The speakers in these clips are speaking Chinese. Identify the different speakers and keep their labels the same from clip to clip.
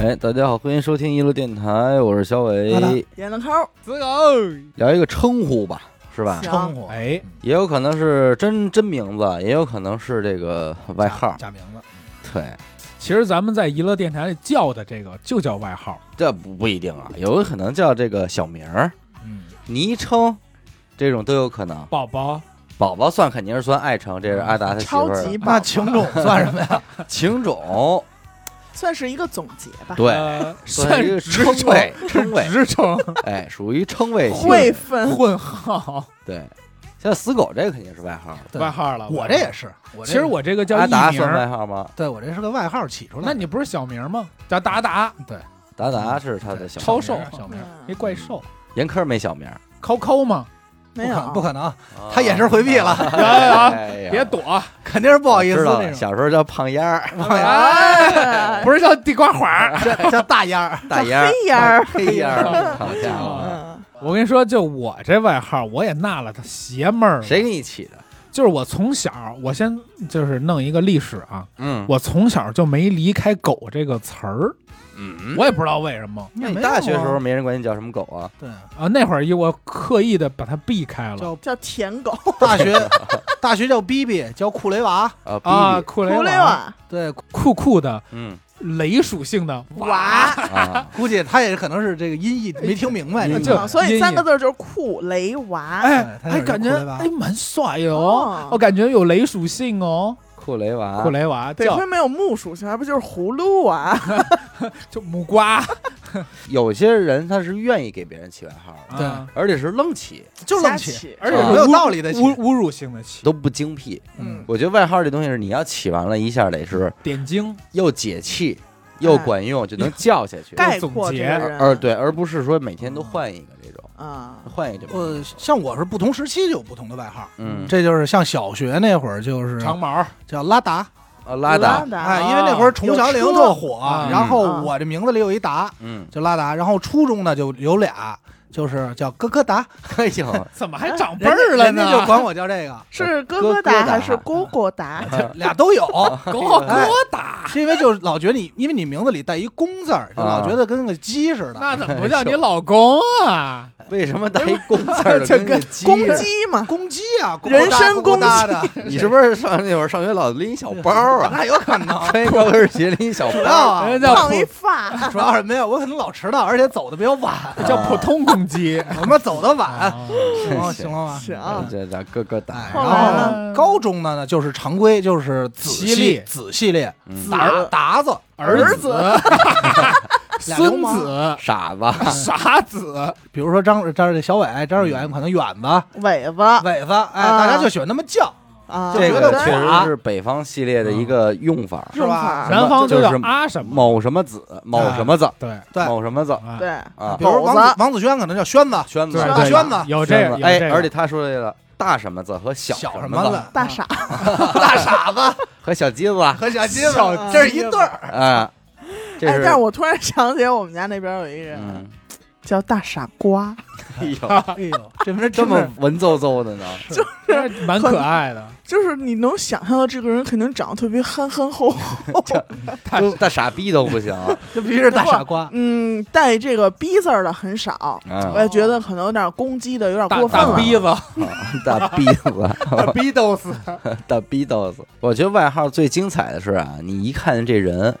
Speaker 1: 哎，大家好，欢迎收听一路电台，我是小
Speaker 2: 好的
Speaker 1: 伟。
Speaker 3: 演了抠，
Speaker 2: 子狗，
Speaker 1: 聊一个称呼吧，是吧？
Speaker 3: 行
Speaker 2: 称呼哎，
Speaker 1: 也有可能是真真名字，也有可能是这个外号。
Speaker 2: 假名字，
Speaker 1: 对，
Speaker 4: 其实咱们在娱乐电台里叫的这个就叫外号，
Speaker 1: 这不不一定啊，有可能叫这个小名儿、
Speaker 2: 嗯，
Speaker 1: 昵称，这种都有可能。
Speaker 4: 宝宝
Speaker 1: 宝宝算肯定是算爱称，这是阿达他媳妇
Speaker 3: 超
Speaker 1: 儿
Speaker 3: 级
Speaker 1: 的。
Speaker 3: 棒，
Speaker 2: 情种算什么呀？
Speaker 1: 情种，
Speaker 3: 算是一个总结吧。
Speaker 1: 对，
Speaker 4: 呃
Speaker 1: 算
Speaker 4: 算
Speaker 1: 一个
Speaker 4: 职
Speaker 1: 称
Speaker 4: 称，
Speaker 1: 谓，称谓，
Speaker 4: 职称
Speaker 1: 哎，属于称谓系
Speaker 3: 会分
Speaker 4: 混号
Speaker 1: 对，像死狗这个肯定是外号。
Speaker 2: 对
Speaker 4: 外号了。
Speaker 2: 我这也是，我
Speaker 4: 其实我这个叫
Speaker 1: 阿
Speaker 4: 艺
Speaker 1: 达
Speaker 4: 名
Speaker 1: 算
Speaker 4: 儿，
Speaker 1: 外号吗？
Speaker 2: 对我这是个外号起出来
Speaker 4: 那
Speaker 2: 的，
Speaker 4: 你不是小名吗？叫达达，
Speaker 1: 达达是他的小名
Speaker 4: 超
Speaker 2: 小
Speaker 4: 瘦
Speaker 2: 名儿小名儿
Speaker 4: 那
Speaker 3: 嗯
Speaker 4: 怪兽，
Speaker 1: 严科没小名儿，
Speaker 4: 抠 抠吗？
Speaker 3: 没
Speaker 2: 不可能不
Speaker 1: 啊
Speaker 3: 有，
Speaker 2: 可能，他眼神回避了，
Speaker 4: 啊啊！
Speaker 1: 哎呀
Speaker 4: 别躲，
Speaker 2: 肯定是不好意思
Speaker 1: 知道
Speaker 2: 那
Speaker 1: 了，
Speaker 2: 种，
Speaker 1: 小时候叫胖丫儿，
Speaker 3: 哎
Speaker 4: 啊不是叫地瓜花儿。
Speaker 2: 叫叫大烟儿，
Speaker 1: 大丫
Speaker 3: 黑
Speaker 1: 儿，
Speaker 3: 烟儿，
Speaker 1: 黑丫儿， 好家伙，
Speaker 3: 嗯，
Speaker 4: 我跟你说，就我这外号，我也纳了他邪门儿。
Speaker 1: 谁给你起的？
Speaker 4: 就是我从小，我先就是弄一个历史啊，
Speaker 1: 嗯
Speaker 4: 我从小就没离开“狗”这个词儿，
Speaker 1: 嗯，
Speaker 4: 我也不知道为什么
Speaker 1: 那
Speaker 2: 也
Speaker 1: 你
Speaker 2: 没
Speaker 1: 大学
Speaker 2: 有
Speaker 1: 时
Speaker 2: 啊
Speaker 1: 候没人管你叫什么狗啊？
Speaker 2: 对，
Speaker 4: 啊。那会儿一我刻意的把它避开了
Speaker 2: 叫
Speaker 3: 叫舔狗，
Speaker 2: 大学大学叫 B B，叫库雷娃，
Speaker 1: 啊，
Speaker 4: 啊，
Speaker 1: 哔哔，
Speaker 4: 酷雷
Speaker 3: 狐狸
Speaker 4: 娃，
Speaker 3: 娃
Speaker 2: 对，
Speaker 4: 酷酷的
Speaker 1: 嗯
Speaker 4: 雷属性的
Speaker 3: 娃，
Speaker 1: 啊，
Speaker 2: 估计他也可能是这个音译没听明白，
Speaker 4: 哎
Speaker 2: 这
Speaker 4: 呀
Speaker 2: 个
Speaker 4: 就
Speaker 3: 嗯所
Speaker 4: 阴
Speaker 3: 以
Speaker 4: 影
Speaker 3: 三个字儿就是酷雷娃。
Speaker 4: 哎，
Speaker 2: 他有
Speaker 4: 还
Speaker 2: 一个
Speaker 4: 感觉
Speaker 2: 酷雷娃
Speaker 4: 哎蛮帅的
Speaker 3: 哦
Speaker 4: 哦，我感觉有雷属性哦，
Speaker 1: 库雷娃，
Speaker 4: 酷雷娃
Speaker 3: 得
Speaker 4: 叫
Speaker 3: 亏没有木属性，还不就是葫芦啊娃？
Speaker 4: 就木瓜，
Speaker 1: 有些人他是愿意给别人起外号的，
Speaker 2: 对
Speaker 4: 啊
Speaker 1: 而且是愣起，
Speaker 2: 就愣
Speaker 3: 瞎
Speaker 2: 起，
Speaker 3: 起
Speaker 4: 而且
Speaker 1: 啊
Speaker 4: 是
Speaker 2: 没有
Speaker 4: 侮
Speaker 2: 道理的起
Speaker 4: 侮侮辱性的起，
Speaker 1: 都不精辟。
Speaker 3: 嗯，
Speaker 1: 我觉得外号这东西是你要起完了一下得是
Speaker 4: 点睛
Speaker 1: 又解气又管用，就能叫下去。
Speaker 3: 概括这个
Speaker 1: 而
Speaker 3: 人，
Speaker 1: 而对，而不是说每天都换一个这种，
Speaker 3: 啊，
Speaker 1: 换一个这种。
Speaker 2: 我呃像我是不同时期就有不同的外号，
Speaker 1: 嗯，
Speaker 2: 这就是像小学那会儿就是
Speaker 4: 长毛，
Speaker 2: 叫拉达，
Speaker 1: 啊，拉达，
Speaker 2: 哎，
Speaker 3: 达，
Speaker 2: 因为那会儿宠物小灵
Speaker 3: 有车
Speaker 2: 特火
Speaker 4: 啊，
Speaker 2: 然后我这名字里有一达，
Speaker 1: 嗯，
Speaker 2: 就拉达，然后初中呢就有俩，就是叫哥哥达，
Speaker 1: 哎呦，
Speaker 4: 怎么还长辈儿了
Speaker 2: 啊人家就
Speaker 4: 呢？
Speaker 2: 管我叫这 个，
Speaker 3: 是哥
Speaker 1: 哥
Speaker 3: 哥
Speaker 1: 达
Speaker 3: 达还是蝈蝈达？
Speaker 2: 俩都有，
Speaker 4: 狗
Speaker 2: 哎
Speaker 4: 哥打，
Speaker 2: 是因为就是老觉得你，因为你名字里带一公字儿，就
Speaker 1: 啊
Speaker 2: 老觉得跟个鸡似的，
Speaker 4: 那怎么不叫你老公啊？
Speaker 1: 为什么带一公字儿的
Speaker 4: 这
Speaker 1: 跟
Speaker 4: 跟
Speaker 1: 个鸡
Speaker 3: 公
Speaker 1: 似的？
Speaker 3: 鸡 嘛，
Speaker 2: 公鸡啊，咕咕
Speaker 3: 人
Speaker 2: 哒
Speaker 3: 身
Speaker 2: 咕咕
Speaker 3: 攻
Speaker 2: 哒的，
Speaker 1: 你是不是上那会儿上学老拎一小 包啊？
Speaker 2: 那有可能，
Speaker 1: 穿一高跟鞋拎一小
Speaker 2: 主
Speaker 1: 包，
Speaker 2: 要啊，
Speaker 4: 人家叫
Speaker 3: 放一
Speaker 4: 普
Speaker 3: 发，
Speaker 2: 主要什么呀？我可能老迟到，而且走的比较晚，
Speaker 4: 叫普通 公鸡，
Speaker 2: 我们走的晚，
Speaker 4: 啊
Speaker 2: 行吗行了吗？
Speaker 3: 是啊，
Speaker 1: 这哎叫咯咯哒
Speaker 2: 哎，。
Speaker 3: 后
Speaker 2: 然后
Speaker 3: 来
Speaker 2: 呢，高中呢就是常规，就是子
Speaker 4: 犀利
Speaker 2: 系子系列，
Speaker 1: 嗯
Speaker 2: 达达子，
Speaker 4: 儿
Speaker 2: 子，
Speaker 4: 子、
Speaker 2: 俩流
Speaker 4: 孙
Speaker 2: 氓啊
Speaker 4: 子、
Speaker 1: 傻子，
Speaker 4: 啊 傻子，
Speaker 2: 比如说张张这小伟，张志远可能远子、
Speaker 3: 尾巴
Speaker 2: 伟子，哎，
Speaker 3: 啊
Speaker 2: 大家就喜欢那么叫，
Speaker 3: 啊，
Speaker 2: 就
Speaker 1: 这
Speaker 2: 觉
Speaker 1: 个
Speaker 2: 得
Speaker 1: 确实
Speaker 2: 垮
Speaker 1: 是北方系列的一个用法，
Speaker 2: 是
Speaker 3: 用
Speaker 2: 吧
Speaker 3: 法？
Speaker 4: 南方就
Speaker 1: 就
Speaker 4: 叫
Speaker 1: 是
Speaker 4: 啊什么，
Speaker 1: 某什么子，某什么子，
Speaker 4: 对
Speaker 2: 对
Speaker 1: 某什么子
Speaker 4: 啊
Speaker 3: 对，
Speaker 1: 啊，
Speaker 2: 比如说
Speaker 3: 狗
Speaker 2: 王
Speaker 3: 子
Speaker 2: 子王子轩可能叫轩子，
Speaker 1: 圈子
Speaker 4: 对
Speaker 3: 吧
Speaker 4: 对，
Speaker 2: 圈子
Speaker 4: 有这
Speaker 1: 圈
Speaker 4: 个
Speaker 1: 子，
Speaker 4: 有这
Speaker 1: 哎，
Speaker 4: 个，
Speaker 1: 而且他说这个大什么字和小
Speaker 2: 小
Speaker 1: 什
Speaker 2: 么
Speaker 1: 么字啊
Speaker 2: 了，
Speaker 3: 大傻
Speaker 2: 大傻 子
Speaker 1: 和小鸡子啊
Speaker 2: 和小鸡子
Speaker 3: 小，
Speaker 2: 这是一对儿，
Speaker 1: 啊，这
Speaker 3: 哎，
Speaker 1: 是
Speaker 3: 但是我突然想起我们家那边有一人
Speaker 1: 嗯，
Speaker 3: 叫大傻瓜，
Speaker 1: 哎呦，
Speaker 2: 哎 呦， 这名儿
Speaker 1: 这
Speaker 2: 真
Speaker 1: 么
Speaker 2: 是
Speaker 1: 文绉绉的呢，
Speaker 4: 哎蛮可爱的，
Speaker 3: 就是你能想象到这个人肯定长得特别憨憨厚 厚，
Speaker 1: 都大傻逼都不行，啊
Speaker 2: 这必须是大傻瓜，
Speaker 3: 嗯，带这个逼字儿的很少，我
Speaker 1: 嗯，
Speaker 3: 也觉得可能有点攻击的有点
Speaker 4: 大
Speaker 3: 过分啊
Speaker 4: 大
Speaker 3: 了。
Speaker 4: 逼子，
Speaker 1: 大逼子，
Speaker 4: 大逼豆丝，
Speaker 1: 大逼豆子。我觉得外号最精彩的是啊，你一看这人，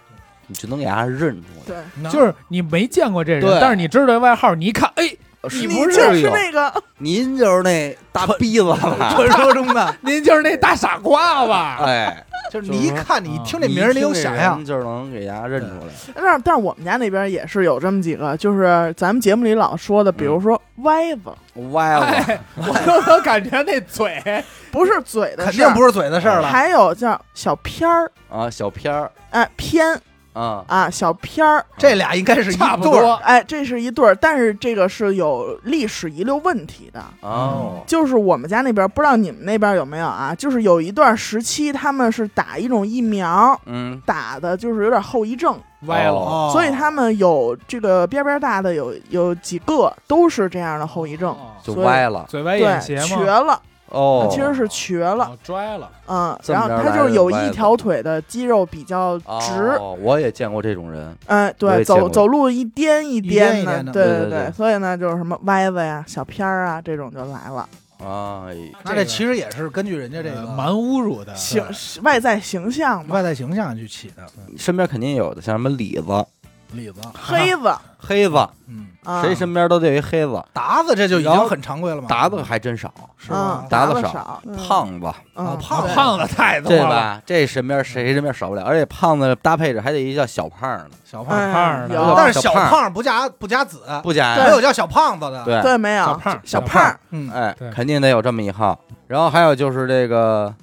Speaker 1: 你就能给他认出来。
Speaker 3: 对，
Speaker 4: 就。 是你没见过这
Speaker 1: 对
Speaker 4: 人，但是你知道这外号，你一看，哎，
Speaker 1: 是
Speaker 3: 你
Speaker 1: 不
Speaker 3: 就是是
Speaker 1: 有
Speaker 3: 那个
Speaker 1: 您就是那大逼子吧？
Speaker 2: 传说中的，
Speaker 4: 您就是那大傻瓜吧？
Speaker 1: 哎，
Speaker 2: 就是你一看，你一听这名
Speaker 1: 啊你
Speaker 2: 儿，
Speaker 1: 一
Speaker 2: 你有
Speaker 1: 听这
Speaker 2: 想
Speaker 1: 人
Speaker 2: 象，
Speaker 1: 就是能给大家认出来。
Speaker 3: 但是但是我们家那边也是有这么几个，就是咱们节目里老说的，比如说歪子，
Speaker 1: 歪了，
Speaker 4: 哎，我都能感觉那嘴，
Speaker 3: 不是嘴的
Speaker 2: 肯
Speaker 3: 事儿，
Speaker 2: 定不是嘴的事儿了。
Speaker 3: 还有叫小偏儿，
Speaker 1: 啊，小片儿
Speaker 3: 哎偏
Speaker 1: 啊，
Speaker 3: 啊小偏儿，
Speaker 2: 这俩应该是一
Speaker 4: 差不
Speaker 2: 对儿，
Speaker 1: 哦
Speaker 4: 多。
Speaker 3: 哎这是一对儿，但是这个是有历史遗留问题的。
Speaker 1: 哦，
Speaker 3: 就是我们家那边，不知道你们那边有没有啊？就是有一段时期，他们是打一种疫苗，
Speaker 1: 嗯，
Speaker 3: 打的就是有点后遗症，
Speaker 4: 歪了，
Speaker 1: 哦
Speaker 3: 所以他们有这个边边大的有有几个都是这样的后遗症，
Speaker 4: 哦
Speaker 1: 就
Speaker 3: 所以
Speaker 1: 歪了，
Speaker 4: 嘴歪
Speaker 3: 对
Speaker 4: 眼斜
Speaker 3: 瘸
Speaker 4: 嘛，
Speaker 3: 了，
Speaker 1: 哦，
Speaker 3: 其实是瘸了，
Speaker 4: 哦拽了，
Speaker 3: 嗯，
Speaker 1: 这么
Speaker 3: 然后
Speaker 1: 着
Speaker 3: 他
Speaker 1: 来
Speaker 3: 就是
Speaker 1: 的
Speaker 3: 有
Speaker 1: 歪
Speaker 3: 一
Speaker 1: 的
Speaker 3: 条腿的肌肉比较直，
Speaker 1: 哦，我也见过这种人，
Speaker 3: 哎，
Speaker 1: 我也
Speaker 3: 对，
Speaker 1: 见
Speaker 3: 走
Speaker 1: 过
Speaker 3: 走路一颠一
Speaker 2: 颠一
Speaker 3: 颠
Speaker 2: 颠的
Speaker 3: 对
Speaker 1: 对对对
Speaker 3: 对，所以呢，就是什么歪歪呀、小片儿啊这种就来了，
Speaker 1: 哎，
Speaker 2: 那这
Speaker 4: 这个
Speaker 2: 其实也是根据人家这个
Speaker 4: 呃蛮侮辱的，
Speaker 3: 形呃外在形象 嘛，
Speaker 2: 外在形象去起的。
Speaker 1: 身边肯定有的，像什么李子、
Speaker 2: 李子，啊
Speaker 3: 黑子
Speaker 1: 嗯黑子，
Speaker 2: 嗯，
Speaker 3: 啊，
Speaker 1: 谁身边都得有一黑子，
Speaker 2: 达子这就已
Speaker 1: 然后
Speaker 2: 经很常规了嘛。
Speaker 1: 达子还真少，
Speaker 2: 是
Speaker 3: 嗯
Speaker 2: 吧？
Speaker 1: 达子
Speaker 3: 子
Speaker 1: 少
Speaker 3: 少，嗯
Speaker 1: 胖子
Speaker 2: 啊
Speaker 3: 嗯
Speaker 2: 胖
Speaker 4: 胖的太多
Speaker 1: 对
Speaker 4: 了，
Speaker 1: 吧？这身边谁身边少不了，而且胖子搭配着还得一叫小胖的，
Speaker 2: 小胖，
Speaker 3: 哎
Speaker 4: 胖的
Speaker 3: 有
Speaker 1: 哦
Speaker 2: 但是
Speaker 1: 小
Speaker 2: 小
Speaker 1: 胖
Speaker 2: 胖不加不加子，
Speaker 1: 不加
Speaker 2: 还
Speaker 1: 呀
Speaker 2: 有叫小胖子的。，
Speaker 1: 对
Speaker 3: 对没
Speaker 4: 小
Speaker 3: 有
Speaker 4: 胖儿
Speaker 1: 小
Speaker 4: 胖
Speaker 1: 胖
Speaker 4: 儿
Speaker 1: 儿，
Speaker 2: 嗯，
Speaker 1: 哎
Speaker 4: 对，
Speaker 1: 肯定得有这么一号。然后还有就是这个，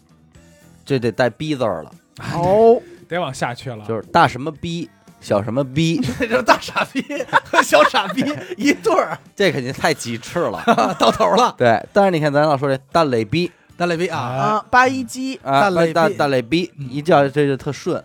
Speaker 1: 这得带逼字儿了，
Speaker 3: 哦，
Speaker 4: 得往下去了，
Speaker 1: 就是大什么逼，小什么逼，
Speaker 2: 这就是大傻逼 和小傻逼一对儿，
Speaker 1: 这肯定太极致了。
Speaker 2: 到头了。
Speaker 1: 对，但是你看咱老说这大磊逼
Speaker 2: 大磊逼啊，
Speaker 4: 哎
Speaker 3: 啊八一鸡
Speaker 1: 啊，
Speaker 2: 大磊逼嗯
Speaker 1: 大大磊逼，一叫这就特顺。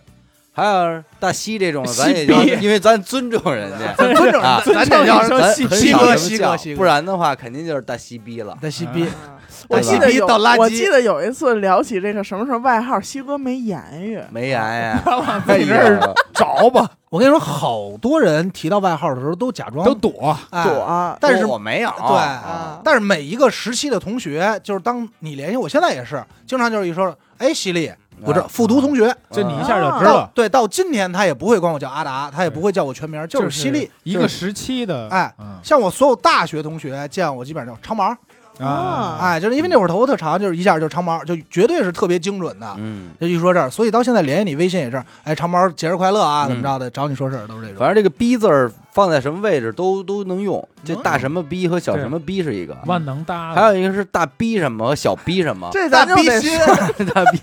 Speaker 1: 还有大西这种，咱也就
Speaker 4: 西逼
Speaker 1: 因为咱尊重人 家，
Speaker 2: 尊重人
Speaker 1: 啊
Speaker 2: 咱咱这要是
Speaker 1: 咱
Speaker 2: 西
Speaker 1: 很
Speaker 2: 西
Speaker 1: 少
Speaker 2: 哥
Speaker 1: 这么
Speaker 2: 西
Speaker 1: 叫
Speaker 2: 哥西哥
Speaker 1: 不然的话肯定就是大西逼了。
Speaker 2: 大西逼
Speaker 4: 啊
Speaker 3: 嗯
Speaker 1: 对
Speaker 3: 我
Speaker 1: 吧
Speaker 3: 记得
Speaker 2: 西
Speaker 3: 有，
Speaker 2: 逼倒垃圾
Speaker 3: 我记得有一次聊起这个什么什么外号，西哥没言语，
Speaker 1: 没牙 呀，
Speaker 4: 他往自
Speaker 1: 哎
Speaker 4: 己这
Speaker 1: 呀
Speaker 4: 儿，
Speaker 2: 着吧！我跟你说，好多人提到外号的时候都假装
Speaker 4: 都躲，
Speaker 2: 哎
Speaker 3: 躲啊
Speaker 2: 但是
Speaker 1: 我没有，
Speaker 2: 对
Speaker 1: 啊
Speaker 2: 但是每一个时期的同学，就是当你联系，我现在也是，经常就是一说，哎，犀
Speaker 1: 啊
Speaker 2: 利，我这复读同学，
Speaker 4: 这你一下就
Speaker 3: 啊
Speaker 4: 知
Speaker 2: 到
Speaker 4: 道，
Speaker 2: 对到今天他也不会管我叫阿达，他也不会叫我全名，
Speaker 4: 就是
Speaker 2: 犀利。
Speaker 4: 一个时期的，
Speaker 2: 哎
Speaker 4: 嗯
Speaker 2: 像我所有大学同学见我，基本上叫长毛，
Speaker 3: 啊
Speaker 2: 哎，就是因为那会儿头发特长，就是一下就长毛，就绝对是特别精准的。
Speaker 1: 嗯，
Speaker 2: 就一说这儿，所以到现在联系你微信也是，哎，长毛节日快乐啊，
Speaker 1: 嗯
Speaker 2: 怎么着的，找你说事儿都是这种。
Speaker 1: 反正这个逼字儿放在什么位置都都能用。这大什么逼和小
Speaker 4: 对
Speaker 1: 什么逼是一个，
Speaker 4: 万能搭的，
Speaker 1: 还有一个是大逼什么和小逼什么，
Speaker 3: 这
Speaker 2: 大
Speaker 3: 咱就
Speaker 2: 逼
Speaker 3: 得
Speaker 2: 心
Speaker 1: 大逼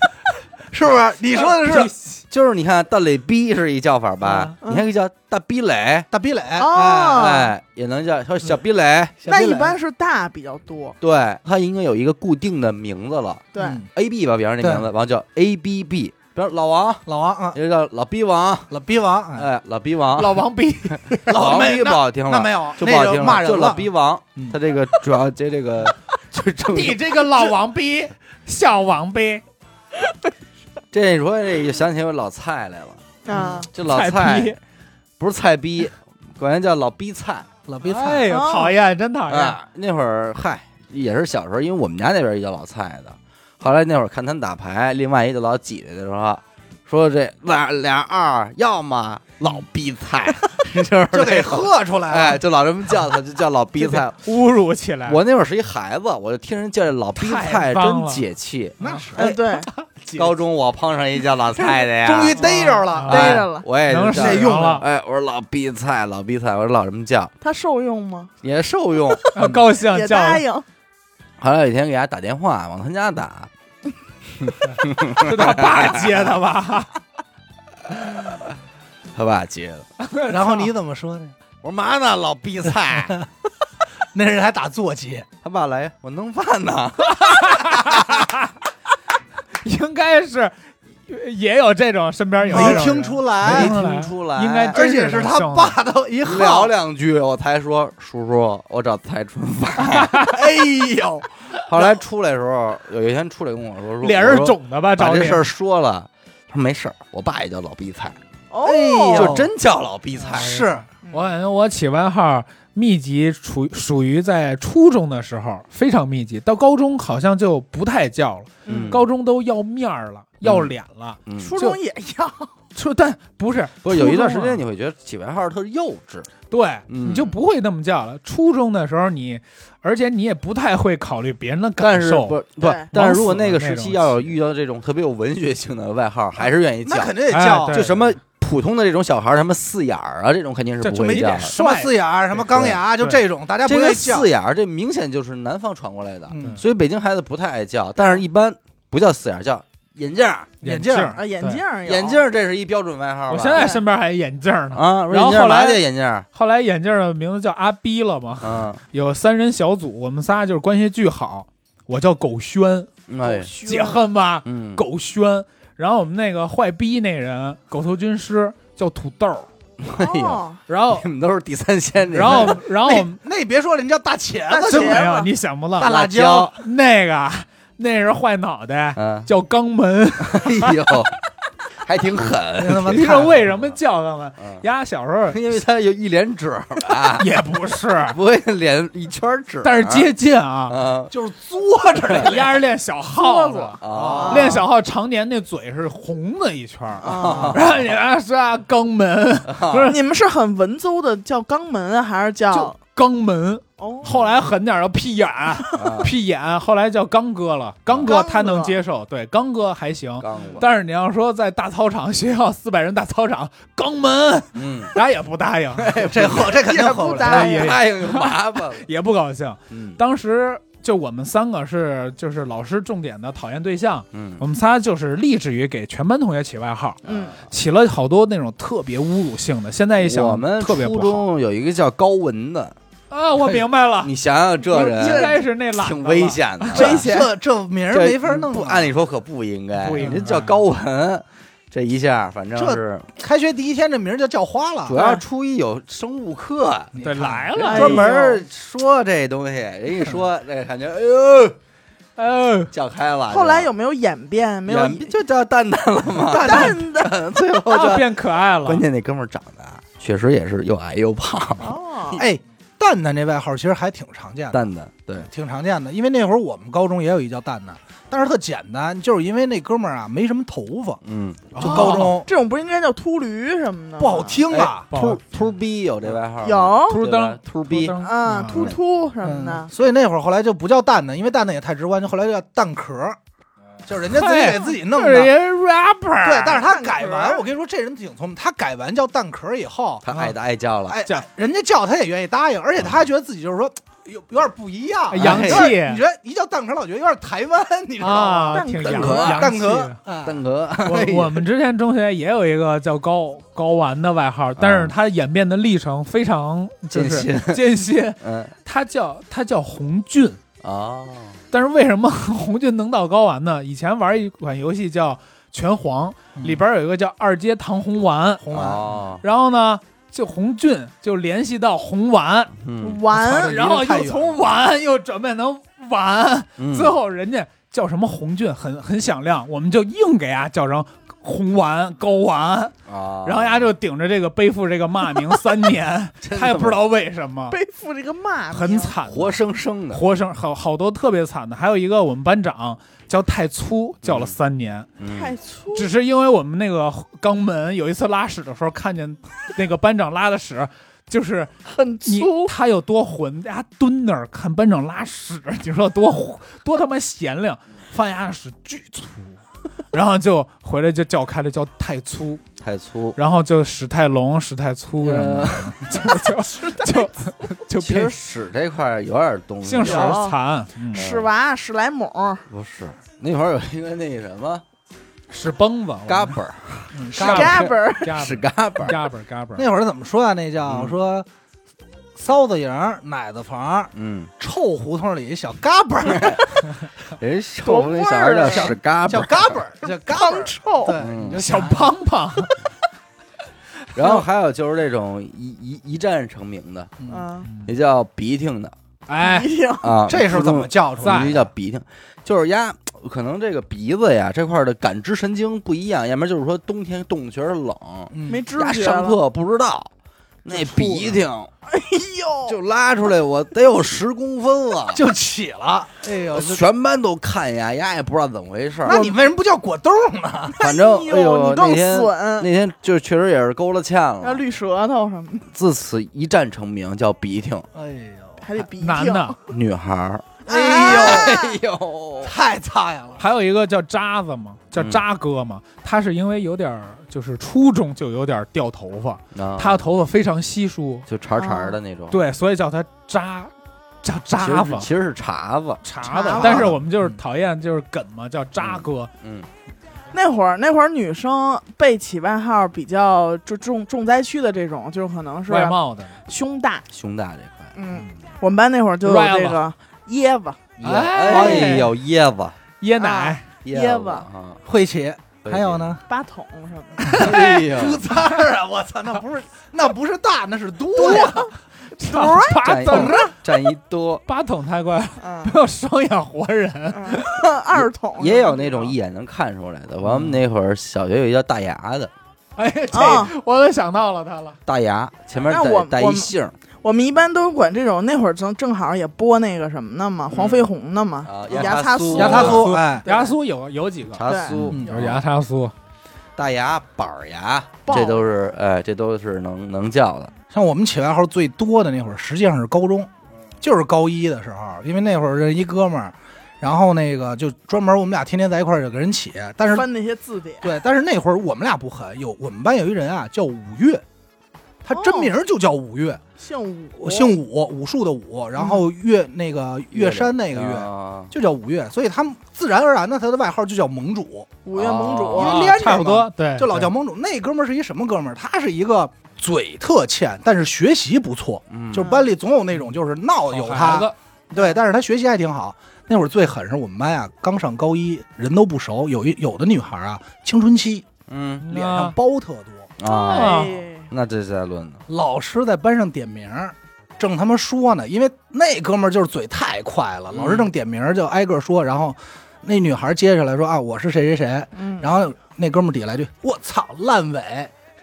Speaker 2: 是不是？你说的是
Speaker 4: 是
Speaker 1: 就是你看大磊逼是一叫法吧
Speaker 4: 啊，
Speaker 1: 你还可以叫大逼磊，
Speaker 2: 大逼磊
Speaker 3: 哦
Speaker 2: 哎
Speaker 1: 哎，也能叫说小逼磊，
Speaker 2: 小
Speaker 3: 那
Speaker 2: 逼磊嗯
Speaker 3: 一般是大比较多，
Speaker 1: 对，它应该有一个固定的名字了
Speaker 3: 对，
Speaker 2: 嗯
Speaker 1: ，A B 吧，比方说那
Speaker 2: 对
Speaker 1: 名字，完叫 A B B，比方老王，
Speaker 2: 老王啊，
Speaker 1: 也就叫老逼王，
Speaker 2: 老逼王，哎
Speaker 1: 哎，老逼王，
Speaker 4: 老 王逼，
Speaker 1: 老
Speaker 2: 老
Speaker 1: 王
Speaker 2: 没
Speaker 1: 逼不
Speaker 2: 那
Speaker 1: 好听
Speaker 2: 那
Speaker 1: 了
Speaker 2: 没，有，
Speaker 1: 就不好
Speaker 2: 那
Speaker 1: 听
Speaker 2: 就
Speaker 1: 了，
Speaker 2: 骂人
Speaker 1: 就
Speaker 2: 了
Speaker 1: 老。逼王
Speaker 2: 嗯，
Speaker 1: 他这个主要这这 个就正
Speaker 4: 你这个老王逼，小王逼，
Speaker 1: 这你说这就想起我老蔡来了，
Speaker 2: 嗯
Speaker 3: 啊，
Speaker 1: 这老
Speaker 4: 菜
Speaker 1: 蔡
Speaker 4: 逼，
Speaker 1: 不是蔡逼，管人叫老逼蔡
Speaker 2: 老逼菜，
Speaker 4: 哎呦，
Speaker 3: 啊
Speaker 4: 讨厌，真讨厌，
Speaker 1: 啊。那会儿嗨也是小时候，因为我们家那边也叫老蔡的，后来那会儿看他们打牌，另外一个老挤兑的说。说这俩俩二，要么老逼菜， 就是
Speaker 2: 就给
Speaker 1: 那种
Speaker 2: 喝出来了。
Speaker 1: 哎，就老这么叫他，就叫老逼 菜。
Speaker 4: 侮辱起来，
Speaker 1: 我那会儿是一孩子，我就听人叫这老逼菜
Speaker 4: 太棒
Speaker 1: 真
Speaker 4: 了
Speaker 1: 解气。
Speaker 2: 那是
Speaker 3: 嗯，对，
Speaker 4: 姐
Speaker 1: 高中我碰上一叫 老蔡的哎呀，
Speaker 2: 终于逮着了，
Speaker 4: 啊
Speaker 1: 哎
Speaker 3: 逮着了
Speaker 1: 我也
Speaker 4: 能
Speaker 1: 是
Speaker 4: 使
Speaker 2: 用
Speaker 4: 了，
Speaker 1: 哎，我说老逼菜，老逼菜，我说老什么叫
Speaker 3: 他受用吗？
Speaker 1: 也受用。
Speaker 4: 啊高兴
Speaker 3: 也
Speaker 4: 叫
Speaker 3: 答应，
Speaker 1: 后来有一天给他打电话，往他家打，
Speaker 4: 是他爸接的吧？
Speaker 1: 他爸接了，
Speaker 2: 然后你怎么说呢？
Speaker 1: 我说嘛呢，老逼 菜。
Speaker 2: 那人还打坐骑，
Speaker 1: 他爸来，我弄饭呢。
Speaker 4: 应该是也有这种，身边有
Speaker 2: 没
Speaker 4: 这种
Speaker 2: 听
Speaker 4: 人
Speaker 2: 出来
Speaker 1: 没听出来
Speaker 4: 应该
Speaker 2: 而
Speaker 4: 哎真
Speaker 2: 且
Speaker 4: 是
Speaker 2: 是他
Speaker 4: 生的
Speaker 2: 爸都一
Speaker 1: 聊
Speaker 2: 号，
Speaker 1: 两句，我才说叔叔，我找蔡春发。
Speaker 2: 哎呦，
Speaker 1: 后来出来的时候，有一天出来跟我说，说
Speaker 4: 脸
Speaker 1: 我
Speaker 4: 是
Speaker 1: 说
Speaker 4: 肿的吧？
Speaker 1: 把
Speaker 4: 找
Speaker 1: 这
Speaker 4: 你
Speaker 1: 事儿说了。他说没事儿，我爸也叫老逼菜，
Speaker 3: 哦，
Speaker 2: 哎呦
Speaker 1: 就真叫老逼菜。
Speaker 2: 是
Speaker 4: 我感觉我起外号密集处属于在初中的时候非常密集，到高中好像就不太叫了，
Speaker 1: 嗯
Speaker 4: 高中都要面儿了，要脸了。
Speaker 1: 嗯，
Speaker 3: 初中也要，
Speaker 4: 初但不是
Speaker 1: 不是有一段时
Speaker 4: 初中
Speaker 1: 间
Speaker 4: 啊
Speaker 1: 你会觉得起外号特幼稚，
Speaker 4: 对，
Speaker 1: 嗯
Speaker 4: 你就不会那么叫了。初中的时候你，而且你也不太会考虑别人的
Speaker 1: 但
Speaker 4: 感
Speaker 1: 是
Speaker 4: 受。
Speaker 1: 不不
Speaker 3: 对，
Speaker 1: 但
Speaker 4: 往
Speaker 1: 是如果
Speaker 4: 死
Speaker 1: 那
Speaker 4: 了
Speaker 1: 个
Speaker 4: 那
Speaker 1: 时
Speaker 4: 种
Speaker 1: 期要有
Speaker 4: 气
Speaker 1: 遇到这种特别有文学性的外号，还是愿意
Speaker 2: 那
Speaker 1: 叫。
Speaker 2: 肯定得
Speaker 4: 哎
Speaker 2: 叫
Speaker 4: 对
Speaker 1: 就什么普通的这种小孩儿，什么四眼儿啊，这种肯定是
Speaker 4: 这
Speaker 1: 不
Speaker 4: 就
Speaker 1: 会
Speaker 4: 没
Speaker 1: 叫
Speaker 4: 点
Speaker 1: 的。
Speaker 2: 什么
Speaker 4: 帅，
Speaker 2: 四眼儿，什么钢牙，
Speaker 4: 对
Speaker 2: 就这种，大家不
Speaker 1: 这个
Speaker 2: 会叫
Speaker 1: 四。眼儿，这明显就是南方传过来的，
Speaker 2: 嗯
Speaker 1: 所以北京孩子不太爱叫，但是一般不叫四眼儿，叫眼镜儿。
Speaker 2: 眼
Speaker 4: 镜
Speaker 2: 镜
Speaker 4: 儿
Speaker 2: 儿
Speaker 3: 啊，眼
Speaker 4: 对
Speaker 3: 镜儿有，
Speaker 1: 眼镜儿这是一标准外号吧。
Speaker 4: 我现在身边还有眼镜呢。
Speaker 1: 啊，我说
Speaker 4: 然后
Speaker 1: 眼镜儿
Speaker 4: 后来
Speaker 1: 麻将眼镜儿，
Speaker 4: 后来眼镜的名字叫阿逼了嘛，
Speaker 1: 嗯，
Speaker 4: 有三人小组，我们仨就是关系巨好。我叫狗轩，
Speaker 1: 哎，
Speaker 4: 解恨吧。
Speaker 1: 嗯，
Speaker 4: 狗轩，然后我们那个坏逼那人狗头军师叫土豆儿，
Speaker 1: 哎呀，
Speaker 3: 哦，
Speaker 4: 然 后
Speaker 1: 你们都是第三鲜这
Speaker 4: 然
Speaker 1: 块儿，
Speaker 4: 后然后我
Speaker 2: 那
Speaker 4: 们
Speaker 2: 那别说了，人叫大茄
Speaker 3: 大
Speaker 2: 子
Speaker 3: 茄
Speaker 2: 就
Speaker 4: 真
Speaker 3: 子
Speaker 4: 没有，你想不到
Speaker 2: 大辣
Speaker 1: 辣椒
Speaker 4: 那个那人坏脑袋，
Speaker 1: 嗯，
Speaker 4: 叫肛门。
Speaker 1: 哎呦，还挺狠，
Speaker 2: 他妈
Speaker 4: 你
Speaker 2: 太
Speaker 4: 说为什么叫肛门？
Speaker 1: 嗯
Speaker 4: 丫小时候
Speaker 1: 因为他有一脸褶儿啊，
Speaker 4: 也不是，
Speaker 1: 不会脸一圈儿褶儿，
Speaker 4: 但是接近啊，
Speaker 1: 啊
Speaker 2: 就是作着的，
Speaker 4: 丫是练小耗子，
Speaker 1: 啊，
Speaker 4: 练小号常年那嘴是红的一圈儿，
Speaker 3: 啊，
Speaker 4: 然后你啊是啊肛门，不是
Speaker 3: 你们是很文绉的，叫肛门啊还是叫
Speaker 4: 就肛门。
Speaker 3: 哦？
Speaker 4: 后来狠点儿的屁眼，
Speaker 1: 啊
Speaker 4: 屁眼，后来叫刚哥了，刚哥
Speaker 3: 刚哥
Speaker 4: 他能接受，对，刚哥还行。
Speaker 1: 刚过，
Speaker 4: 但是你要说在大操场，学校四百人大操场，肛门，
Speaker 1: 嗯，
Speaker 4: 他也不答应，
Speaker 2: 哎这后这肯定
Speaker 3: 不
Speaker 2: 后
Speaker 3: 搭
Speaker 2: 来
Speaker 3: 哎呀
Speaker 1: 答应就麻烦了，
Speaker 4: 也不高兴。
Speaker 1: 嗯
Speaker 4: 当时就我们三个是就是老师重点的讨厌对象，
Speaker 1: 嗯
Speaker 4: 我们仨就是立志于给全班同学起外号，
Speaker 3: 嗯，
Speaker 4: 起了好多那种特别侮辱性的。现在一想，
Speaker 1: 我们
Speaker 4: 特别不
Speaker 1: 初
Speaker 4: 好
Speaker 1: 中有一个叫高文的，
Speaker 4: 啊，我明白了，
Speaker 1: 你想想这
Speaker 4: 应
Speaker 1: 人
Speaker 4: 该是那懒
Speaker 1: 挺危，险的，
Speaker 3: 危险
Speaker 2: 这这名儿
Speaker 1: 这
Speaker 2: 没法弄啊
Speaker 1: 不
Speaker 2: 了。
Speaker 1: 按理说可不应该，
Speaker 4: 不应该
Speaker 1: 人家叫高文，这一下反正是
Speaker 2: 开学第一天这名儿就叫花了，
Speaker 1: 主要初一有生物课，
Speaker 4: 对，来
Speaker 1: 人
Speaker 4: 了，
Speaker 1: 专门说这东西，人一说这感觉，哎呦，
Speaker 4: 呃，
Speaker 1: 叫开了。
Speaker 3: 后来有没有演变？没有
Speaker 1: 演就叫蛋蛋了嘛，
Speaker 3: 蛋的
Speaker 1: 蛋最后
Speaker 4: 啊
Speaker 1: 叫。
Speaker 4: 变可爱了
Speaker 1: 关。键那哥们儿长得啊确实也是又矮又胖，
Speaker 3: 哦，
Speaker 2: 哎，蛋蛋这外号其实还挺常见的，
Speaker 1: 蛋蛋对，
Speaker 2: 挺常见的。因为那会儿我们高中也有一叫蛋蛋，但是特简单，就是因为那哥们儿啊没什么头发，
Speaker 1: 嗯，
Speaker 4: 就
Speaker 2: 就高中
Speaker 3: 这种不应该叫秃驴什么
Speaker 4: 嗯
Speaker 3: 的吗？
Speaker 2: 不好听啊。
Speaker 4: 不好
Speaker 1: 秃秃逼有这外号吗，
Speaker 3: 有
Speaker 4: 秃
Speaker 1: 对吧
Speaker 4: 灯
Speaker 1: 秃逼，
Speaker 3: 啊，
Speaker 4: 嗯
Speaker 3: 秃秃什么
Speaker 2: 嗯，
Speaker 3: 的，
Speaker 2: 所以那会儿后来就不叫蛋蛋，因为蛋蛋也太直观，就后来就叫蛋壳儿，
Speaker 1: 嗯
Speaker 2: 就是人家自己给自己弄的。
Speaker 4: 就是一 rapper，
Speaker 2: 对，但是他
Speaker 3: 蛋壳
Speaker 2: 改完，我跟你说，这人挺聪明，他改完叫蛋壳儿以后，
Speaker 1: 他爱打嗯爱叫了，
Speaker 2: 哎
Speaker 4: 叫，
Speaker 2: 人家叫他也愿意答应，而且他还觉得自己就是说有有点不一样，
Speaker 4: 哎洋
Speaker 2: 有
Speaker 4: 气
Speaker 2: 点你觉得一叫蛋壳，老觉得有点台湾，你知道吗？
Speaker 4: 啊，挺洋
Speaker 1: 蛋壳
Speaker 4: 洋
Speaker 2: 蛋
Speaker 4: 气
Speaker 2: 壳
Speaker 4: 的。，
Speaker 2: 啊
Speaker 1: 蛋壳，
Speaker 4: 我我们之前中学也有一个叫高高玩的外号，但
Speaker 2: 啊
Speaker 4: 是他演变的历程非常 就是
Speaker 1: 艰
Speaker 4: 艰辛。
Speaker 1: 嗯
Speaker 4: 他叫他叫红俊，
Speaker 1: 哦，
Speaker 4: 但是为什么 红俊能到高玩呢？以前玩一款游戏叫《拳皇》，里边有一个叫二阶唐红丸，
Speaker 2: 嗯红丸，
Speaker 1: 哦，
Speaker 4: 然后呢，就红俊就联系到红丸，
Speaker 1: 嗯，
Speaker 2: 操
Speaker 3: 完
Speaker 2: 这
Speaker 4: 然后又从丸又转变成丸，
Speaker 1: 嗯
Speaker 4: 最后人家叫什么红俊很很响亮，我们就硬给啊叫成。红丸、高丸，
Speaker 1: 啊，
Speaker 4: 然后丫就顶着这个背负这个骂名三年，他也不知道为什么，
Speaker 3: 背负这个骂名，
Speaker 4: 很惨的，
Speaker 1: 活生生的，
Speaker 4: 活生好好多特别惨的，还有一个我们班长叫太粗，叫了三年，
Speaker 1: 嗯
Speaker 3: 太粗，
Speaker 4: 只是因为我们那个肛门有一次拉屎的时候看见那个班长拉的屎，就是
Speaker 3: 很
Speaker 4: 你
Speaker 3: 粗，
Speaker 4: 他有多混，大家蹲那儿看班长拉屎，你说多混多他妈贤良，发现他的屎巨粗。然后就回来就叫开了，叫太粗，
Speaker 1: 太粗。
Speaker 4: 然后就史太龙、史太粗什么的，就 就就
Speaker 1: 呃其实
Speaker 4: 变
Speaker 1: 屎这块儿有点东西，
Speaker 4: 姓史
Speaker 3: 有
Speaker 4: 惨，嗯
Speaker 3: 屎娃、史莱姆，
Speaker 1: 不是那会儿有一个那个什
Speaker 4: 哦
Speaker 1: 么
Speaker 4: 屎崩子，
Speaker 1: 嘎嘣儿，
Speaker 4: 嗯嘎
Speaker 3: 嘎嘣儿，
Speaker 4: 嘎
Speaker 1: 屎
Speaker 4: 嘣
Speaker 1: 嘎嘣儿，
Speaker 4: 嘎嘣嘎嘣，
Speaker 2: 那会儿怎么说啊？那叫
Speaker 1: 嗯
Speaker 2: 说臊子营、奶子房、
Speaker 1: 嗯，
Speaker 2: 臭胡同里小嘎嘣 儿，
Speaker 1: 人臭那小孩叫屎嘎嘣
Speaker 2: 叫
Speaker 1: 儿，
Speaker 2: 嘎嘣儿，叫嘎嘣
Speaker 3: 刚
Speaker 2: 儿。
Speaker 3: 臭，
Speaker 2: 啊对，
Speaker 1: 嗯
Speaker 2: 你就
Speaker 4: 小
Speaker 2: 想吧，
Speaker 4: 胖胖，
Speaker 1: 然后还有就是这种一一一战成名的，
Speaker 2: 嗯
Speaker 3: 嗯，
Speaker 1: 也叫鼻涕的
Speaker 4: 哎，
Speaker 3: 一定
Speaker 1: 啊，
Speaker 2: 这是怎么啊叫出
Speaker 1: 必
Speaker 2: 来
Speaker 1: 须
Speaker 2: 的？
Speaker 1: 叫鼻涕，就是鸭可能这个鼻子呀这块儿的感知神经不一样，要么就是说冬天冻觉得冷，
Speaker 2: 嗯
Speaker 3: 没知
Speaker 1: 鸭
Speaker 3: 觉
Speaker 1: 上
Speaker 3: 了，
Speaker 1: 课不知道，那鼻涕
Speaker 3: 哎呦，
Speaker 1: 就拉出来，我得有十公分了，
Speaker 2: 就起了。哎呦， 就
Speaker 1: 全班都看鸭，鸭也不知道怎么回事儿。
Speaker 2: 那你为什么不叫果冻呢？
Speaker 1: 反正哎
Speaker 3: 哎呦，
Speaker 1: 呦
Speaker 3: 你
Speaker 1: 那
Speaker 3: 更
Speaker 1: 天
Speaker 3: 损，
Speaker 1: 那天就确实也是勾了欠
Speaker 3: 要
Speaker 1: 了，
Speaker 3: 绿舌头什么的，
Speaker 1: 自此一战成名，叫鼻涕
Speaker 2: 哎呦，
Speaker 3: 还得鼻涕，
Speaker 4: 男的，
Speaker 1: 女孩儿。
Speaker 2: 哎
Speaker 3: 啊
Speaker 1: 哎呦
Speaker 2: 呦，， 太擦眼了。
Speaker 4: 还有一个叫渣子嘛，叫渣哥嘛，他是因为有点儿就是初中就有点儿掉头发，
Speaker 1: 啊
Speaker 4: 他的头发非常稀疏，
Speaker 1: 就茬茬
Speaker 3: 嗯
Speaker 1: 的那种，
Speaker 4: 对，所以叫他渣，叫
Speaker 1: 其
Speaker 4: 渣
Speaker 1: 实是，
Speaker 4: 子。
Speaker 1: 其实是碴子，
Speaker 4: 碴子
Speaker 3: 碴子，
Speaker 4: 但是我们就是讨厌就是梗嘛，叫渣哥，
Speaker 1: 嗯，
Speaker 3: 那会儿那会儿女生被起外号比较就重重灾区的这种，就可能是啊
Speaker 4: 外貌的，
Speaker 3: 胸大，
Speaker 1: 胸大这块。
Speaker 3: 嗯，我们班那会儿就有
Speaker 4: 歪
Speaker 3: 这个椰子，
Speaker 1: 椰
Speaker 4: 哎
Speaker 1: 哎呦，椰子，
Speaker 4: 椰奶，
Speaker 3: 椰子
Speaker 1: 啊，
Speaker 2: 会起，还有呢？
Speaker 3: 八筒什 么的，
Speaker 1: 哎呦，
Speaker 2: 猪崽儿啊！我操，那不是那不是大，那是多呀！
Speaker 4: 八
Speaker 1: 站一
Speaker 4: 桶
Speaker 1: 站一多，
Speaker 4: 八桶太快了，
Speaker 3: 嗯
Speaker 4: 没有双眼活人。
Speaker 3: 嗯二筒
Speaker 1: 也有那种一眼能看出来的。我们那会儿小学有一叫大牙的，
Speaker 4: 哎，这
Speaker 3: 啊
Speaker 4: 我都想到了他了。
Speaker 1: 大牙前面
Speaker 3: 那我
Speaker 1: 带带
Speaker 3: 我
Speaker 1: 一
Speaker 3: 们
Speaker 1: 姓儿
Speaker 3: 我们一般都管这种，那会儿正正好也播那个什么呢嘛，黄飞鸿呢嘛，
Speaker 1: 啊，
Speaker 3: 牙
Speaker 1: 擦
Speaker 3: 擦酥
Speaker 2: 牙
Speaker 3: 牙
Speaker 2: 擦
Speaker 3: 擦
Speaker 2: 酥，哎，
Speaker 4: 牙酥有有几个，
Speaker 1: 茶酥
Speaker 4: 嗯，有
Speaker 1: 啊
Speaker 4: 牙擦酥，
Speaker 1: 大牙、板儿牙，
Speaker 3: 棒
Speaker 1: 这都是哎，这都是能能叫的。
Speaker 2: 像我们起外号最多的那会儿，实际上是高中，就是高一的时候，因为那会儿认一哥们儿，然后那个就专门我们俩天天在一块儿就给人起，但是
Speaker 3: 翻那些字典，
Speaker 2: 对，但是那会儿我们俩不狠，有我们班有一人啊叫五岳，他真名儿就叫五岳，
Speaker 3: 姓武，
Speaker 2: 我姓武，武术的武，然后岳那个岳山那个岳。
Speaker 1: 啊
Speaker 2: 就叫五岳，所以他们自然而然的，他的外号就叫盟主。
Speaker 3: 五岳盟主，
Speaker 1: 哦
Speaker 2: 因为连着
Speaker 4: 差不
Speaker 2: 嘛
Speaker 4: 多，对，
Speaker 2: 就老叫
Speaker 4: 哎对
Speaker 2: 盟主。那哥们儿是一什么哥们儿？他是一个嘴特欠，但是学习不错。
Speaker 1: 嗯
Speaker 2: 就是班里总有那种就是闹有
Speaker 4: 好孩
Speaker 2: 他，
Speaker 4: 子
Speaker 2: 对，但是他学习还挺好。那会儿最狠是我们班啊，刚上高一，人都不熟，有一有的女孩啊，青春期
Speaker 1: 嗯
Speaker 2: 脸上包特多，
Speaker 1: 啊，
Speaker 4: 啊
Speaker 3: 哎
Speaker 1: 那这是在论呢。
Speaker 2: 老师在班上点名儿，正他妈说呢，因为那哥们儿就是嘴太快了，
Speaker 1: 嗯
Speaker 2: 老师正点名儿就挨个说，然后那女孩接下来说啊，我是谁谁谁，
Speaker 3: 嗯，
Speaker 2: 然后那哥们儿底下来句，我操，烂尾，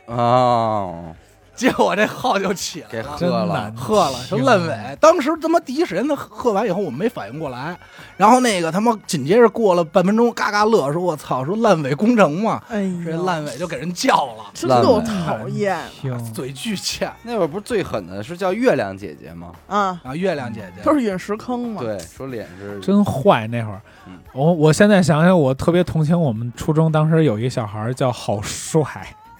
Speaker 1: 哦，
Speaker 2: 结果这号就起来
Speaker 1: 给
Speaker 2: 了。
Speaker 1: 喝
Speaker 4: 真
Speaker 1: 了
Speaker 4: 难，
Speaker 2: 喝了，
Speaker 4: 听
Speaker 2: 就烂尾。当时他妈第一时间他喝完以后，我们没反应过来，然后那个他妈紧接着过了半分钟，嘎嘎乐，说我操，说烂尾工程嘛，
Speaker 3: 哎
Speaker 2: 这
Speaker 3: 呀，
Speaker 2: 烂尾就给人叫了，
Speaker 3: 真
Speaker 1: 烂嗯
Speaker 3: 够
Speaker 1: 尾
Speaker 3: 讨厌
Speaker 4: 听
Speaker 2: 嘴巨欠
Speaker 1: 那会儿不是最狠的是叫月亮姐姐吗？
Speaker 3: 啊！
Speaker 2: 啊，月亮姐
Speaker 3: 都
Speaker 2: 姐，
Speaker 3: 是陨石坑嘛，
Speaker 1: 对，说脸是
Speaker 4: 真坏那会儿
Speaker 1: 嗯。
Speaker 4: 我我现在想想，我特别同情我们初中当时有一小孩儿叫郝帅，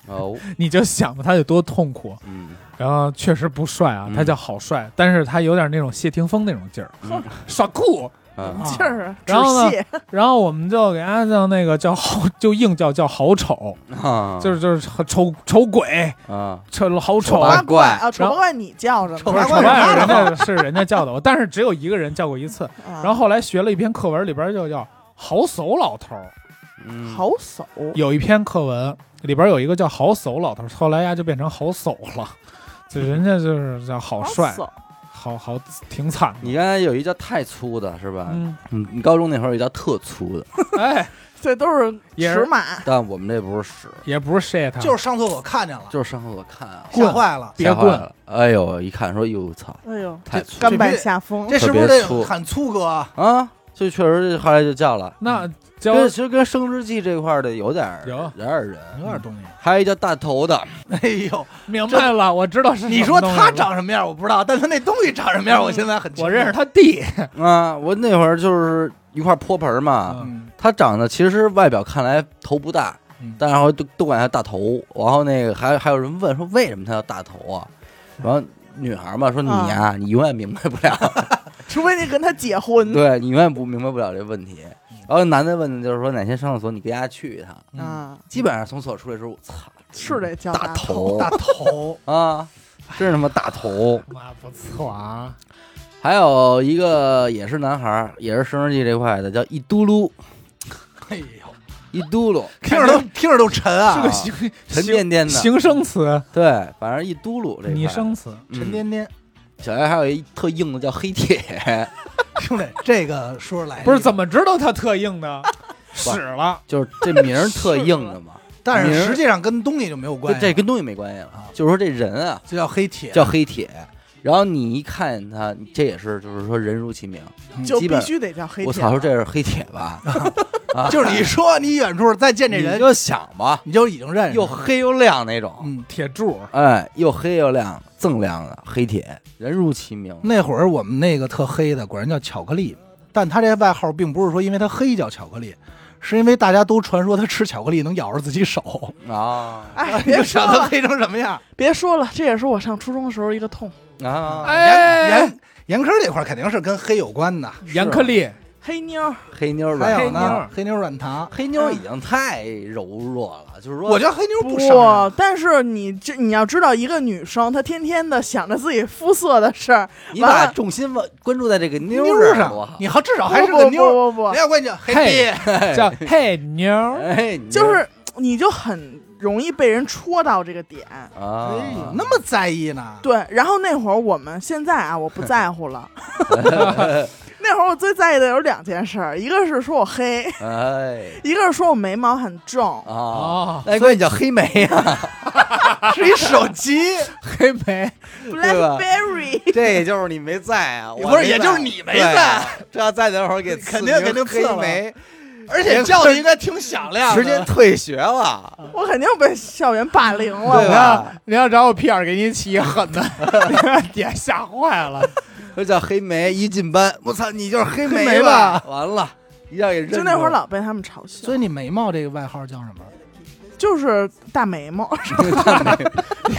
Speaker 1: 哦，
Speaker 4: 你就想吧，他得多痛苦。
Speaker 1: 嗯，
Speaker 4: 然后确实不帅啊
Speaker 1: 嗯，
Speaker 4: 他叫郝帅，但是他有点那种谢霆锋那种劲儿
Speaker 1: 嗯，
Speaker 4: 耍酷。
Speaker 1: 啊
Speaker 3: 劲儿
Speaker 4: 然后呢
Speaker 3: 止泻
Speaker 4: 然后我们就给他叫那个叫郝，就硬叫叫郝丑，
Speaker 1: 啊，
Speaker 4: 就是就是丑丑鬼，
Speaker 1: 啊，
Speaker 4: 丑好
Speaker 1: 丑
Speaker 4: 丑。
Speaker 1: 八
Speaker 3: 八
Speaker 1: 怪
Speaker 3: 啊，丑八怪你叫着呢，
Speaker 2: 丑
Speaker 4: 不是
Speaker 2: 八
Speaker 4: 丑
Speaker 2: 怪
Speaker 4: 八
Speaker 2: 是他
Speaker 4: 怪，人家是人家叫的我，但是只有一个人叫过一次。
Speaker 3: 啊
Speaker 4: 然后后来学了一篇课文，里边就叫郝叟老头儿。
Speaker 1: 嗯，
Speaker 3: 好叟，
Speaker 4: 有一篇课文里边有一个叫郝叟老头，后来呀就变成郝叟了，就人家就是叫郝帅，
Speaker 3: 叟
Speaker 4: 好好挺惨的。
Speaker 1: 你刚才有一叫太粗的是吧？
Speaker 4: 嗯，
Speaker 1: 嗯，你高中那会儿有一叫特粗的，
Speaker 4: 哎，
Speaker 3: 这都是
Speaker 4: 也
Speaker 3: 尺
Speaker 4: 是
Speaker 3: 码，
Speaker 1: 但我们这不是屎，
Speaker 4: 也不是 shit，啊
Speaker 2: 就是是上厕所看见了，
Speaker 1: 就是上课看啊，
Speaker 2: 吓坏了。
Speaker 4: 别
Speaker 1: 吓坏
Speaker 4: 棍
Speaker 1: 了，哎呦，一看说哟操，
Speaker 3: 哎呦，
Speaker 1: 太粗
Speaker 3: 甘拜下风，
Speaker 2: 这是不
Speaker 1: 特
Speaker 2: 是
Speaker 1: 别
Speaker 2: 得
Speaker 1: 粗
Speaker 2: 喊粗哥？
Speaker 1: 啊，这确实后来就叫了。
Speaker 4: 那教
Speaker 1: 跟其实跟生殖器这块儿的有点儿
Speaker 4: 有
Speaker 1: 点儿人，
Speaker 2: 有点东西。
Speaker 1: 还有一叫大头的，
Speaker 2: 哎呦，
Speaker 4: 明白了，我知道是
Speaker 2: 你
Speaker 4: 什
Speaker 2: 说
Speaker 4: 么东西
Speaker 2: 他
Speaker 4: 了，
Speaker 2: 长什么样我不知道，但他那东西长什么样，我现在很清楚
Speaker 4: 我认识。他弟，
Speaker 1: 啊，我那会儿就是一块泼盆儿嘛，
Speaker 2: 嗯，
Speaker 1: 他长得其实外表看来头不大
Speaker 2: 嗯，
Speaker 1: 但然后都都管他大头，然后那个还还有人问说为什么他叫大头啊？然后女孩嘛说你
Speaker 3: 啊
Speaker 1: 呀、你永远明白不了，
Speaker 3: 除非你跟他结婚，
Speaker 1: 对你永远不明白不了这个问题。然后男的问的就是说哪天上厕所你跟家去一趟，
Speaker 3: 啊，
Speaker 1: 基本上从厕所出来之后，我操，
Speaker 3: 是得叫
Speaker 1: 嗯大头
Speaker 2: 大头
Speaker 1: 啊，真是他妈大头。
Speaker 4: 妈不错啊，
Speaker 1: 还有一个也是男孩儿，也是生殖器这块的，叫一嘟噜
Speaker 2: 哎呦，
Speaker 1: 一嘟噜，
Speaker 2: 听着都听着都沉啊，
Speaker 4: 是个形
Speaker 1: 沉
Speaker 4: 形
Speaker 1: 甸甸的，
Speaker 4: 形声词，
Speaker 1: 对，反正一嘟噜这块
Speaker 4: 拟声词，
Speaker 1: 嗯
Speaker 2: 沉甸甸。
Speaker 1: 小孩还有一特硬的叫黑铁，
Speaker 2: 兄弟，这个说出来
Speaker 4: 不是怎么知道他特硬的，使了，
Speaker 1: 就是这名儿特硬的嘛，
Speaker 2: 但
Speaker 1: 名
Speaker 2: 是
Speaker 1: 儿
Speaker 2: 实际上跟东西就没有
Speaker 1: 这
Speaker 2: 关系，
Speaker 1: 这跟东西没关系了
Speaker 2: 啊，
Speaker 1: 就是说这人啊
Speaker 2: 这叫黑铁，
Speaker 1: 叫黑铁，然后你一看见他，这也是就是说人如其名，
Speaker 3: 就
Speaker 1: 基
Speaker 3: 必
Speaker 1: 本
Speaker 3: 须得叫黑
Speaker 1: 我
Speaker 3: 铁
Speaker 1: 操，说这是黑铁吧？啊
Speaker 2: 就是你说你远处再见这
Speaker 1: 你
Speaker 2: 人，
Speaker 1: 就想吧，
Speaker 2: 你就已经认识
Speaker 1: 又
Speaker 2: 了，
Speaker 1: 黑又亮那种，
Speaker 2: 嗯。
Speaker 4: 铁柱，
Speaker 1: 哎，又黑又亮，锃亮的黑铁，人如其名。
Speaker 2: 那会儿我们那个特黑的，管人叫巧克力，但他这外号并不是说因为他黑叫巧克力，是因为大家都传说他吃巧克力能咬着自己手，
Speaker 1: 啊
Speaker 3: 哎，
Speaker 2: 你
Speaker 3: 别
Speaker 2: 就
Speaker 3: 说
Speaker 2: 想他
Speaker 3: 了，
Speaker 2: 黑成什么样。
Speaker 3: 别说了，这也是我上初中的时候一个痛。
Speaker 1: 啊！
Speaker 4: 哎
Speaker 2: 严严严科这块儿肯定是跟黑有关的，
Speaker 4: 严克力，
Speaker 3: 黑妞儿，
Speaker 1: 黑妞儿软
Speaker 2: 还有
Speaker 4: 黑妞
Speaker 2: 呢
Speaker 4: 儿，
Speaker 2: 黑妞软糖，
Speaker 1: 黑妞儿已经太柔弱了，就是说，啊
Speaker 2: 我觉得黑妞不伤人
Speaker 3: 不，但是你这你要知道，一个女生她天天的想着自己肤色的事儿，
Speaker 1: 你
Speaker 3: 完
Speaker 1: 把
Speaker 3: 了
Speaker 1: 重心关关注在这个妞
Speaker 2: 妞
Speaker 1: 儿
Speaker 2: 上
Speaker 1: 多好，
Speaker 2: 你还至少
Speaker 3: 不
Speaker 2: 哦还是个
Speaker 3: 不
Speaker 2: 妞儿，
Speaker 1: 啊
Speaker 3: 不不不
Speaker 2: 没，有关系，黑
Speaker 4: 嘿
Speaker 2: 弟。
Speaker 4: 叫嘿妞儿，
Speaker 1: 哎，你
Speaker 3: 就是你就很容易被人戳到这个点。
Speaker 1: 啊，
Speaker 2: 哎那么在意呢？
Speaker 3: 对，然后那会儿我们现在啊，我不在乎 了。那会儿我最在意的有两件事儿，一个是说我黑，
Speaker 1: 哎
Speaker 3: 一个是说我眉毛很重，
Speaker 1: 啊，
Speaker 4: 哦，
Speaker 1: 那关键叫黑莓啊呀，
Speaker 2: 是一手机，
Speaker 4: 黑莓，
Speaker 1: 吧
Speaker 3: BlackBerry，
Speaker 1: 这也就是你没在啊，我
Speaker 2: 不是，
Speaker 1: 没
Speaker 2: 也
Speaker 1: 在
Speaker 2: 就是你没
Speaker 1: 对
Speaker 2: 在，
Speaker 1: 啊这要在那会儿给
Speaker 2: 肯
Speaker 1: 刺
Speaker 2: 定
Speaker 1: 成
Speaker 2: 肯定刺
Speaker 1: 黑
Speaker 2: 了啊
Speaker 1: 莓，
Speaker 2: 而且叫的应该挺响亮的，
Speaker 1: 直接退学了，
Speaker 3: 我肯定被校园霸凌
Speaker 1: 对
Speaker 3: 了。
Speaker 1: 吧？
Speaker 4: 你要找我屁眼儿给你起狠的，点吓坏了。
Speaker 1: 这叫黑莓，一进班，我操，你就是黑
Speaker 2: 黑莓
Speaker 1: 吧
Speaker 2: 吧？
Speaker 1: 完了，一定要给认出
Speaker 3: 就
Speaker 1: 来。
Speaker 3: 那会儿老被他们嘲笑
Speaker 2: 所以，你眉毛这个外号叫什么？
Speaker 3: 就是大眉毛，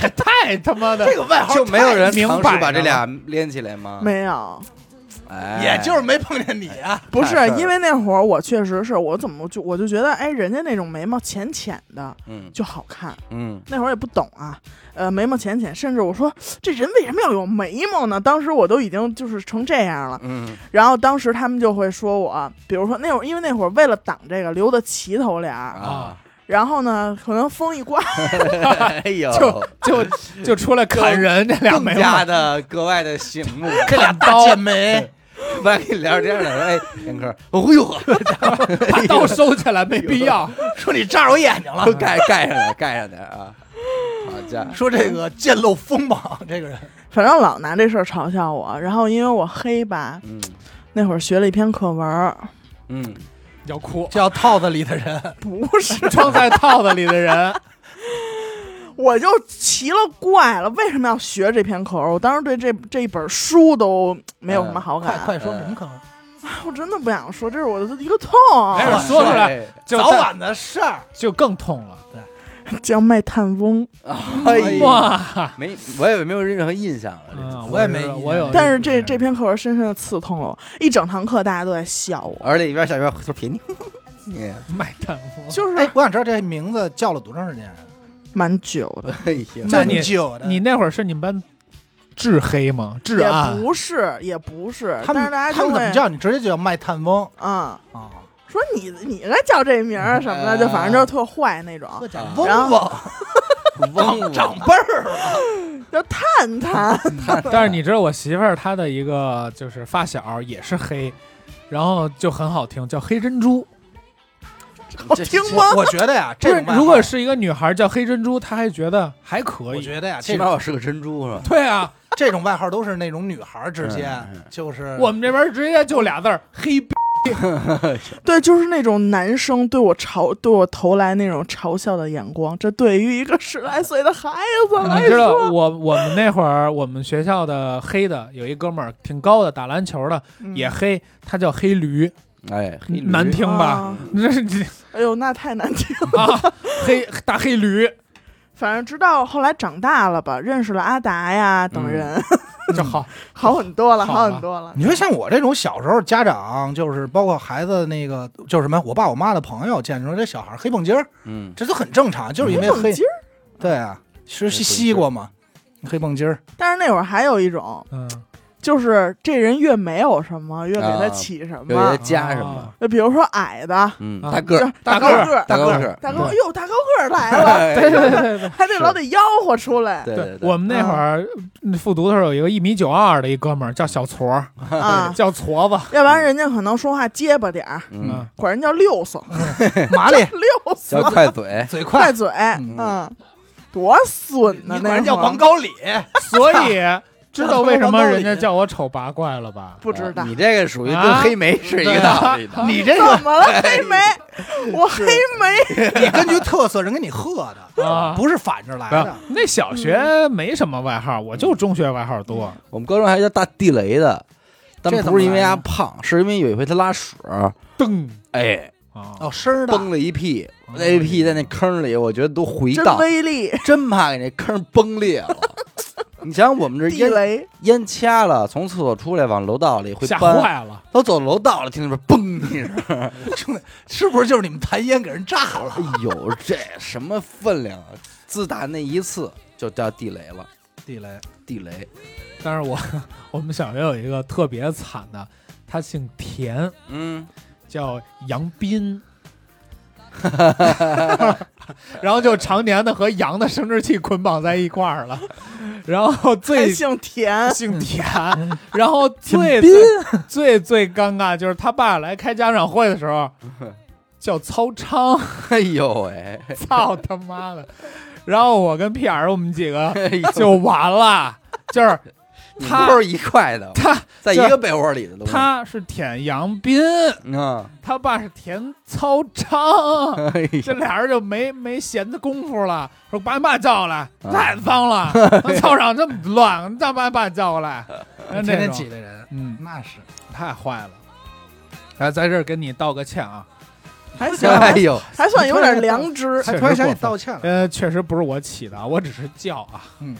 Speaker 4: 也太他妈的，
Speaker 2: 这个外号
Speaker 1: 就没有人
Speaker 4: 明
Speaker 1: 尝
Speaker 4: 摆
Speaker 1: 试把
Speaker 4: 着
Speaker 1: 这
Speaker 4: 了
Speaker 1: 俩连起来
Speaker 2: 啊
Speaker 1: 吗？
Speaker 3: 没有，
Speaker 1: 哎，
Speaker 2: 也就是没碰见你啊。
Speaker 3: 不是
Speaker 1: 怕事儿
Speaker 3: 因为那会儿我确实是我怎么就我就觉得哎，人家那种眉毛浅浅的
Speaker 1: 嗯
Speaker 3: 就好看，
Speaker 1: 嗯，
Speaker 3: 那会儿也不懂啊，呃，眉毛浅浅，甚至我说这人为什么要有眉毛呢？当时我都已经就是成这样了，
Speaker 1: 嗯，
Speaker 3: 然后当时他们就会说我，比如说那会儿因为那会儿为了挡这个留的齐头帘儿，
Speaker 1: 啊，
Speaker 3: 然后呢可能风一刮，
Speaker 1: 哎呦，
Speaker 4: 就就就出来砍人，这俩
Speaker 1: 更
Speaker 4: 眉毛
Speaker 1: 加的格外的醒目。
Speaker 4: 这俩刀
Speaker 2: 剑眉，
Speaker 1: 我本来跟你聊这样的，哎，严科，哦呦，
Speaker 4: 把刀收起来没必要。
Speaker 2: 说你扎着我眼睛了
Speaker 1: 都，盖盖上点，盖上点啊！好家伙，
Speaker 2: 说这个剑露锋芒，这个人
Speaker 3: 反正老拿这事儿嘲笑我。然后因为我黑吧，
Speaker 1: 嗯
Speaker 3: 那会儿学了一篇课文儿，
Speaker 1: 嗯，
Speaker 4: 要哭，
Speaker 2: 叫套子里的人，
Speaker 3: 不是
Speaker 4: 装在套子里的人，
Speaker 3: 我就奇了怪了，为什么要学这篇课文？我当时对这这一本书都没有什么好
Speaker 2: 快
Speaker 3: 感，
Speaker 2: 快说什么可能？
Speaker 3: 我真的不想说，这是我的一个痛。
Speaker 4: 没事说出来啊哎
Speaker 1: 哎
Speaker 4: 就
Speaker 2: 早晚的事儿。
Speaker 4: 就更痛了。
Speaker 3: 叫卖炭翁，
Speaker 1: 哎呀，
Speaker 4: 哇，
Speaker 1: 没，我也没有任何印象了。这
Speaker 4: 嗯
Speaker 2: 啊我也没
Speaker 4: 是
Speaker 2: 印象
Speaker 4: 我有，
Speaker 3: 但是这这篇课文深深的刺痛了我，一整堂课大家都在笑我，
Speaker 1: 而且一边下一边说便 宜，你
Speaker 4: 卖 炭翁，
Speaker 3: 就是
Speaker 2: 哎，我想知道这名字叫了多长时间？啊
Speaker 3: 蛮久的，
Speaker 1: 哎呀，
Speaker 4: 那
Speaker 2: 蛮
Speaker 4: 你
Speaker 2: 久的。
Speaker 4: 你那会儿是你们班至黑吗？至暗
Speaker 3: 也不是也不是，
Speaker 2: 他
Speaker 3: 但
Speaker 2: 们
Speaker 3: 是大家
Speaker 2: 他
Speaker 3: 就
Speaker 2: 们怎么
Speaker 3: 会
Speaker 2: 叫你？直接就叫卖炭翁
Speaker 3: 啊、
Speaker 2: 啊，
Speaker 3: 说你你该叫这名儿什么的，就反正就是特坏那种，
Speaker 2: 这家
Speaker 1: 啊
Speaker 2: 伙
Speaker 3: 然
Speaker 2: 嗡嗡
Speaker 1: 汪
Speaker 2: 长辈儿了，
Speaker 3: 叫探探，
Speaker 4: 但是你知道我媳妇儿她的一个就是发小也是黑，然后就很好听，叫黑珍珠。
Speaker 3: 好听吗？
Speaker 2: 我我觉得呀，
Speaker 4: 就
Speaker 2: 这
Speaker 4: 是
Speaker 2: 种
Speaker 4: 如果
Speaker 2: 外号
Speaker 4: 是一个女孩叫黑珍珠，她还觉得还可
Speaker 2: 我
Speaker 4: 以。
Speaker 2: 觉得呀，这
Speaker 1: 起码我是个珍珠是吧？
Speaker 4: 对啊，
Speaker 2: 这种外号都是那种女孩儿之间
Speaker 1: 嗯嗯，
Speaker 2: 就是
Speaker 4: 我们这边直接就俩字儿 黑逼。
Speaker 3: 对，就是那种男生对我嘲对我投来那种嘲笑的眼光，这对于一个十来岁的孩子
Speaker 2: 哎
Speaker 3: 来
Speaker 4: 嗯你知道
Speaker 3: 说，
Speaker 4: 我我们那会儿我们学校的黑的有一哥们儿挺高的，打篮球的
Speaker 3: 嗯
Speaker 4: 也黑，他叫黑驴，
Speaker 1: 哎，黑驴
Speaker 4: 难听吧？
Speaker 3: 啊
Speaker 4: 这是这
Speaker 3: 哎呦，那太难听。
Speaker 4: 啊，黑大黑驴
Speaker 3: 反正直到后来长大了吧，认识了阿达呀等人，
Speaker 4: 就好。
Speaker 3: 好很多了，
Speaker 4: 好
Speaker 3: 好
Speaker 4: 吧
Speaker 3: 很多了。
Speaker 2: 你说像我这种小时候家长，就是包括孩子那个，就是什么，我爸我妈的朋友见着说这小孩儿黑蹦筋儿，
Speaker 1: 嗯，
Speaker 2: 这都很正常，就是因为
Speaker 3: 蹦
Speaker 2: 黑
Speaker 3: 筋。儿，
Speaker 2: 对啊，是西西瓜嘛，黑 蹦筋儿。
Speaker 3: 但是那会儿还有一种，
Speaker 4: 嗯，
Speaker 3: 就是这人越没有什么，越给他起什
Speaker 1: 有
Speaker 3: 么。
Speaker 1: 些加什 么？
Speaker 4: 啊？
Speaker 3: 就比如说矮的，
Speaker 1: 嗯，
Speaker 4: 啊
Speaker 1: 大个儿，
Speaker 4: 大
Speaker 3: 个
Speaker 4: 个儿
Speaker 3: 儿，
Speaker 1: 大
Speaker 2: 个
Speaker 1: 个
Speaker 2: 儿
Speaker 1: 儿，
Speaker 3: 大
Speaker 1: 个
Speaker 3: 个儿，哟，大高个儿 来了，
Speaker 1: 儿，
Speaker 4: 对对对对。
Speaker 3: 还得老得吆喝 出来
Speaker 1: 对对对，
Speaker 4: 我们那会儿嗯复读的时候，有一个一米九二的一哥们儿叫小矬儿，
Speaker 3: 啊，
Speaker 4: 叫矬子，
Speaker 3: 要不然人家可能说话结巴点儿，
Speaker 1: 嗯，
Speaker 4: 嗯，
Speaker 3: 管人叫六怂。
Speaker 2: 麻利，
Speaker 3: 六
Speaker 1: 哎叫
Speaker 3: 损
Speaker 1: 快嘴，
Speaker 2: 嘴快
Speaker 3: 快，嘴，
Speaker 1: 嗯
Speaker 3: 嗯，多损呢
Speaker 2: 你！
Speaker 3: 那
Speaker 2: 管人叫
Speaker 3: 会儿
Speaker 2: 王高里，
Speaker 4: 所以知道为什么人家叫我丑八怪了吧？
Speaker 3: 不
Speaker 2: 啊
Speaker 3: 知道
Speaker 1: 啊你这个属于跟
Speaker 4: 啊
Speaker 1: 黑莓是一个道 理的。
Speaker 2: 你这个
Speaker 3: 怎么了，
Speaker 2: 哎
Speaker 3: 黑莓，我黑莓，
Speaker 2: 你根据特色人给你喝的，
Speaker 4: 啊，
Speaker 2: 不是反着来
Speaker 4: 不
Speaker 2: 的。
Speaker 4: 那小学没什么外号，我就中学外号多。
Speaker 1: 我们高中还叫大地雷的，但
Speaker 2: 这怎
Speaker 1: 不是
Speaker 2: 么
Speaker 1: 因为
Speaker 2: 来
Speaker 1: 他
Speaker 2: 呢
Speaker 1: 胖，是因为有一回他拉屎，
Speaker 4: 噔
Speaker 1: 哎，
Speaker 4: 啊，
Speaker 2: 哦，声儿大，
Speaker 1: 崩了一屁，
Speaker 4: 哦
Speaker 1: 那一屁在那坑里，我觉得都回
Speaker 3: 真
Speaker 1: 荡，
Speaker 3: 威力，
Speaker 1: 真怕给那坑崩裂了。你想想，我们这
Speaker 3: 地
Speaker 1: 烟
Speaker 3: 雷，
Speaker 1: 烟掐了，从厕所出来往楼道里会
Speaker 4: 吓
Speaker 1: 搬，
Speaker 4: 坏了，
Speaker 1: 都走楼道了，听那边嘣一声，
Speaker 2: 是不是就是你们弹烟给人炸了
Speaker 1: 哎？呦，这什么分量啊！自打那一次就叫地雷了，
Speaker 2: 地雷，
Speaker 1: 地雷，
Speaker 4: 但是我 我们小学有一个特别惨的，他姓田，
Speaker 1: 嗯，
Speaker 4: 叫杨斌，然后就常年的和羊的生殖器捆绑在一块儿了，然后
Speaker 3: 还
Speaker 4: 最
Speaker 3: 姓 田，
Speaker 4: 姓田，然后最
Speaker 2: 彬
Speaker 4: 最 最最尴尬就是他爸来开家长会的时 候叫操 昌，
Speaker 1: 哎呦喂，
Speaker 4: 操他妈的！然后我跟屁眼儿我们几个
Speaker 1: 哎呦
Speaker 4: 就完了，就是
Speaker 1: 你
Speaker 4: 他
Speaker 1: 们都是一块的，
Speaker 4: 他
Speaker 1: 在一个被窝里的都是。
Speaker 4: 他是舔 杨斌，
Speaker 1: 嗯，
Speaker 4: 他爸是舔操昌。
Speaker 1: 哎呦
Speaker 4: 这俩人就没没闲的功夫了，说把你爸叫过来，
Speaker 2: 啊
Speaker 4: 太 脏了，操场这么乱，再把你爸叫过来，哎那
Speaker 2: 天天挤的人，
Speaker 4: 嗯，
Speaker 2: 那是
Speaker 4: 太坏了。哎，在这儿跟你道个歉啊，
Speaker 3: 还行，
Speaker 1: 哎呦，
Speaker 3: 还算有点良知。
Speaker 4: 确
Speaker 2: 还
Speaker 4: 实
Speaker 2: 突然想
Speaker 4: 过
Speaker 2: 起
Speaker 4: 分
Speaker 2: 道歉了，
Speaker 4: 呃，确实不是我起的啊，我只是叫啊。
Speaker 2: 嗯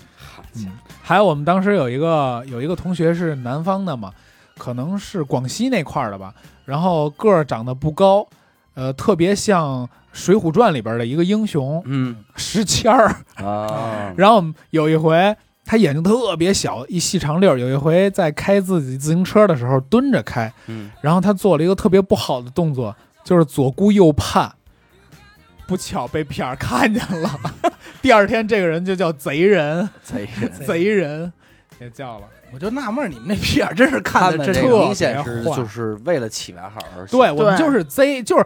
Speaker 4: 嗯，还有我们当时有一个有一个同学是南方的嘛，可能是广西那块儿的吧，然后个儿长得不高，呃，特别像《水浒传》里边的一个英雄
Speaker 1: 嗯
Speaker 4: 石谦儿。
Speaker 1: 啊，
Speaker 4: 然后有一回，他眼睛特别小，一细长溜儿。有一回在开自己自行车的时候蹲着开，
Speaker 1: 嗯，
Speaker 4: 然后他做了一个特别不好的动作，就是左顾右盼，不巧被片儿看见了。 第二天这个人就叫贼人，
Speaker 1: 贼
Speaker 4: 贼人也叫了。
Speaker 2: 我就纳闷儿你们那屁眼儿真是
Speaker 1: 他
Speaker 2: 看
Speaker 1: 们
Speaker 2: 的
Speaker 1: 这
Speaker 2: 真
Speaker 4: 特
Speaker 1: 个
Speaker 4: 别
Speaker 1: 明显是
Speaker 4: 坏
Speaker 1: 就是为了起外号而起
Speaker 4: 对我们
Speaker 3: 对
Speaker 4: 就是贼，就是。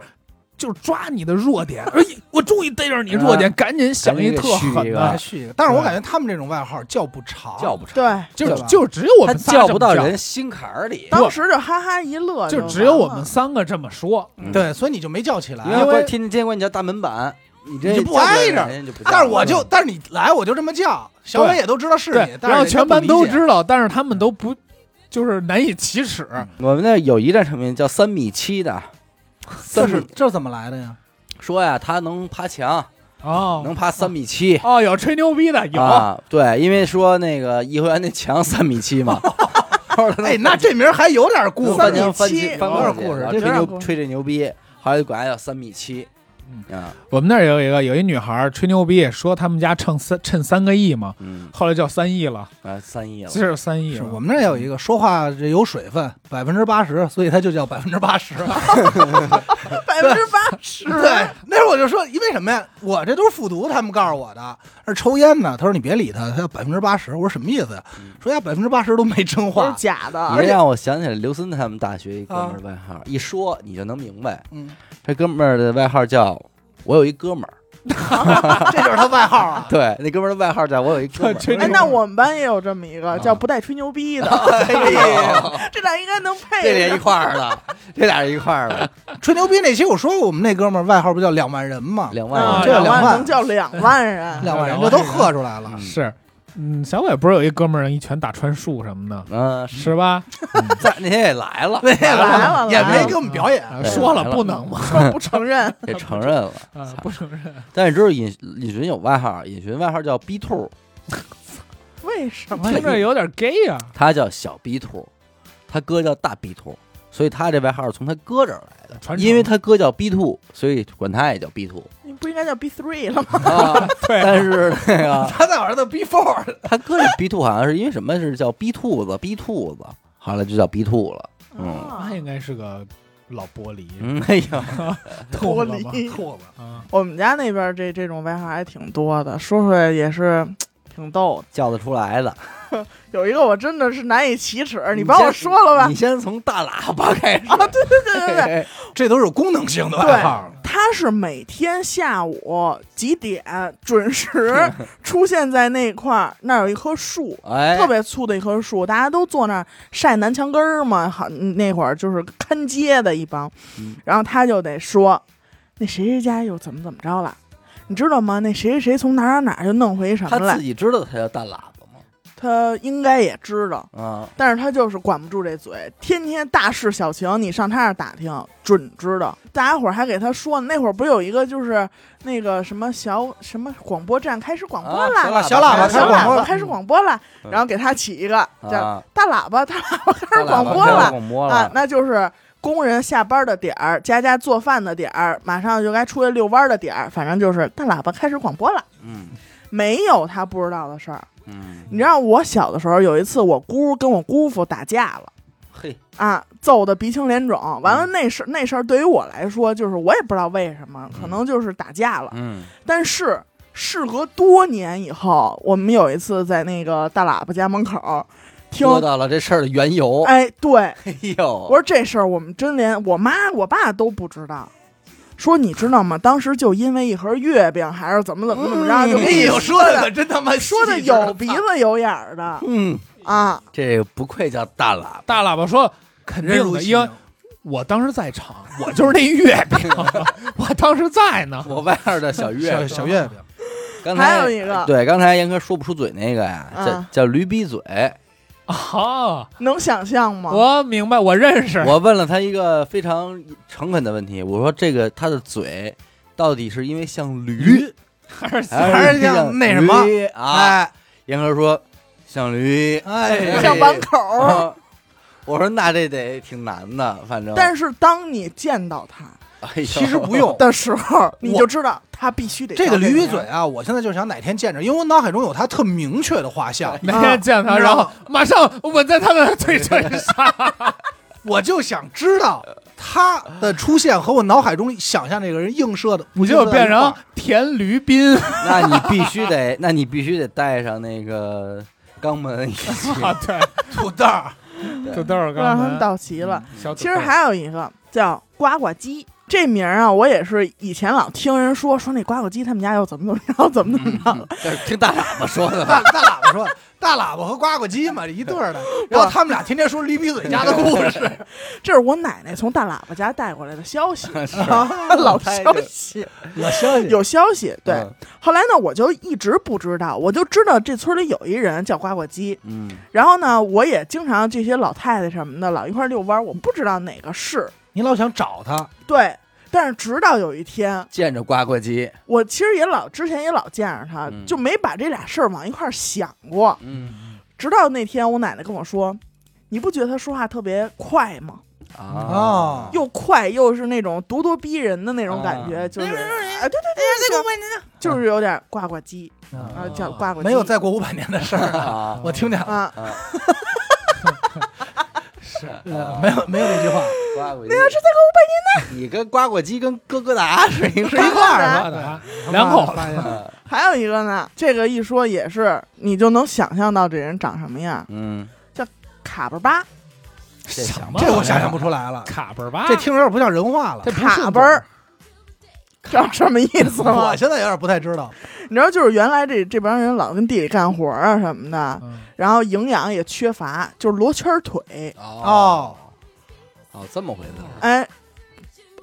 Speaker 4: 就是抓你的弱点，哎，我终于逮着你弱点，赶紧想
Speaker 1: 赶紧给
Speaker 4: 特
Speaker 1: 续
Speaker 4: 狠
Speaker 1: 一
Speaker 4: 的
Speaker 1: 个
Speaker 2: 还，续一个，但是我感觉他们这种外号叫不长，
Speaker 1: 叫不成，
Speaker 3: 对，
Speaker 4: 就
Speaker 2: 对吧
Speaker 4: 就只有我
Speaker 1: 他
Speaker 4: 们仨
Speaker 1: 叫
Speaker 4: 这
Speaker 1: 不
Speaker 4: 么
Speaker 1: 到
Speaker 4: 叫
Speaker 1: 人，心坎儿里，
Speaker 3: 当时就哈哈一乐，
Speaker 4: 就
Speaker 3: 就
Speaker 4: 只有我
Speaker 3: 完
Speaker 4: 们
Speaker 3: 了
Speaker 4: 三个这么说。
Speaker 2: 对，所以你就没叫起
Speaker 1: 因
Speaker 2: 来。
Speaker 1: 为
Speaker 4: 因为
Speaker 1: 天天天管你叫大门板，你这
Speaker 2: 你就不挨着
Speaker 1: 叫人家就不叫嗯
Speaker 2: 但是我
Speaker 1: 了
Speaker 2: 就，但是你来我就这么叫，小伟也都知道是
Speaker 4: 对
Speaker 2: 你，，但是
Speaker 4: 然后
Speaker 2: 人家
Speaker 4: 全
Speaker 2: 不
Speaker 4: 班
Speaker 2: 理
Speaker 4: 都
Speaker 2: 解
Speaker 4: 知道，但是他们都不就是难以启齿，
Speaker 1: 我们那有一站成名叫三米七的，
Speaker 2: 这
Speaker 1: 三
Speaker 2: 是
Speaker 1: 米
Speaker 2: 这是怎么来的呀？
Speaker 1: 说呀，他能爬墙，
Speaker 4: 哦
Speaker 1: 能爬三米七。
Speaker 4: 哦，有吹牛逼的有，
Speaker 1: 啊，对，因为说那个颐和园那墙三米七 嘛，后来他
Speaker 2: 哎，那这名儿还有点故
Speaker 1: 能
Speaker 2: 事。
Speaker 1: 翻
Speaker 3: 三米
Speaker 1: 墙翻
Speaker 3: 七哦
Speaker 1: 起翻过
Speaker 2: 有点
Speaker 1: 去
Speaker 2: 故事
Speaker 1: 然后
Speaker 3: 这
Speaker 1: 吹
Speaker 3: 有点
Speaker 1: 牛
Speaker 3: 故事
Speaker 1: 吹这牛逼，后来就管他叫三米七
Speaker 4: 嗯，
Speaker 1: 啊，
Speaker 4: 我们那儿有一个有一女孩吹牛逼说他们家称三趁三个亿嘛，
Speaker 1: 嗯，
Speaker 4: 后来叫三亿了，
Speaker 1: 啊，三亿了
Speaker 4: 这，是三亿
Speaker 2: 是
Speaker 4: 了，
Speaker 1: 嗯
Speaker 2: 我们那儿有一个说话这有水分，百分之八十，所以他就叫百分之八十。
Speaker 3: 百分之八十，
Speaker 2: 对，那会儿我就说，因为什么呀？我这都是复读，他们告诉我的。是抽烟呢，他说你别理他，他要百分之八十。我说什么意思呀？说呀，百分之八十都没真
Speaker 3: 都是
Speaker 2: 话。
Speaker 3: 假的。
Speaker 1: 你
Speaker 3: 而
Speaker 1: 这
Speaker 3: 且啊
Speaker 1: 让我想起来刘森他们大学一哥们儿外号，一说你就能明白，
Speaker 2: 嗯，
Speaker 1: 这哥们儿的外号叫我有一哥们儿，
Speaker 2: 这就是他外 号啊。
Speaker 1: 对，那哥们儿的外号叫我有一哥们
Speaker 4: 吹
Speaker 1: 儿。
Speaker 4: 牛
Speaker 3: 哎，
Speaker 4: 逼
Speaker 3: 那我们班也有这么
Speaker 2: 啊
Speaker 3: 一个叫不带吹牛逼的，
Speaker 1: 哎呦，
Speaker 3: 这俩应该能
Speaker 1: 这
Speaker 3: 配
Speaker 1: 俩
Speaker 3: 上
Speaker 1: 一。块儿了，这俩一块儿了，
Speaker 2: 吹牛逼那期我说过，我们那哥们儿外号不叫两万人吗？
Speaker 1: 两
Speaker 4: 啊
Speaker 1: 万
Speaker 2: 这
Speaker 1: 人
Speaker 2: 两
Speaker 3: 万
Speaker 2: 万
Speaker 3: 能叫两万人，
Speaker 2: 两万人，
Speaker 4: 两
Speaker 2: 这
Speaker 4: 万人
Speaker 2: 都喝出来了。
Speaker 1: 嗯
Speaker 4: 是，嗯，小伟不是有一哥们儿一拳打穿树什么的，
Speaker 1: 嗯，
Speaker 4: 是吧？
Speaker 1: 在那天也来了，
Speaker 2: 那来
Speaker 3: 了
Speaker 2: 也
Speaker 3: 来
Speaker 2: 没
Speaker 3: 了
Speaker 2: 给我们表演，
Speaker 4: 啊
Speaker 1: 对
Speaker 4: 说
Speaker 1: 来
Speaker 4: 了
Speaker 1: 了
Speaker 4: 不能嘛，
Speaker 3: 说不承认，
Speaker 1: 也承认了。
Speaker 4: 啊，
Speaker 1: 操
Speaker 4: 不承认，
Speaker 1: 但是你知道尹尹寻有外号，尹寻外号叫逼兔，
Speaker 3: 为什么？
Speaker 4: 听着有点 gay 啊，
Speaker 1: 他叫小逼兔，他哥叫大逼兔，所以他这外号是从他哥这儿来的。
Speaker 4: 传承
Speaker 1: 因为他哥叫逼兔，所以管他也叫逼 兔。
Speaker 3: 你不应该叫 B three 了吗？
Speaker 1: 啊、
Speaker 4: 对
Speaker 1: 但是那个
Speaker 2: 他在我儿子 B four，
Speaker 1: 他哥这逼兔好像是因为什么是叫逼兔子，逼兔子，后来就叫逼兔了。嗯
Speaker 3: 啊
Speaker 4: 那应该是个老玻璃，
Speaker 1: 嗯，哎呀，
Speaker 4: 脱
Speaker 3: 脱
Speaker 4: 了吧
Speaker 3: 离
Speaker 2: 吐了。
Speaker 4: 啊，
Speaker 3: 我们家那边这这种外号还挺多的，说出来也是挺逗的。
Speaker 1: 叫得出来的。
Speaker 3: 有一个我真的是难以启齿，你
Speaker 1: 你
Speaker 3: 帮我
Speaker 1: 先
Speaker 3: 说了吧
Speaker 1: 你。先从大喇叭开始。哎
Speaker 3: 啊，对对对对对，
Speaker 1: 对，
Speaker 2: 这都是有功能性的
Speaker 3: 对
Speaker 2: 外号。
Speaker 3: 他是每天下午几点准时出现在那块儿，那儿有一棵树，
Speaker 1: 哎，
Speaker 3: 特别粗的一棵树，大家都坐那儿晒南墙根儿嘛。好，那会儿就是看街的一帮
Speaker 1: 嗯，
Speaker 3: 然后他就得说，那谁谁家又怎么怎么着了。你知道吗？那谁谁谁从哪儿哪儿哪儿就弄回什么
Speaker 1: 他
Speaker 3: 来
Speaker 1: 自，己知道他叫大喇叭吗？
Speaker 3: 他应该也知道，
Speaker 1: 啊，
Speaker 3: 但是他就是管不住这嘴，天天大事小情，你上他那儿打听，准知道。大家伙儿还给他说呢，那会儿不有一个就是那个什么小什么广播站开始广播啦，
Speaker 1: 啊
Speaker 2: 小喇叭
Speaker 3: 小
Speaker 2: 小
Speaker 3: 喇
Speaker 2: 喇
Speaker 3: 叭
Speaker 2: 叭
Speaker 3: 开始广播啦，
Speaker 1: 嗯
Speaker 3: 然后给他起一个叫
Speaker 1: 啊，
Speaker 3: 大喇叭，大喇叭开
Speaker 1: 大
Speaker 3: 始
Speaker 1: 喇
Speaker 3: 广
Speaker 1: 叭
Speaker 3: 播
Speaker 1: 开始
Speaker 3: 了
Speaker 1: 广播
Speaker 3: 啊
Speaker 1: 了，，
Speaker 3: 那就是。工人下班的点儿，家家做饭的点儿，马上就该出去遛弯儿的点儿，反正就是大喇叭开始广播了，
Speaker 1: 嗯
Speaker 3: 没有他不知道的事儿。
Speaker 1: 嗯，
Speaker 3: 你知道我小的时候有一次，我姑跟我姑父打架了，
Speaker 1: 嘿，
Speaker 3: 啊，揍的鼻青脸肿。完
Speaker 1: 嗯
Speaker 3: 了那事那事儿对于我来说，就是我也不知道为什么，可能就是打架了。
Speaker 1: 嗯
Speaker 3: 但是事隔多年以后，我们有一次在那个大喇叭家门口听，
Speaker 1: 说到了这事儿的缘由。
Speaker 3: 哎，对，
Speaker 1: 哎
Speaker 3: 我
Speaker 1: 呦，
Speaker 3: 说这事儿我们真连我妈我爸都不知道。说你知道吗？当时就因为一盒月饼，还是怎么怎么怎么着，就
Speaker 1: 哎
Speaker 3: 跟嗯你
Speaker 1: 呦，
Speaker 3: 说
Speaker 1: 说的
Speaker 3: 的
Speaker 1: 可真他妈
Speaker 3: 说的
Speaker 1: 细致啊
Speaker 3: 有鼻，子有眼儿的
Speaker 1: 嗯，
Speaker 3: 啊！
Speaker 1: 这不愧叫大喇叭，
Speaker 4: 大喇叭说肯
Speaker 2: 人
Speaker 4: 定
Speaker 2: 如
Speaker 4: 的，
Speaker 2: 其
Speaker 4: 因为
Speaker 2: 名。
Speaker 4: 我当时在场，我就是那月 饼，我当时在呢。
Speaker 1: 我外边的小月
Speaker 2: 小
Speaker 1: 饼，
Speaker 2: 小月饼，
Speaker 1: 刚才
Speaker 3: 还有一个
Speaker 1: 对，刚才严哥说不出嘴那个呀，叫
Speaker 3: 嗯
Speaker 1: 叫驴逼嘴。
Speaker 4: 哦，
Speaker 3: 能想象吗？
Speaker 4: 我明白，我认识。
Speaker 1: 我问了他一个非常诚恳的问题，我说这个他的嘴到底是因为像驴，
Speaker 4: 还是
Speaker 2: 还是像
Speaker 1: 像
Speaker 2: 那什么
Speaker 1: 驴啊？
Speaker 2: 哎
Speaker 1: 严哥说像驴，
Speaker 2: 哎，
Speaker 3: 像碗口儿，
Speaker 1: 啊 我说那这得挺难的，反正哎
Speaker 3: 但是当你见到他
Speaker 1: 是
Speaker 2: 其实不用
Speaker 3: 的时候，你就知道他必须得
Speaker 2: 这个
Speaker 3: 叫
Speaker 2: 驴
Speaker 3: 名
Speaker 2: 嘴啊，我现在就想哪天见着，因为我脑海中有它特明确的画像，
Speaker 4: 那天见他，
Speaker 2: 啊
Speaker 4: 然后马上吻在他的嘴唇上。
Speaker 2: 我就想知道它的出现和我脑海中想象这个人映射的，
Speaker 4: 你
Speaker 2: 映射
Speaker 4: 就
Speaker 2: 的
Speaker 4: 变
Speaker 2: 一块
Speaker 4: 成
Speaker 2: 儿
Speaker 4: 田驴斌，
Speaker 1: 那你必须得，那你必须得带上那个肛门 一起。
Speaker 4: 啊对，
Speaker 2: 土豆儿，
Speaker 4: 土豆儿
Speaker 3: 字让
Speaker 4: 刚
Speaker 3: 他们
Speaker 4: 才
Speaker 3: 到齐了。
Speaker 4: 小土
Speaker 3: 其
Speaker 4: 豆
Speaker 3: 实
Speaker 4: 儿
Speaker 3: 还有一个叫呱呱鸡。这名儿啊，我也是以前老听人说，说那呱呱鸡他们家又怎么怎么着，怎么怎么着了。
Speaker 1: 这是听大喇叭说 的吧，
Speaker 2: 大大喇叭说，大喇叭和呱呱鸡嘛，这一对儿的。然后他们俩天天说驴鼻嘴家的故事，
Speaker 3: 这是我奶奶从大喇叭家带过来的消息，老
Speaker 1: 猜
Speaker 3: 消
Speaker 1: 着
Speaker 3: 息，
Speaker 2: 我相
Speaker 3: 有消息。对，
Speaker 1: 嗯
Speaker 3: 后来呢，我就一直不知道，我就知道这村里有一人叫呱呱鸡，
Speaker 1: 嗯，
Speaker 3: 然后呢，我也经常这些老太太什么的老一块儿遛弯儿，我不知道哪个是
Speaker 2: 你老想找他，
Speaker 3: 对。但是直到有一天，
Speaker 1: 见着呱呱鸡，
Speaker 3: 我其实也老之前也老见着他，
Speaker 1: 嗯
Speaker 3: 就没把这俩事儿往一块儿想过。
Speaker 1: 嗯
Speaker 3: 直到那天，我奶奶跟我说：“你不觉得他说话特别快吗？
Speaker 1: 啊
Speaker 2: 哦，
Speaker 3: 又快又是那种咄咄逼人的那种感觉，
Speaker 1: 啊
Speaker 3: 就是啊，对对对，就是有点呱呱唧啊，
Speaker 4: 嗯
Speaker 3: 叫呱呱唧。”
Speaker 2: 没有再过五百年的事 儿啊，
Speaker 1: 啊
Speaker 2: 我听见了，
Speaker 3: 啊，
Speaker 1: 啊，是
Speaker 2: 呃
Speaker 4: 嗯
Speaker 2: 没有没有这句话，
Speaker 1: 呱呱鸡，那要是再给我拜年呢？你跟呱呱鸡跟哥哥达是一个，
Speaker 2: 是 一块儿
Speaker 4: 发
Speaker 2: 的，
Speaker 4: 达
Speaker 2: 对
Speaker 4: 两口子。
Speaker 2: 发现了
Speaker 3: 还有一个呢，这个一说也是，你就能想象到这人长什么样，
Speaker 1: 嗯，
Speaker 3: 卡巴巴。
Speaker 1: 这
Speaker 4: 什
Speaker 1: 想
Speaker 4: 么
Speaker 2: 这我想象不出来了，
Speaker 4: 卡本儿吧？
Speaker 2: 这听着有点不像人话了
Speaker 4: 这。不是
Speaker 3: 卡奔儿，知道什么意思吗
Speaker 2: 我？现在有点不太知道，
Speaker 3: 你知道，就是原来这这帮人老跟地里干活啊什么的，
Speaker 4: 嗯
Speaker 3: 然后营养也缺乏，就是罗圈腿，
Speaker 2: 哦，
Speaker 1: 哦，这么回事儿，
Speaker 3: 哎，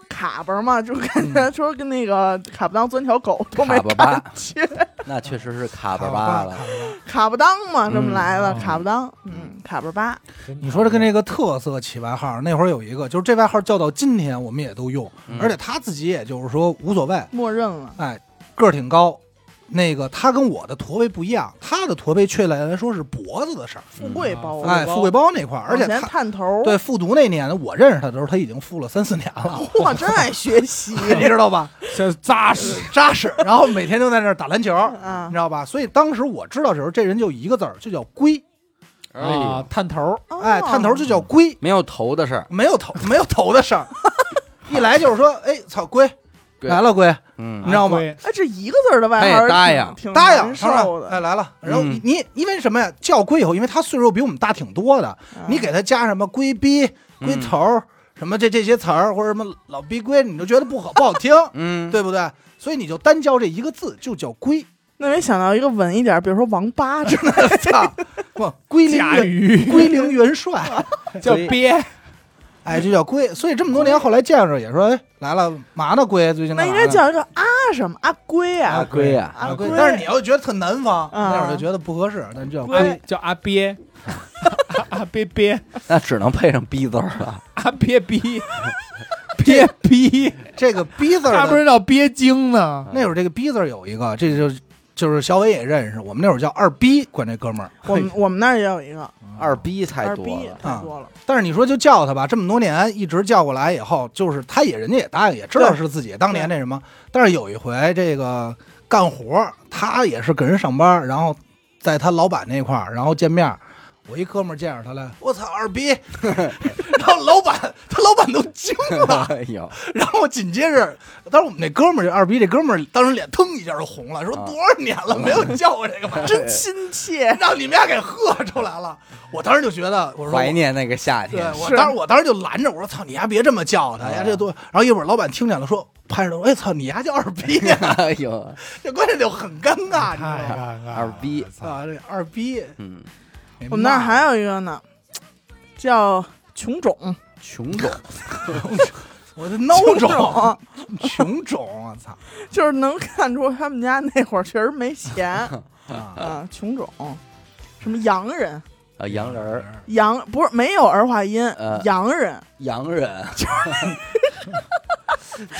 Speaker 3: 卡巴嘛，就感觉说跟那个卡不当钻条狗都没
Speaker 1: 卡巴巴
Speaker 3: 感觉，
Speaker 1: 那确实是卡
Speaker 2: 卡
Speaker 1: 巴
Speaker 2: 巴
Speaker 1: 巴了，
Speaker 3: 卡不当嘛，这么来的
Speaker 4: 嗯
Speaker 3: 卡不当，嗯，卡巴巴，
Speaker 2: 你说这跟这个特色起外号，那会儿有一个，就是这外号叫到今天我们也都用，
Speaker 1: 嗯
Speaker 2: 而且他自己也就是说无所谓，
Speaker 3: 默认了，
Speaker 2: 哎，个儿挺高。那个他跟我的驼背不一样，他的驼背确来来说是脖子的事儿，
Speaker 3: 富贵包，
Speaker 2: 哎，富贵包那块儿，而且
Speaker 3: 往前
Speaker 2: 他
Speaker 3: 探头，
Speaker 2: 对复读那年，我认识他的时候，他已经复了三四年了，
Speaker 3: 我真爱学习
Speaker 2: 你知道吧？
Speaker 4: 这扎实，
Speaker 2: 扎实，然后每天就在那儿打篮球，你
Speaker 3: 啊
Speaker 2: 知道吧？所以当时我知道的时候，这人就一个字儿，就叫龟，
Speaker 1: 哎
Speaker 4: 啊
Speaker 1: 呦，
Speaker 4: 探头儿
Speaker 3: 哦
Speaker 2: 哎，探头就叫龟，
Speaker 1: 没有头的事儿，
Speaker 2: 没有头没有头的 事儿，一来就是说，哎，操龟
Speaker 1: 龟
Speaker 2: 来了龟，
Speaker 1: 嗯
Speaker 2: 你知道吗？
Speaker 4: 龟
Speaker 3: 哎，这一个字儿的外
Speaker 1: 他也
Speaker 3: 号儿
Speaker 1: 搭
Speaker 3: 挺
Speaker 1: 呀
Speaker 3: 挺
Speaker 2: 搭呀，
Speaker 3: 嗯难
Speaker 2: 上来
Speaker 3: 受
Speaker 2: 哎
Speaker 3: 的。啊
Speaker 2: 来了，然后你
Speaker 1: 嗯
Speaker 2: 你因为什么呀？叫龟以后，因为他岁数比我们大挺多
Speaker 3: 啊
Speaker 2: 的，你给他加什么龟逼、龟头儿什么这这些词儿，或者什么老逼龟，你就觉得不好不好听，
Speaker 1: 嗯，
Speaker 2: 对不对？所以你就单教这一个字，就叫龟。
Speaker 3: 那没想到一个稳一点儿，比如说王八之 类的，
Speaker 2: 操，不龟陵
Speaker 4: 甲
Speaker 2: 元
Speaker 4: 鱼
Speaker 2: 龟陵元帅，
Speaker 4: 叫
Speaker 1: 龟
Speaker 4: 鳖，
Speaker 2: 哎，就叫龟。所以这么多年后来见着也说，哎，来了嘛呢龟？最近
Speaker 3: 那
Speaker 2: 干
Speaker 3: 应
Speaker 2: 嘛
Speaker 3: 该
Speaker 2: 呢
Speaker 3: 叫一个啊什么啊龟
Speaker 1: 阿
Speaker 3: 啊，
Speaker 1: 龟呀，
Speaker 2: 阿
Speaker 4: 阿
Speaker 2: 龟
Speaker 3: 龟。
Speaker 2: 但是你要觉得特南方，
Speaker 3: 啊
Speaker 2: 那会儿就觉得不合适，那就叫
Speaker 3: 龟
Speaker 2: 龟。
Speaker 4: 啊叫阿鳖， 阿鳖鳖，
Speaker 1: 那只能配上逼字儿了，
Speaker 4: 阿鳖逼，鳖逼，
Speaker 2: 这个逼字
Speaker 4: 他
Speaker 2: 儿
Speaker 4: 不
Speaker 2: 的，
Speaker 4: 是叫鳖精呢？
Speaker 2: 那会儿这个逼字儿有一个，这就就是小伟也认识，我们那会儿叫二逼，管这哥们儿。
Speaker 3: 我们我们那儿也有一个
Speaker 1: 嗯二逼太
Speaker 3: 二
Speaker 1: 多
Speaker 3: 逼
Speaker 1: 了，
Speaker 3: 太多了，
Speaker 2: 但是你说就叫他吧，这么多年一直叫过来以后，就是他也人家也答应，也知道是自己当年那什么。但是有一回这个干活，他也是给人上班，然后在他老板那块儿，然后见面。我一哥们儿见着他了，我操二逼， 然后老板他老板都惊了，
Speaker 1: 哎呦，
Speaker 2: 然后紧接着，当时我们那哥们儿这二逼这哥们儿当时脸腾一下就红了，说
Speaker 1: 啊
Speaker 2: 多少年了没有叫过这个玩意儿，
Speaker 3: 真亲切。
Speaker 2: 让你们俩给喝出来了。我当时就觉得，我说我
Speaker 1: 怀念那个夏
Speaker 2: 对
Speaker 1: 天，
Speaker 2: 我
Speaker 3: 是
Speaker 2: 当时我当时就拦着我说：“操，你还别这么叫他呀，
Speaker 1: 啊
Speaker 2: 这多。”然后一会儿老板听见了，说拍着头：“哎，操，你还叫二逼呀、
Speaker 1: 哎呦，
Speaker 2: 这关键就很尴尬，你知道
Speaker 4: 太
Speaker 2: 吗？
Speaker 4: 尴尬了，
Speaker 1: 二逼
Speaker 4: 哎
Speaker 2: 啊，这二逼，
Speaker 1: 嗯，
Speaker 2: 给
Speaker 3: 我们那儿
Speaker 2: 骂
Speaker 3: 还有一个呢，叫琼种，
Speaker 1: 穷种，
Speaker 2: 我的 孬
Speaker 3: 琼
Speaker 2: 种，穷种，我 操
Speaker 3: 就是能看出他们家那会儿确实没钱
Speaker 2: 啊！
Speaker 3: 啊，琼种，什么洋人，
Speaker 1: 啊，洋人儿，
Speaker 3: 洋不是没有儿化音
Speaker 1: 呃，
Speaker 3: 洋人，
Speaker 1: 洋人，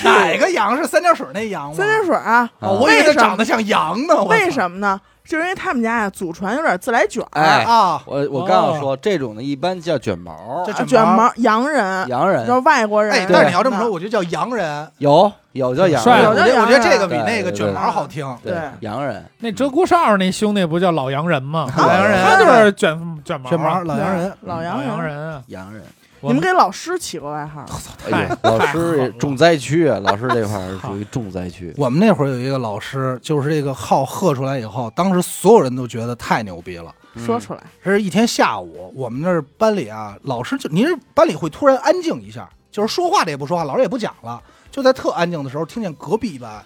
Speaker 2: 哪个羊是三点水那羊吗？
Speaker 3: 三点水啊，
Speaker 2: 哦，我以为
Speaker 3: 为
Speaker 2: 他
Speaker 3: 什么
Speaker 2: 长得像羊呢。
Speaker 3: 为
Speaker 2: 么
Speaker 3: 什么呢？就是因为他们家呀，祖传有点自来卷儿，
Speaker 1: 哎
Speaker 2: 啊？
Speaker 1: 我我刚要说这种的，一般叫卷毛
Speaker 2: 这，
Speaker 3: 啊
Speaker 2: 卷
Speaker 3: 卷
Speaker 2: 毛
Speaker 3: 毛洋人，
Speaker 1: 洋人
Speaker 3: 就是外国人
Speaker 2: 哎
Speaker 3: 什，么的。
Speaker 2: 但是你要这么说，我觉得叫洋人，
Speaker 1: 有有叫洋
Speaker 4: 帅
Speaker 2: 我
Speaker 1: 人
Speaker 3: 的
Speaker 2: 觉
Speaker 4: 有
Speaker 2: 得我觉得
Speaker 3: 洋人
Speaker 2: 这个比那个
Speaker 1: 对
Speaker 2: 卷
Speaker 1: 对
Speaker 2: 毛好听。
Speaker 1: 对
Speaker 3: 对
Speaker 1: 洋人，
Speaker 4: 那鹧鸪哨那兄弟不叫老洋人吗？
Speaker 1: 老
Speaker 2: 啊
Speaker 1: 洋人
Speaker 4: 他就是卷卷毛，
Speaker 2: 卷毛老洋人，，
Speaker 3: 老
Speaker 4: 洋
Speaker 3: 洋
Speaker 4: 老人啊。
Speaker 1: 洋人，
Speaker 4: 我
Speaker 3: 你们给老师起过外号吗？
Speaker 1: 哎呦，老师也重灾区，啊老师这块儿属于重灾区
Speaker 2: 我们那会儿有一个老师，就是这个号喝出来以后，当时所有人都觉得太牛逼了。
Speaker 3: 说出来，
Speaker 2: 这是一天下午，我们那儿班里啊，老师就您这班里会突然安静一下，就是说话的也不说话，老师也不讲了，就在特安静的时候，听见隔壁班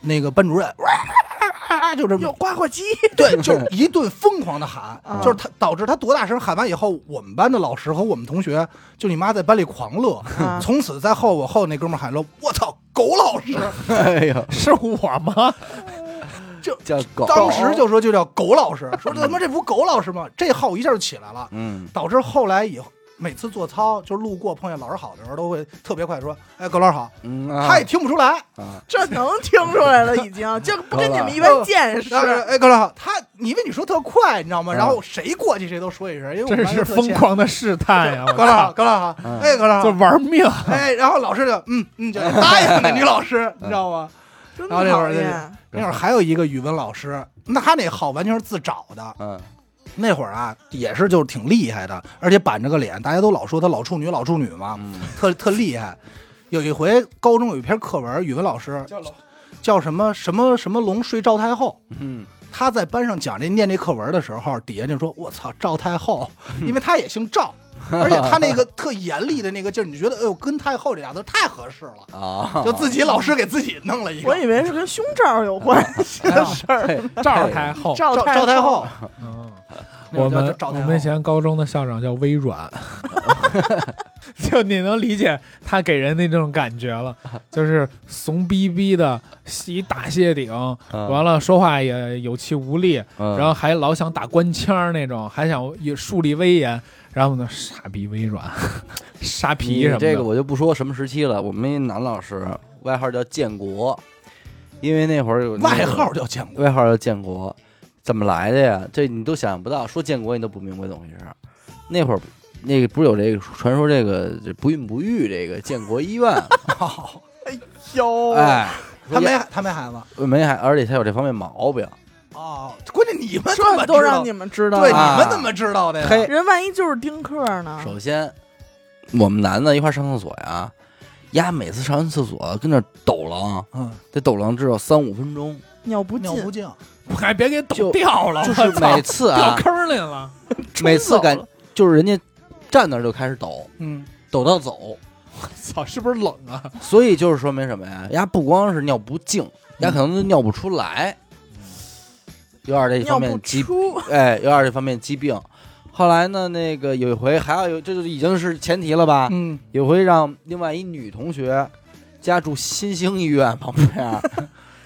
Speaker 2: 那个班主任哇哇哇，就这
Speaker 3: 有
Speaker 2: 么
Speaker 3: 刮过机，
Speaker 2: 对，就是一顿疯狂的喊，
Speaker 3: 啊
Speaker 2: 就是他导致他多大声喊完以后，我们班的老师和我们同学就你妈在班里狂乐，
Speaker 3: 啊
Speaker 2: 从此在后我后那哥们儿喊了，我操，狗老师，
Speaker 1: 嗯， 哎呦，
Speaker 4: 是我吗？
Speaker 2: 哎
Speaker 1: 叫狗，
Speaker 2: 当时就说就叫狗老师，说这他妈这不是狗老师吗？这号一下就起来了。
Speaker 1: 嗯，
Speaker 2: 导致后来以后每次做操，就是路过碰见老师好的时候，都会特别快说：“哎，葛老师好。
Speaker 1: 嗯啊
Speaker 2: 他也听不出来，
Speaker 1: 啊，
Speaker 3: 这能听出来了，已经就不跟你们一般见识
Speaker 2: 然。后哎，葛老师好。他你问你说特快，你知道吗？
Speaker 1: 嗯
Speaker 2: 然后谁过去谁都说一声，因为我们
Speaker 4: 真
Speaker 2: 班
Speaker 4: 是
Speaker 2: 就特
Speaker 4: 疯
Speaker 2: 欠。
Speaker 4: 狂的试 探呀！
Speaker 2: 葛
Speaker 4: 我
Speaker 2: 老师好，葛老师好，
Speaker 1: 嗯
Speaker 2: 哎，葛老
Speaker 4: 就
Speaker 2: 师好，
Speaker 4: 玩命，
Speaker 2: 哎，然后老师就嗯嗯就答应那女老师，你知道吗？
Speaker 3: 真
Speaker 2: 然后这会
Speaker 3: 讨
Speaker 2: 儿就
Speaker 3: 厌。
Speaker 2: 那会儿还有一个语文老师，那他那号完全是自找的。
Speaker 1: 嗯，
Speaker 2: 那会儿啊，也是就是挺厉害的，而且板着个脸，大家都老说他老处女老处女嘛。
Speaker 1: 嗯
Speaker 2: 特特厉害。有一回高中有一篇课文，语文老师
Speaker 4: 叫龙
Speaker 2: 叫什么什么什么龙睡赵太后。
Speaker 1: 嗯，
Speaker 2: 他在班上讲这念这课文的时候，底下就说：“我操，赵太后，因为他也姓赵，而且他那个特严厉的那个劲儿，你就觉得哎呦，跟太后这俩字太合适了，
Speaker 1: 啊，
Speaker 2: 就自己老师给自己弄了一
Speaker 3: 我
Speaker 2: 个
Speaker 3: 以为是跟胸罩有关系的事儿。
Speaker 1: 嘿
Speaker 4: 赵太后。
Speaker 3: 赵
Speaker 2: 赵
Speaker 3: 赵
Speaker 2: 太 后。
Speaker 4: 嗯，
Speaker 2: 那
Speaker 4: 我
Speaker 2: 个叫
Speaker 4: 们
Speaker 2: 赵
Speaker 4: 我
Speaker 2: 太
Speaker 4: 们以
Speaker 2: 后，
Speaker 4: 前高中的校长叫 微软，就你能理解他给人那种感觉了，就是怂逼逼的，一大谢顶，
Speaker 2: 啊
Speaker 1: 嗯
Speaker 4: 完了说话也有气无力，
Speaker 1: 嗯
Speaker 4: 然后还老想打官腔儿那种，还想也树立威严，然后呢，傻逼微软， 沙皮
Speaker 1: 你
Speaker 4: 什么的。
Speaker 1: 这个我就不说什么时期了。我们一男老师外号叫建国，因为那会儿有那
Speaker 2: 外
Speaker 1: 个
Speaker 2: 号叫建国，
Speaker 1: 外号叫建国，怎么来的呀？这你都想象不到，说建国你都不明白怎么回事儿。那会儿那个不是有这个传说这个这不孕不育这个建国医 院吗，
Speaker 3: 哟，
Speaker 1: 哎，
Speaker 2: 哦他没他没孩子
Speaker 1: 没还，而且他有这方面毛病。
Speaker 2: 哦，关键你们怎
Speaker 3: 这
Speaker 2: 么知道
Speaker 3: 都让你们知道
Speaker 2: 对
Speaker 3: 了，
Speaker 1: 啊
Speaker 2: 你们怎么知道的呀？
Speaker 1: 嘿
Speaker 3: 人万一就是丁克呢？
Speaker 1: 首先，我们男的一块儿上厕所呀，丫每次上完厕所跟那儿抖楞，
Speaker 2: 嗯，
Speaker 1: 得抖楞至少三五分钟，
Speaker 3: 尿不尽
Speaker 2: 尿，不尽，
Speaker 4: 还别给
Speaker 1: 就
Speaker 4: 抖掉
Speaker 3: 哦
Speaker 4: 了，
Speaker 1: 就是
Speaker 4: 我操
Speaker 1: 每次
Speaker 4: 掉
Speaker 1: 啊，
Speaker 4: 坑里了。
Speaker 1: 每次
Speaker 3: 冲
Speaker 1: 感就是人家站那儿就开始抖，
Speaker 2: 嗯，
Speaker 1: 抖到走，
Speaker 4: 操，是不是冷啊？
Speaker 1: 所以就是说明什么呀？丫不光是尿不净，
Speaker 3: 嗯
Speaker 1: 丫可能都尿不出来，有点这
Speaker 3: 尿
Speaker 1: 方
Speaker 3: 不
Speaker 1: 面疾，
Speaker 3: 出，
Speaker 1: 哎，有点这方面疾病。后来呢，那个有一回还要有，这就已经是前提了吧？
Speaker 2: 嗯，
Speaker 1: 有回让另外一女同学家住新兴医院旁边，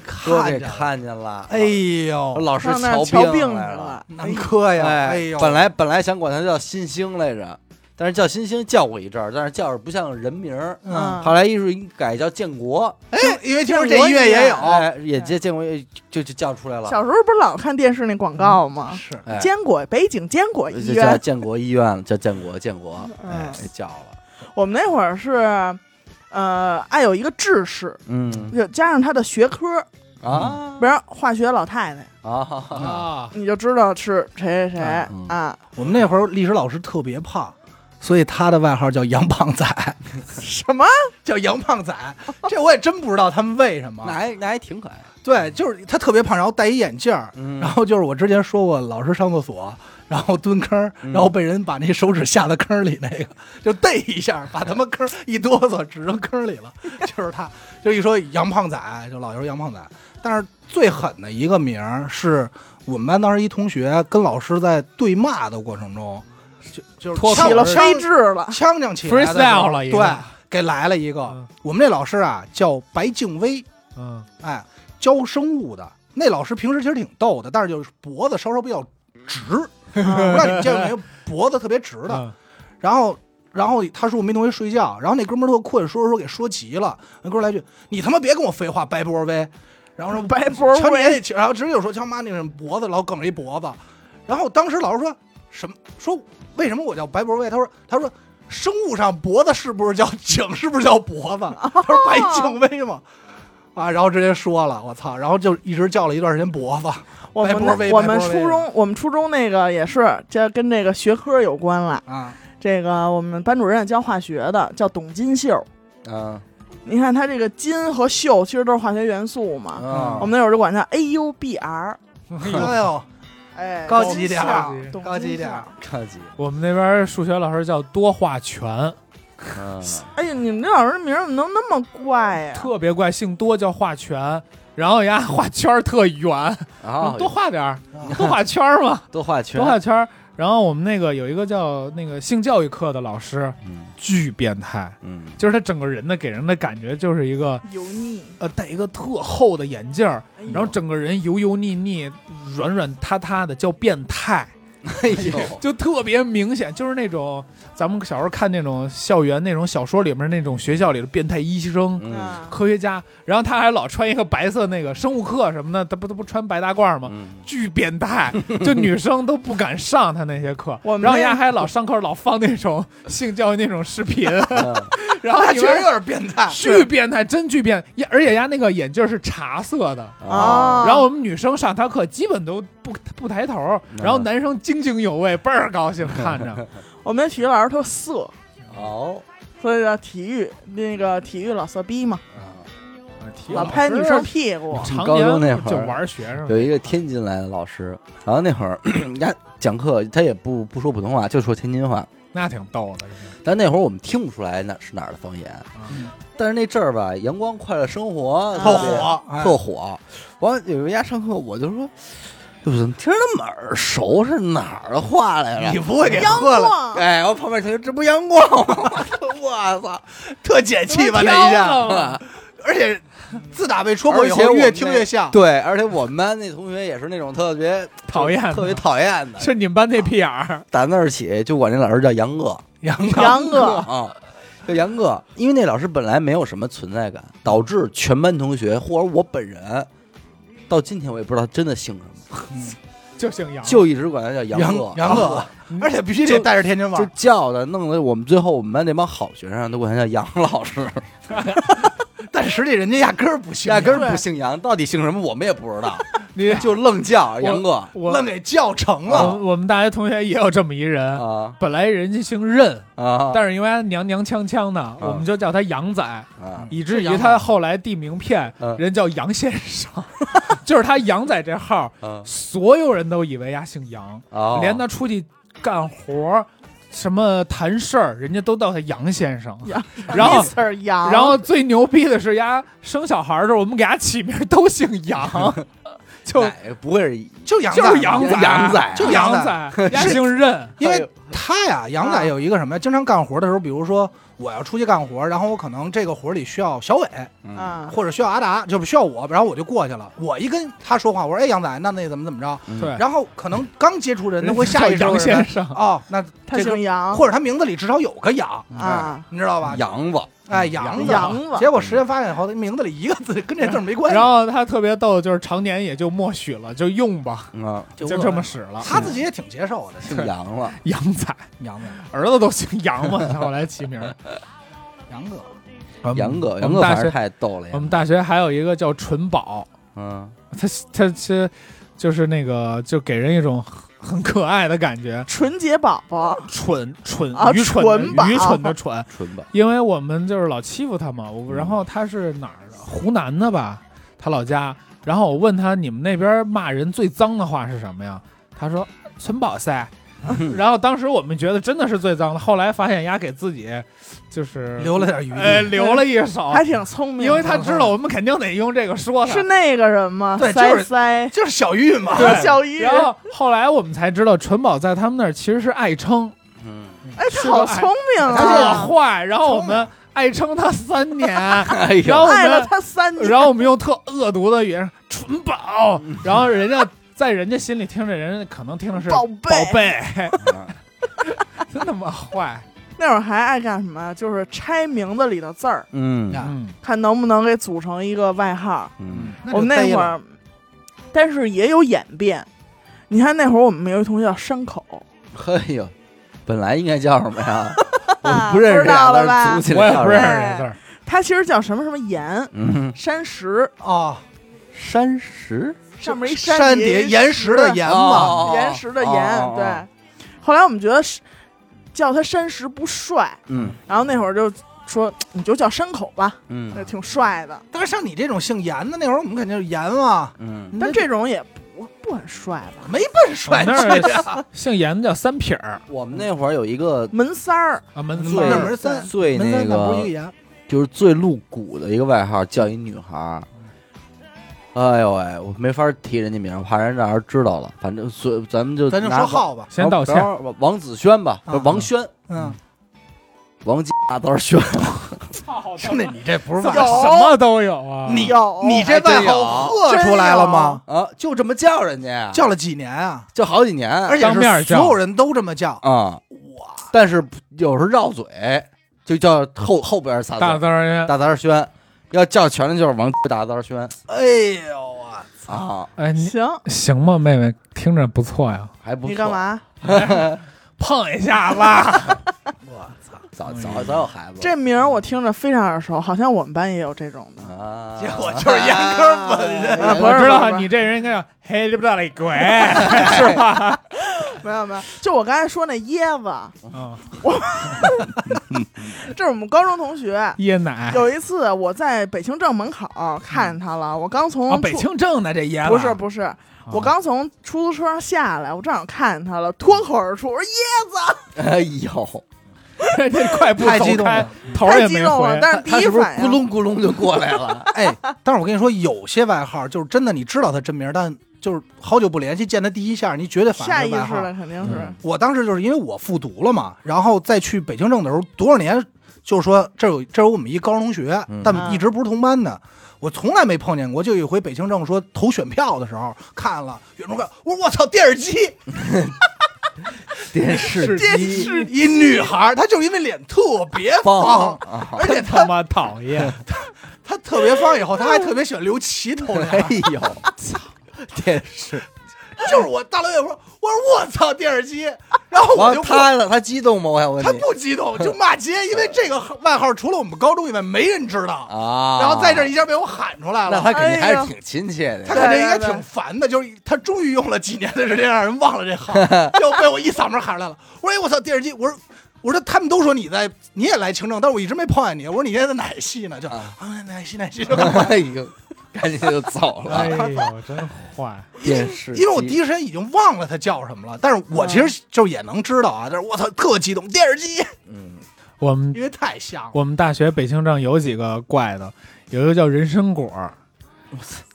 Speaker 1: 说给
Speaker 2: 看着
Speaker 1: 看见了，
Speaker 2: 哎，呦，
Speaker 1: 老师
Speaker 3: 上那儿
Speaker 1: 瞧
Speaker 3: 病去哎
Speaker 1: 来了。。
Speaker 2: 南科呀，
Speaker 1: 哎，
Speaker 2: 哎呦，
Speaker 1: 本来本来想管他叫新星来着，但是叫新星叫过一阵儿，但是叫着不像人名儿。
Speaker 2: 嗯，
Speaker 1: 后来艺术改叫建国，
Speaker 2: 哎，因为听说这音乐也有，
Speaker 1: 哎，也接建国就就叫出来了，
Speaker 3: 小时候不是老看电视那广告吗？
Speaker 2: 嗯是
Speaker 1: 哎，
Speaker 3: 坚果，北京坚果医
Speaker 1: 就叫
Speaker 3: 院。
Speaker 1: 建国医院了，叫建国建国，
Speaker 3: 嗯
Speaker 1: 哎，叫了，
Speaker 3: 我们那会儿是，呃，爱有一个志士，
Speaker 1: 嗯
Speaker 3: 就加上他的学科，
Speaker 1: 啊
Speaker 3: 比如化学老太太，
Speaker 1: 啊，
Speaker 4: 啊，
Speaker 3: 你就知道是谁谁谁
Speaker 2: 啊
Speaker 1: 嗯
Speaker 3: 啊。
Speaker 2: 我们那会儿历史老师特别胖，所以他的外号叫杨胖仔，
Speaker 3: 什么？
Speaker 2: 叫杨胖仔。这我也真不知道他们为什
Speaker 1: 那
Speaker 2: 么。
Speaker 1: 还那还挺可爱。
Speaker 2: 对，就是他特别胖，然后戴一眼镜儿，
Speaker 1: 嗯
Speaker 2: 然后就是我之前说过，老是上厕所，然后蹲坑儿，
Speaker 1: 嗯
Speaker 2: 然后被人把那手指下到坑儿里，那个就逮一下，把他妈坑儿一哆嗦指扔坑儿里 了，就是他。就一说杨胖仔，就老说杨胖仔。但是最狠的一个名儿是我们班当时一同学跟老师在对骂的过程中，就就是
Speaker 4: 脱口
Speaker 2: 呛
Speaker 3: 起了
Speaker 2: 呛
Speaker 3: 飞智了，
Speaker 2: 呛呛起来的时候
Speaker 4: freestyle 了一个
Speaker 2: 对，给来了一个。
Speaker 4: 嗯
Speaker 2: 我们这老师啊叫白敬威，
Speaker 4: 嗯
Speaker 2: 哎，教生物的那老师平时其实挺逗的，但是就是脖子稍稍比较直，我不知道你们见过没有，脖子特别直的。
Speaker 4: 嗯
Speaker 2: 然后，然后他说我没东西睡觉，然后那哥们儿特困，说着说着给说急了，那哥们儿来句你他妈别跟我废话，白波威。然后说
Speaker 3: 白波
Speaker 2: 瞧你
Speaker 3: 威
Speaker 2: 也得，然后直接就说瞧妈那什么脖子老梗着一脖子，然后当时老师说什么说为什么我叫白脖威？他说他说生物上脖子是不是叫颈是不是叫脖子？他说白颈威嘛。啊，然后直接说了，我操，然后就一直叫了一段时间脖子，
Speaker 3: 我
Speaker 2: 白波
Speaker 3: 们
Speaker 2: 威
Speaker 3: 我
Speaker 2: 白
Speaker 3: 们
Speaker 2: 波威
Speaker 3: 初中我们初中那个也是，这跟这个学科有关了。
Speaker 2: 啊，
Speaker 3: 这个我们班主任教化学的叫董金秀，
Speaker 1: 嗯
Speaker 3: 你看他这个金和溴其实都是化学元素嘛。
Speaker 1: 嗯
Speaker 3: 我们那会儿就管叫 AUBr，
Speaker 2: 哎呦，
Speaker 3: 哎，
Speaker 2: 高级点
Speaker 4: 儿
Speaker 3: 董金秀
Speaker 2: 高级点儿。
Speaker 3: 董金秀
Speaker 1: 超级，
Speaker 4: 我们那边数学老师叫多化全，
Speaker 1: 嗯，
Speaker 3: 哎呀，你们这老师名儿怎么能那么怪呀、
Speaker 4: 特别怪，姓多叫化全，然后人家画圈儿特圆，
Speaker 1: 然后
Speaker 4: 多画点儿，
Speaker 1: 哦
Speaker 2: 啊
Speaker 4: 多画圈 儿嘛，
Speaker 1: 多画圈
Speaker 4: 多，画圈儿。然后我们那个有一个叫那个性教育课的老师，
Speaker 1: 嗯
Speaker 4: 巨变态，
Speaker 1: 嗯，
Speaker 4: 就是他整个人的给人的感觉就是一个
Speaker 3: 油腻，
Speaker 4: 呃戴一个特厚的眼镜儿，
Speaker 3: 哎呦
Speaker 4: 然后整个人油油腻腻、软软塌塌的，叫变态。
Speaker 1: 哎呦，
Speaker 4: 就特别明显，就是那种咱们小时候看那种校园那种小说里面那种学校里的变态医生、
Speaker 1: 嗯
Speaker 3: 啊
Speaker 4: 科学家，然后他还老穿一个白色那个生物课什么的，他不他不穿白大褂吗？
Speaker 1: 嗯，
Speaker 4: 巨变 态，就女生都不敢上他那些课，
Speaker 3: 我们
Speaker 4: 然后人
Speaker 3: 那
Speaker 4: 家还老上课老放那种性教育那种 视频，
Speaker 1: 嗯
Speaker 4: 然后
Speaker 2: 他
Speaker 4: 你
Speaker 2: 确实
Speaker 4: 们
Speaker 2: 有点变态，
Speaker 4: 巨变态，真巨变，呀而且人家那个眼镜是茶色的，
Speaker 1: 啊，
Speaker 4: 然后我们女生上他课基本都不不抬头，
Speaker 1: 嗯
Speaker 4: 然后男生津津有味，倍儿高兴看 着。
Speaker 3: 我们那体育老师特色，
Speaker 1: 哦，
Speaker 3: 所以叫体育那个体育老色逼嘛，
Speaker 1: 啊
Speaker 3: 老拍女生屁股。
Speaker 4: 啊
Speaker 3: 啊
Speaker 4: 常
Speaker 1: 高中那
Speaker 4: 年
Speaker 1: 会儿
Speaker 4: 就玩学
Speaker 2: 嗯
Speaker 4: 生，
Speaker 1: 有一个天津来的老师，然后那会儿 人家讲课，他也不不说普通话，就说天津话。
Speaker 4: 那挺逗的。真是
Speaker 1: 但那会儿我们听不出来那是哪儿的方言，
Speaker 2: 嗯
Speaker 1: 但是那阵儿吧，阳光快乐生活
Speaker 3: 啊
Speaker 2: 特
Speaker 1: 特别
Speaker 2: 火，哎
Speaker 1: 特火。完有人家上课，我就说，这怎么听着那么耳熟？是哪儿的话来
Speaker 2: 你
Speaker 1: 着？
Speaker 2: 不会给
Speaker 3: 阳
Speaker 2: 喝了，
Speaker 3: 光，
Speaker 1: 哎，我旁边同学，这不阳光吗？ 我操！啊
Speaker 2: 特解气吧那一下，
Speaker 4: 啊
Speaker 2: 而且自打被戳破以
Speaker 1: 而且
Speaker 2: 后，
Speaker 1: 我们
Speaker 2: 越听越像。
Speaker 1: 对，而且我们班那同学也是那种特别
Speaker 4: 讨厌的
Speaker 1: 特别讨厌的。
Speaker 4: 是你们班那屁眼儿，
Speaker 1: 打那儿起，就管那老师叫杨哥。
Speaker 2: 杨
Speaker 3: 杨哥，
Speaker 1: 啊，就杨哥，因为那老师本来没有什么存在感，导致全班同学或者我本人，到今天我也不知道真的姓什么，
Speaker 4: 就姓杨，
Speaker 1: 就一直管他啊叫杨
Speaker 2: 杨
Speaker 1: 哥，
Speaker 2: 杨哥，而且必须得带着天津味
Speaker 1: 就
Speaker 2: 儿。
Speaker 1: 叫的，弄得我们最后我们班那帮好学生都管他叫杨老师，
Speaker 2: 但实际人家压根儿不 行，
Speaker 1: 压根儿不姓杨，到底姓什么我们也不知道，
Speaker 4: 你
Speaker 1: 就愣叫杨哥
Speaker 4: 我
Speaker 2: 愣给叫成了。
Speaker 4: 我我们大学同学也有这么一人，
Speaker 1: 啊
Speaker 4: 本来人家姓任，
Speaker 1: 啊
Speaker 4: 但是因为他娘娘腔腔的，我们就叫他杨仔，
Speaker 2: 嗯
Speaker 1: 啊！
Speaker 4: 以至于他后来递名片
Speaker 1: 嗯
Speaker 4: 人叫杨先生， 就是他杨仔这号，
Speaker 1: 嗯
Speaker 4: 所有人都以为他姓杨。
Speaker 1: 哦
Speaker 4: 连他出去干活儿，什么谈事儿，人家都叫他杨先生。
Speaker 3: 杨
Speaker 4: 然后
Speaker 3: Mr. 杨，
Speaker 4: 然后最牛逼的是，丫生小孩儿的时候，我们给他起名儿都姓杨， 就
Speaker 1: 哪不会是
Speaker 2: 就杨
Speaker 4: 就是
Speaker 2: 杨啊
Speaker 4: 杨仔，
Speaker 1: 杨仔
Speaker 4: 就
Speaker 2: 杨
Speaker 4: 杨仔，丫姓任，
Speaker 2: 因为他呀，杨仔有一个什么呀？经常干活的时候，比如说我要出去干活，然后我可能这个活里需要小伟
Speaker 3: 啊，
Speaker 4: 嗯
Speaker 2: 或者需要阿达，就不需要我，然后我就过去了。我一跟他说话，我说：“哎，杨仔，那那怎么怎么着
Speaker 1: 嗯？”
Speaker 4: 对，
Speaker 2: 然后可能刚接触的人，他
Speaker 4: 人家
Speaker 2: 会下意识
Speaker 4: 叫
Speaker 2: 地
Speaker 4: 杨
Speaker 2: 认为
Speaker 4: 先生，
Speaker 2: 哦，那
Speaker 3: 他
Speaker 2: 这个
Speaker 3: 姓杨
Speaker 2: 或者他名字里至少有个杨，
Speaker 3: 啊，
Speaker 2: 你知道吧？
Speaker 1: 杨子
Speaker 2: 哎，杨子。
Speaker 3: 杨子
Speaker 2: 结果实际发现以后，他名字里一个字跟这字儿没关系。
Speaker 4: 然后他特别逗，就是常年也就默许了，就用吧，
Speaker 1: 啊，
Speaker 4: 就这么使了。
Speaker 2: 他自己也挺接受的，
Speaker 1: 姓杨了，
Speaker 4: 杨仔，
Speaker 2: 杨子，
Speaker 4: 儿子都姓杨 嘛，他后来起名儿
Speaker 2: 杨哥，
Speaker 1: 杨哥，
Speaker 4: 我
Speaker 1: 杨
Speaker 4: 们
Speaker 1: 哥
Speaker 4: 大
Speaker 1: 反正
Speaker 4: 学，
Speaker 1: 太逗了呀
Speaker 4: 我，们大学还有一个叫纯宝，
Speaker 1: 嗯
Speaker 4: 他他他就是那个就给人一种很可爱的感觉，
Speaker 3: 纯洁宝宝，
Speaker 4: 蠢蠢
Speaker 3: 啊
Speaker 4: 愚蠢
Speaker 3: 蠢吧
Speaker 4: 的愚蠢的蠢，
Speaker 1: 纯吧，
Speaker 4: 因为我们就是老欺负他嘛。我
Speaker 1: 嗯
Speaker 4: 然后他是哪儿的？湖南的吧，他老家。然后我问他，你们那边骂人最脏的话是什么呀？他说存宝 塞。然后当时我们觉得真的是最脏的，后来发现丫给自己就是
Speaker 2: 留了点余
Speaker 4: 呃
Speaker 2: 地。
Speaker 4: 留了一手，
Speaker 3: 嗯还挺聪明的，
Speaker 4: 因为他知道我们肯定得用这个说他。
Speaker 3: 是那个什么
Speaker 2: 对就
Speaker 3: 塞
Speaker 2: 是
Speaker 4: 嗯
Speaker 3: 塞
Speaker 2: 就是小玉嘛，
Speaker 4: 对
Speaker 3: 小鱼，
Speaker 4: 然后后来我们才知道，纯宝在他们那儿其实是爱称，
Speaker 1: 嗯，
Speaker 3: 哎，
Speaker 4: 是
Speaker 3: 他
Speaker 4: 个
Speaker 3: 好
Speaker 4: 爱
Speaker 3: 聪明
Speaker 4: 他
Speaker 3: 啊
Speaker 4: 特！坏，然后我们爱称他三 年，
Speaker 1: 哎
Speaker 4: 然
Speaker 1: 呦，
Speaker 4: 后我
Speaker 3: 爱了
Speaker 4: 们，
Speaker 3: 他三年，
Speaker 4: 然后我们用特恶毒的语言“纯宝”，然后人家在人家心里听着，人家可能听的是
Speaker 3: 宝
Speaker 4: 贝，
Speaker 3: 贝
Speaker 4: 宝贝， 真他妈坏，
Speaker 3: 那会儿还爱干什么呀？就是拆名字里的字儿，
Speaker 1: 嗯
Speaker 2: 呀
Speaker 4: 嗯
Speaker 3: 看能不能给组成一个外号。
Speaker 1: 嗯，
Speaker 2: 就
Speaker 3: 我们那
Speaker 2: 逮
Speaker 3: 会
Speaker 2: 了
Speaker 3: 儿，但是也有演变。你看那会儿我们有一同学叫山口，
Speaker 1: 嘿呦，本来应该叫什么呀？我
Speaker 3: 啊
Speaker 1: 不认识
Speaker 3: 知
Speaker 1: 这俩
Speaker 3: 道
Speaker 1: 字
Speaker 3: 了
Speaker 1: 儿，
Speaker 3: 吧
Speaker 1: 组起
Speaker 4: 我
Speaker 1: 来
Speaker 4: 也
Speaker 1: 叫
Speaker 4: 不
Speaker 1: 什
Speaker 4: 认
Speaker 1: 么？
Speaker 4: 识这字儿，
Speaker 3: 他其实叫什么什么岩
Speaker 1: 嗯，
Speaker 3: 山石，
Speaker 2: 哦，
Speaker 1: 山石
Speaker 3: 上面一
Speaker 2: 山
Speaker 3: 叠
Speaker 2: 叠岩石的岩
Speaker 1: 哦
Speaker 2: 嘛，
Speaker 1: 哦
Speaker 3: 岩石的
Speaker 1: 哦哦
Speaker 3: 岩。
Speaker 1: 哦
Speaker 3: 对，后来我们觉得是叫他山石不帅，
Speaker 1: 嗯
Speaker 3: 然后那会儿就说你就叫山口吧，那
Speaker 1: 嗯
Speaker 3: 挺帅的。
Speaker 2: 但是像你这种姓严的，那会儿我们肯定是严啊，
Speaker 1: 嗯，
Speaker 3: 但这种也不不很帅吧？
Speaker 2: 没奔帅
Speaker 4: 我们那儿
Speaker 2: 气啊，
Speaker 4: 姓严的叫三撇儿
Speaker 1: 我们那会儿有一个
Speaker 3: 门三儿，
Speaker 4: 啊，门字
Speaker 1: 最
Speaker 2: 那门三
Speaker 1: 最
Speaker 2: 门
Speaker 1: 那
Speaker 2: 三那不是
Speaker 1: 个
Speaker 2: 一个严，
Speaker 1: 就是最露骨的一个外号，叫一女孩儿。哎呦喂，我没法提人家名儿，怕人让人知道了。反正所以咱们就
Speaker 2: 咱就
Speaker 1: 拿
Speaker 2: 说
Speaker 1: 王
Speaker 2: 号吧，
Speaker 4: 先道歉，
Speaker 1: 王王王子轩吧，
Speaker 2: 啊
Speaker 1: 不是王轩，
Speaker 2: 嗯，
Speaker 1: 王大刀轩，
Speaker 2: 兄弟，你这不是
Speaker 4: 怎
Speaker 2: 外
Speaker 4: 么
Speaker 2: 号，
Speaker 4: 什么都有啊，
Speaker 1: 哎
Speaker 2: 你
Speaker 3: 有
Speaker 2: 你这外号喝出来了吗？
Speaker 1: 啊，就这么叫人家，
Speaker 2: 叫了几年啊？
Speaker 1: 叫好几年，
Speaker 2: 而且
Speaker 4: 当面
Speaker 2: 是
Speaker 4: 叫
Speaker 2: 所有人都这么叫，
Speaker 1: 啊，但是有时候绕嘴，就叫后后边仨字
Speaker 4: 大
Speaker 1: 儿
Speaker 4: 字儿。
Speaker 1: 大刀轩，要叫全了就是王大刀轩
Speaker 2: 哎呦啊，
Speaker 1: 啊，
Speaker 4: 哎，你
Speaker 3: 行，
Speaker 4: 行吗，妹妹？听着不错呀，
Speaker 1: 还不错。
Speaker 3: 你干？嘛？
Speaker 4: 碰一下吧。
Speaker 2: 我操！
Speaker 1: 早早早有孩子，
Speaker 3: 这名儿我听着非常耳熟，好像我们班也有这种的。
Speaker 1: 啊，哎
Speaker 2: 结果就是压根儿本人
Speaker 3: 啊不
Speaker 4: 我
Speaker 3: 是
Speaker 4: 知
Speaker 3: 不是
Speaker 4: 道
Speaker 3: 不是
Speaker 4: 你这人应该叫黑里不道里鬼，是吧？
Speaker 3: 没有没有，就我刚才说那椰子，
Speaker 4: 嗯，
Speaker 3: 这是我们高中同学。
Speaker 4: 椰奶哦
Speaker 3: 有一次我在北清正门口
Speaker 1: 嗯
Speaker 3: 看见他了，我刚从
Speaker 4: 啊，
Speaker 1: 哦
Speaker 3: 出
Speaker 4: 北清正的这哦椰子
Speaker 3: 不是不是，
Speaker 4: 啊
Speaker 3: 我 刚从出租车上下来，我正好看见他了，脱口而出我说椰
Speaker 1: 哎呦，
Speaker 4: 人家快步
Speaker 2: 太激
Speaker 4: 走
Speaker 2: 动
Speaker 4: 开
Speaker 2: 了，
Speaker 4: 头儿
Speaker 3: 太
Speaker 4: 也
Speaker 3: 激
Speaker 4: 没
Speaker 3: 动了
Speaker 4: 回，。
Speaker 3: 但
Speaker 1: 他
Speaker 3: 第
Speaker 1: 他
Speaker 3: 一
Speaker 1: 是不是
Speaker 3: 反
Speaker 1: 咕
Speaker 3: 应
Speaker 1: 隆咕隆就过来 了？
Speaker 2: 哎，但是我跟你说，有些外号就是真的，你知道他真名，但就是好久不联系，见他第一下，你绝对反
Speaker 3: 下
Speaker 2: 应
Speaker 3: 意
Speaker 2: 是外
Speaker 3: 识
Speaker 2: 号。
Speaker 3: 的肯定是
Speaker 4: 嗯
Speaker 2: 我当时就是因为我复读了嘛，然后再去北京政的时候，多少年就是说这有这有我们一高中同学
Speaker 1: 嗯，
Speaker 2: 但一直不是同班的。我从来没碰见过，就有一回北京政说投选票的时候看了，远处看，我说我操，电视机，
Speaker 1: 电视
Speaker 3: 电
Speaker 1: 机
Speaker 3: 视
Speaker 2: 一女孩儿，她就是因为脸特别
Speaker 1: 放
Speaker 2: 方，
Speaker 1: 啊！
Speaker 2: 而且
Speaker 4: 真
Speaker 2: 她
Speaker 4: 他妈讨厌，
Speaker 2: 她特别方，以后她还特别喜欢留齐头
Speaker 1: 哎
Speaker 2: 发，
Speaker 1: 呦，操！电视，
Speaker 2: 就是我大老远说，我说我操电视机，然后 我
Speaker 1: 完
Speaker 2: 就
Speaker 1: 了
Speaker 2: 不
Speaker 1: 他呢？他激动吗？我想问
Speaker 2: 他
Speaker 1: 你
Speaker 2: 不激动，就骂街，因为这个外号除了我们高中以外没人知道，
Speaker 1: 啊！
Speaker 2: 然后在这儿，一下被我喊出
Speaker 1: 那
Speaker 2: 来了
Speaker 1: 他。肯定
Speaker 3: 哎
Speaker 1: 还
Speaker 3: 呦
Speaker 1: 是挺亲切的
Speaker 2: 他
Speaker 1: 呀。
Speaker 2: 肯定应该
Speaker 3: 对对对
Speaker 2: 挺烦的，就是他终于用了几年的时间让人忘了这号，就被我一嗓门喊出来了。我说：“哎，我操，电视机！”我说：“我说他们都说你在，你也来清政，但是我一直没碰见你。我说你现在在哪戏呢？就
Speaker 1: 啊
Speaker 2: 啊，哪戏哪戏。
Speaker 1: 哎呦， 赶紧就走
Speaker 4: 哎
Speaker 1: 了。
Speaker 4: 呦，真坏，
Speaker 1: 电视机，
Speaker 2: 因为我第一时间已经忘了他叫什么了，但是我其实就也能知道啊。但是我操，特激动，电视机，
Speaker 1: 嗯
Speaker 4: 我们
Speaker 2: 因为太像了。
Speaker 4: 我们大学北清正有几个怪的，有一个叫人参果，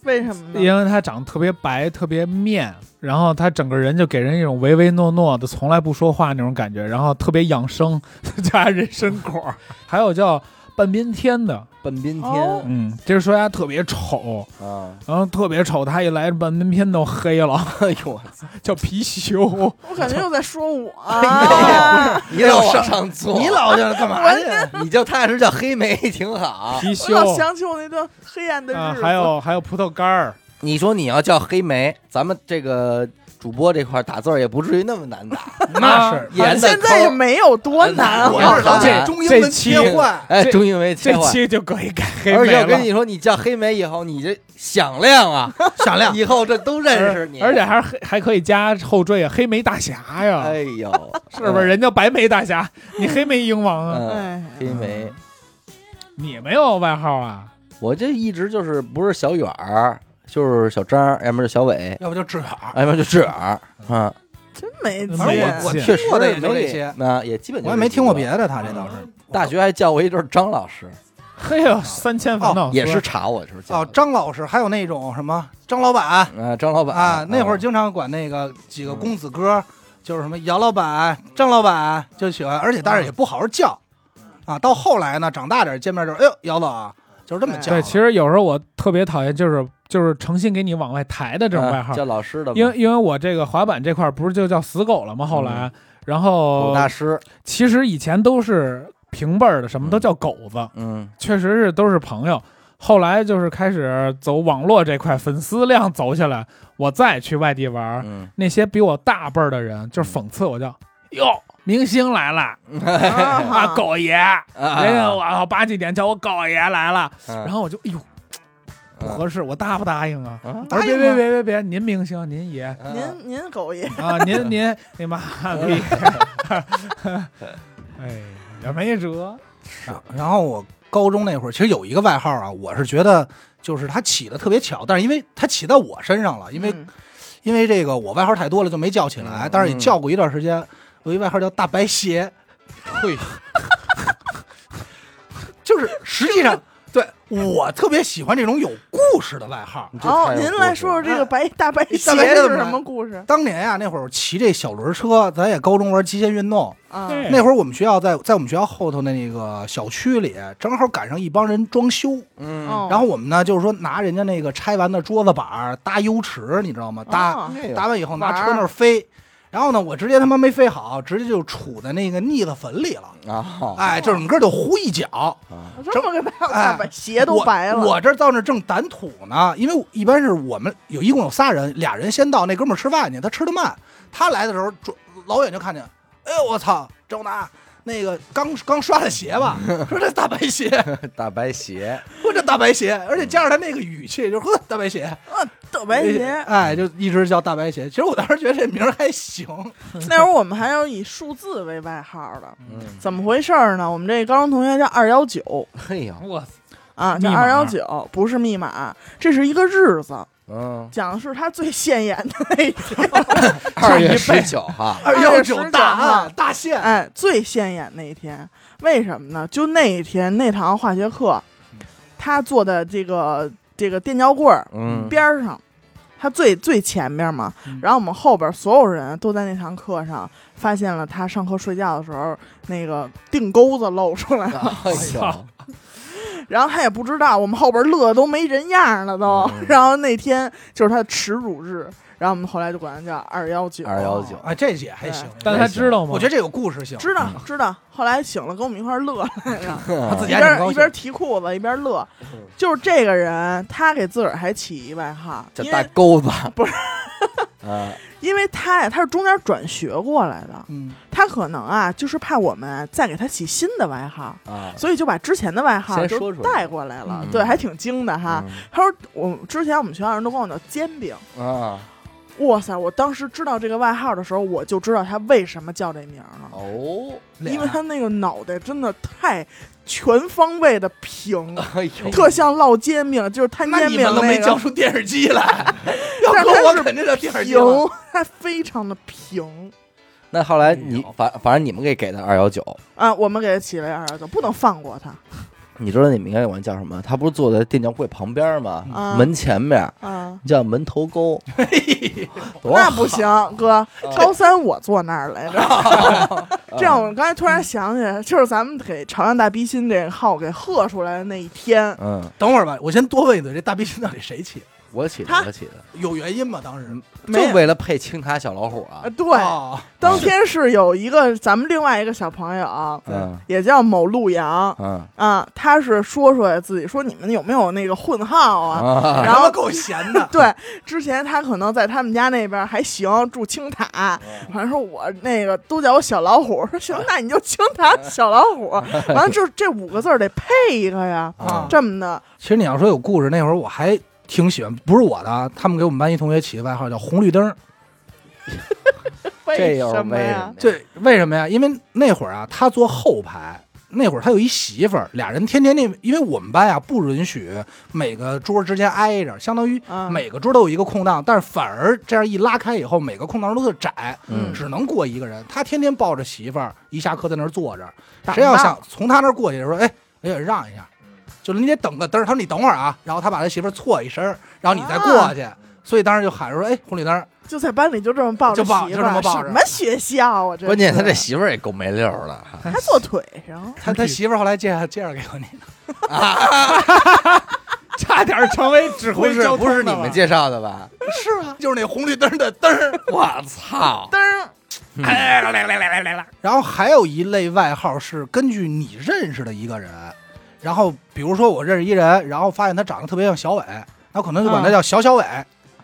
Speaker 3: 为什么呢？
Speaker 4: 因为他长得特别白，特别面，然后他整个人就给人一种唯唯诺诺的，从来不说话那种感觉，然后特别养生， 加人参果，还有叫半边天的，
Speaker 1: 半边
Speaker 3: 哦
Speaker 1: 天
Speaker 4: 嗯，就是说他特别丑，
Speaker 1: 啊！
Speaker 4: 然后特别丑，他一来半边天都黑了，
Speaker 1: 哎呦，我操
Speaker 4: 叫貔貅。
Speaker 3: 我感觉又在说我
Speaker 1: 哎
Speaker 3: 啊，
Speaker 1: 你老往上坐，
Speaker 2: 你老想干嘛去？
Speaker 1: 你就踏实叫黑莓挺好。
Speaker 4: 貔
Speaker 3: 我老
Speaker 4: 貅
Speaker 3: 想起我那段黑暗的
Speaker 4: 啊
Speaker 3: 日，子。
Speaker 4: 还有还有葡萄干儿，
Speaker 1: 你说你要叫黑莓，咱们这个主播这块打字儿也不至于那么难打，
Speaker 4: 啊那
Speaker 2: 是
Speaker 1: 严的
Speaker 3: 现在也没有多难啊
Speaker 1: 我
Speaker 2: 我
Speaker 1: 要
Speaker 2: 要
Speaker 1: 是
Speaker 2: 是
Speaker 1: 老
Speaker 2: 老
Speaker 1: 板
Speaker 2: 这中英文切换，
Speaker 1: 哎，
Speaker 4: 这
Speaker 1: 中英文切
Speaker 4: 这
Speaker 1: 换。
Speaker 4: 期就可以改黑
Speaker 1: 而
Speaker 4: 莓
Speaker 1: 且我跟
Speaker 4: 了。
Speaker 1: 你说，你叫黑莓以后，你这响亮啊，
Speaker 2: 响亮。
Speaker 1: 以后这都认识你。
Speaker 4: 而且还是黑还可以加后缀啊，黑莓大侠呀，
Speaker 1: 哎呦，
Speaker 4: 是不是？人家白莓大 侠，你黑莓鹰王啊，
Speaker 1: 嗯，
Speaker 3: 哎，
Speaker 1: 黑莓，
Speaker 4: 你没有外号啊？
Speaker 1: 我这一直就是不是小远儿，就是小张儿，要么就小伟，
Speaker 2: 要不就志远儿，
Speaker 1: 要哎么就志远儿。嗯，
Speaker 3: 真没
Speaker 4: 反
Speaker 3: 劲。啊
Speaker 2: 反正我我
Speaker 4: 没
Speaker 1: 确实
Speaker 2: 听过的也就这
Speaker 1: 没
Speaker 2: 些，
Speaker 1: 那也基本就
Speaker 2: 我也没听过别
Speaker 1: 的。
Speaker 2: 的。他这嗯倒是
Speaker 1: 大学还叫我一阵张老师，
Speaker 4: 嘿呦，三千烦恼丝
Speaker 1: 哦也是查我的时候叫
Speaker 2: 哦
Speaker 1: 的。，
Speaker 2: 张老师，还有那种什么张老板
Speaker 1: 啊，张老板
Speaker 2: 啊，那会儿
Speaker 1: 嗯
Speaker 2: 经常管那个几个公子哥，就是什么姚老板、张老板，就喜欢，而且但是也不好好叫啊。到后来呢，长大点见面就是，哎呦，姚总啊，就是这么叫。
Speaker 4: 对，其实有时候我特别讨厌，就是就是诚心给你往外抬的这种
Speaker 1: 嗯
Speaker 4: 外号，
Speaker 1: 叫老师的嘛，
Speaker 4: 因为因为我这个滑板这块儿不是就叫死狗了吗？后来，然后
Speaker 1: 嗯狗大师，
Speaker 4: 其实以前都是平辈儿的，什么都叫狗子，
Speaker 1: 嗯，
Speaker 4: 确实是都是朋友。后来就是开始走网络这块，粉丝量走起来，我再去外地玩
Speaker 2: 啊
Speaker 4: 儿，
Speaker 1: 嗯，
Speaker 4: 那些比我大辈儿的人就是讽刺我叫哟。明星来了嗯啊，
Speaker 3: 啊
Speaker 4: 狗爷！
Speaker 1: 啊
Speaker 4: 人家我八几年叫我狗爷来了，然
Speaker 1: 然
Speaker 4: 后我就哎呦不合适，我答不答应啊？
Speaker 1: 啊，
Speaker 4: 我说
Speaker 3: 答应
Speaker 4: 别
Speaker 3: 啊
Speaker 4: 别别别别，您明星您爷
Speaker 1: 嗯
Speaker 3: 您您狗爷，
Speaker 4: 啊，您您你妈 逼！哎，也没辙。
Speaker 2: 啊然后我高中那会儿，其实有一个外号啊，我是觉得就是他起的特别巧，但是因为他起到我身上了，因为、
Speaker 3: 嗯
Speaker 2: 因为这个我外号太多了就没叫起来，
Speaker 1: 嗯
Speaker 2: 但是也叫过一段时间。我有一外号叫大白鞋，嘿，就是实际上对我特别喜欢这种有故事的外号。
Speaker 1: 你这
Speaker 3: 哦
Speaker 1: 太，有
Speaker 3: 您
Speaker 1: 故
Speaker 3: 来
Speaker 1: 事
Speaker 3: 说说
Speaker 1: 了
Speaker 3: 这个白大白
Speaker 2: 大白
Speaker 3: 鞋
Speaker 2: 鞋
Speaker 3: 是
Speaker 2: 怎
Speaker 3: 什
Speaker 2: 么来
Speaker 3: 么故事
Speaker 2: 当年啊，那会儿我骑这小轮车，咱也高中玩极限运动，
Speaker 3: 啊？
Speaker 4: 对
Speaker 2: 那会儿我们学校在在我们学校后头的那个小区里，正好赶上一帮人装修，
Speaker 1: 嗯，
Speaker 3: 哦
Speaker 2: 然后我们呢就是说拿人家那个拆完的桌子板儿搭油池，你知道吗？搭
Speaker 3: 哦
Speaker 1: 那个
Speaker 2: 搭完以后拿
Speaker 3: 玩儿
Speaker 2: 车那儿飞，然后呢我直接他妈没飞好，直接就杵在那个腻子坟里了，
Speaker 3: 哦
Speaker 1: 啊
Speaker 2: 哎，整个就糊一脚。
Speaker 1: 啊，
Speaker 3: 这么个大大白
Speaker 2: 哎
Speaker 3: 鞋都白了，
Speaker 2: 我我这到那儿正掸土呢，因为我一般是我们有一共有仨人，俩人先到，那哥们儿吃饭去，他吃的慢，他来的时候准老远就看见，哎呦我操，周达那个刚刚刷的鞋 吧，说这大白鞋，
Speaker 1: 大白 鞋，
Speaker 2: 说这大白鞋，而且加上他那个语气，就呵大白鞋，
Speaker 3: 啊大白鞋。
Speaker 2: 哎，就一直叫大白鞋。其实我当时觉得这名儿还行，
Speaker 3: 那会儿我们还有以数字为外号的，
Speaker 1: 嗯，
Speaker 3: 怎么回事儿呢？我们这高中同学叫二幺九
Speaker 2: 哎
Speaker 1: 嘿呀，
Speaker 4: 我
Speaker 3: 啊，叫
Speaker 4: 密码
Speaker 3: 二幺九，不是密码，这是一个日子，
Speaker 1: 嗯，
Speaker 3: 讲的是他最现眼的那一天，
Speaker 1: 二月十九 哈，
Speaker 2: 二幺九哎大
Speaker 3: 啊
Speaker 2: 案大限，
Speaker 3: 哎，最现眼那一天，为什么呢？就那一天那堂化学课，他坐的这个这个电胶棍儿
Speaker 1: 嗯，
Speaker 3: 边儿上，他最最前边嘛
Speaker 4: 嗯。
Speaker 3: 然后我们后边所有人都在那堂课上发现了他上课睡觉的时候那个腚钩子露出来了，
Speaker 1: 哎
Speaker 4: 操
Speaker 1: 呦，
Speaker 3: 然后他也不知道，我们后边乐都没人样了都
Speaker 1: 嗯。
Speaker 3: 然后那天就是他的耻辱日，然后我们后来就管他叫二幺九。
Speaker 1: 219
Speaker 2: 哎，这也还行。
Speaker 4: 但他知道吗？
Speaker 2: 我觉得这有故事性，
Speaker 3: 知道知道，后来醒了，跟我们一块儿乐来着，
Speaker 1: 嗯
Speaker 2: 他自
Speaker 3: 一
Speaker 2: 己还挺
Speaker 3: 边
Speaker 2: 高
Speaker 3: 一
Speaker 2: 兴
Speaker 3: 边。提裤子一边乐。就是这个人，他给自个儿还起一外号，
Speaker 1: 叫
Speaker 3: 因
Speaker 1: 大
Speaker 3: 为
Speaker 1: 钩子，
Speaker 3: 不是，
Speaker 1: 啊，
Speaker 3: 因为他呀，他是中间转学过来的，
Speaker 2: 嗯，
Speaker 3: 他可能啊，就是怕我们再给他起新的外号，
Speaker 1: 啊，
Speaker 3: 所以就把之前的外号
Speaker 1: 先
Speaker 3: 就
Speaker 1: 说出来
Speaker 3: 带过来了。
Speaker 1: 嗯
Speaker 3: 对，还挺精的哈。他说我之前我们学校人都管我叫煎饼。
Speaker 1: 嗯啊，
Speaker 3: 哇塞！我当时知道这个外号的时候，我就知道他为什么叫这名儿了，
Speaker 1: 哦，
Speaker 3: 因为
Speaker 2: 啊
Speaker 3: 他那个脑袋真的太全方位的平，
Speaker 1: 哎呦，
Speaker 3: 特像烙煎饼，就是摊
Speaker 2: 哦那
Speaker 3: 煎
Speaker 2: 你
Speaker 3: 饼
Speaker 2: 们都没
Speaker 3: 那
Speaker 2: 教
Speaker 3: 个
Speaker 2: 出电视 机来，要
Speaker 3: 但是
Speaker 2: 搁
Speaker 3: 他
Speaker 2: 我
Speaker 3: 是
Speaker 2: 肯定叫电视机
Speaker 3: 平
Speaker 2: 了。，
Speaker 3: 他非常的平
Speaker 1: 那后来你
Speaker 2: 哎呦
Speaker 1: 反反正你们给给的二幺九，
Speaker 3: 啊！我们给他起了二幺九，不能放过他
Speaker 1: 你知道你们应该管叫什么？他不是坐在电教柜旁边
Speaker 2: 嗯
Speaker 1: 吗？
Speaker 3: 啊！
Speaker 1: 门前面
Speaker 3: 啊，
Speaker 1: 叫门头沟，多
Speaker 3: 那不行，哥，
Speaker 1: 好
Speaker 3: 高三我坐那儿来着。
Speaker 2: 哦
Speaker 3: 这样，我刚才突然想起来，就是咱们给朝阳大逼心这个号给喝出来的那一天，
Speaker 1: 嗯，
Speaker 2: 等会儿吧，我先多问一嘴，这大逼心到底谁起？
Speaker 1: 我起的
Speaker 3: 他，
Speaker 1: 我起的，
Speaker 2: 有原因吗？当时
Speaker 3: 没
Speaker 1: 就为了配青塔小老虎啊
Speaker 3: 呃，对，
Speaker 2: 哦
Speaker 3: 当天是有一个咱们另外一个小朋友，啊
Speaker 1: 嗯
Speaker 3: 也叫某陆阳
Speaker 1: 嗯
Speaker 3: 啊，他是说出来自己说你们有没有那个混号啊？
Speaker 1: 啊，
Speaker 3: 然后
Speaker 2: 他妈够闲的，
Speaker 3: 对，之前他可能在他们家那边还行，住青塔，反正说我那个都叫我小老虎，说行，那你就青塔小老 虎，完了就这五个字儿得配一个呀，
Speaker 2: 啊
Speaker 3: 这么的，
Speaker 2: 其实你要说有故事，那会儿我还挺喜欢，不是我的啊，他们给我们班一同学起的外号叫“红绿灯儿
Speaker 1: 这
Speaker 3: 为
Speaker 1: 又是
Speaker 3: 什么
Speaker 1: 为什
Speaker 3: 呀
Speaker 1: 么？”。
Speaker 2: 这为什么呀？因为那会儿啊，他坐后排，那会儿他有一媳妇儿，俩人天天那，因为我们班啊不允许每个桌之间挨着，相当于
Speaker 3: 啊，
Speaker 2: 每个桌都有一个空档，但是反而这样一拉开以后，每个空档都特窄，
Speaker 1: 嗯
Speaker 2: 只能过一个人。他天天抱着媳妇儿，一下啊课在那儿坐着，
Speaker 3: 打
Speaker 2: 谁要
Speaker 3: 闹
Speaker 2: 想从他那儿过去，说哎哎呀让一下，就是你得等个灯儿。他说你等会儿啊，然后他把他媳妇儿错一身儿，然后你再过去。所以当时就喊着说：“哎，红绿灯儿
Speaker 3: 就在班里就这么抱着
Speaker 2: 就抱
Speaker 3: 媳
Speaker 2: 就
Speaker 3: 妇
Speaker 2: 这么
Speaker 3: 儿，
Speaker 2: 抱着
Speaker 3: 什么学校啊？这
Speaker 1: 关键
Speaker 3: 是
Speaker 1: 他这媳妇儿也够没溜儿的，
Speaker 3: 还坐腿上，
Speaker 2: 他他媳妇儿后来介绍介绍给我你，
Speaker 4: 差点成为指
Speaker 1: 不
Speaker 4: 挥
Speaker 1: 是
Speaker 4: 交通
Speaker 1: 不
Speaker 4: 的
Speaker 1: 是你
Speaker 4: 了
Speaker 1: 们介绍的吧？
Speaker 2: 是啊，就是那红绿灯儿的灯儿。
Speaker 1: 我操！
Speaker 3: 噔儿，
Speaker 4: 哎来来来来来来来，
Speaker 2: 然后还有一类外号是根据你认识的一个人，然后比如说我认识一人，然后发现他长得特别像小伟，那可能就管他
Speaker 3: 嗯
Speaker 2: 叫小小伟。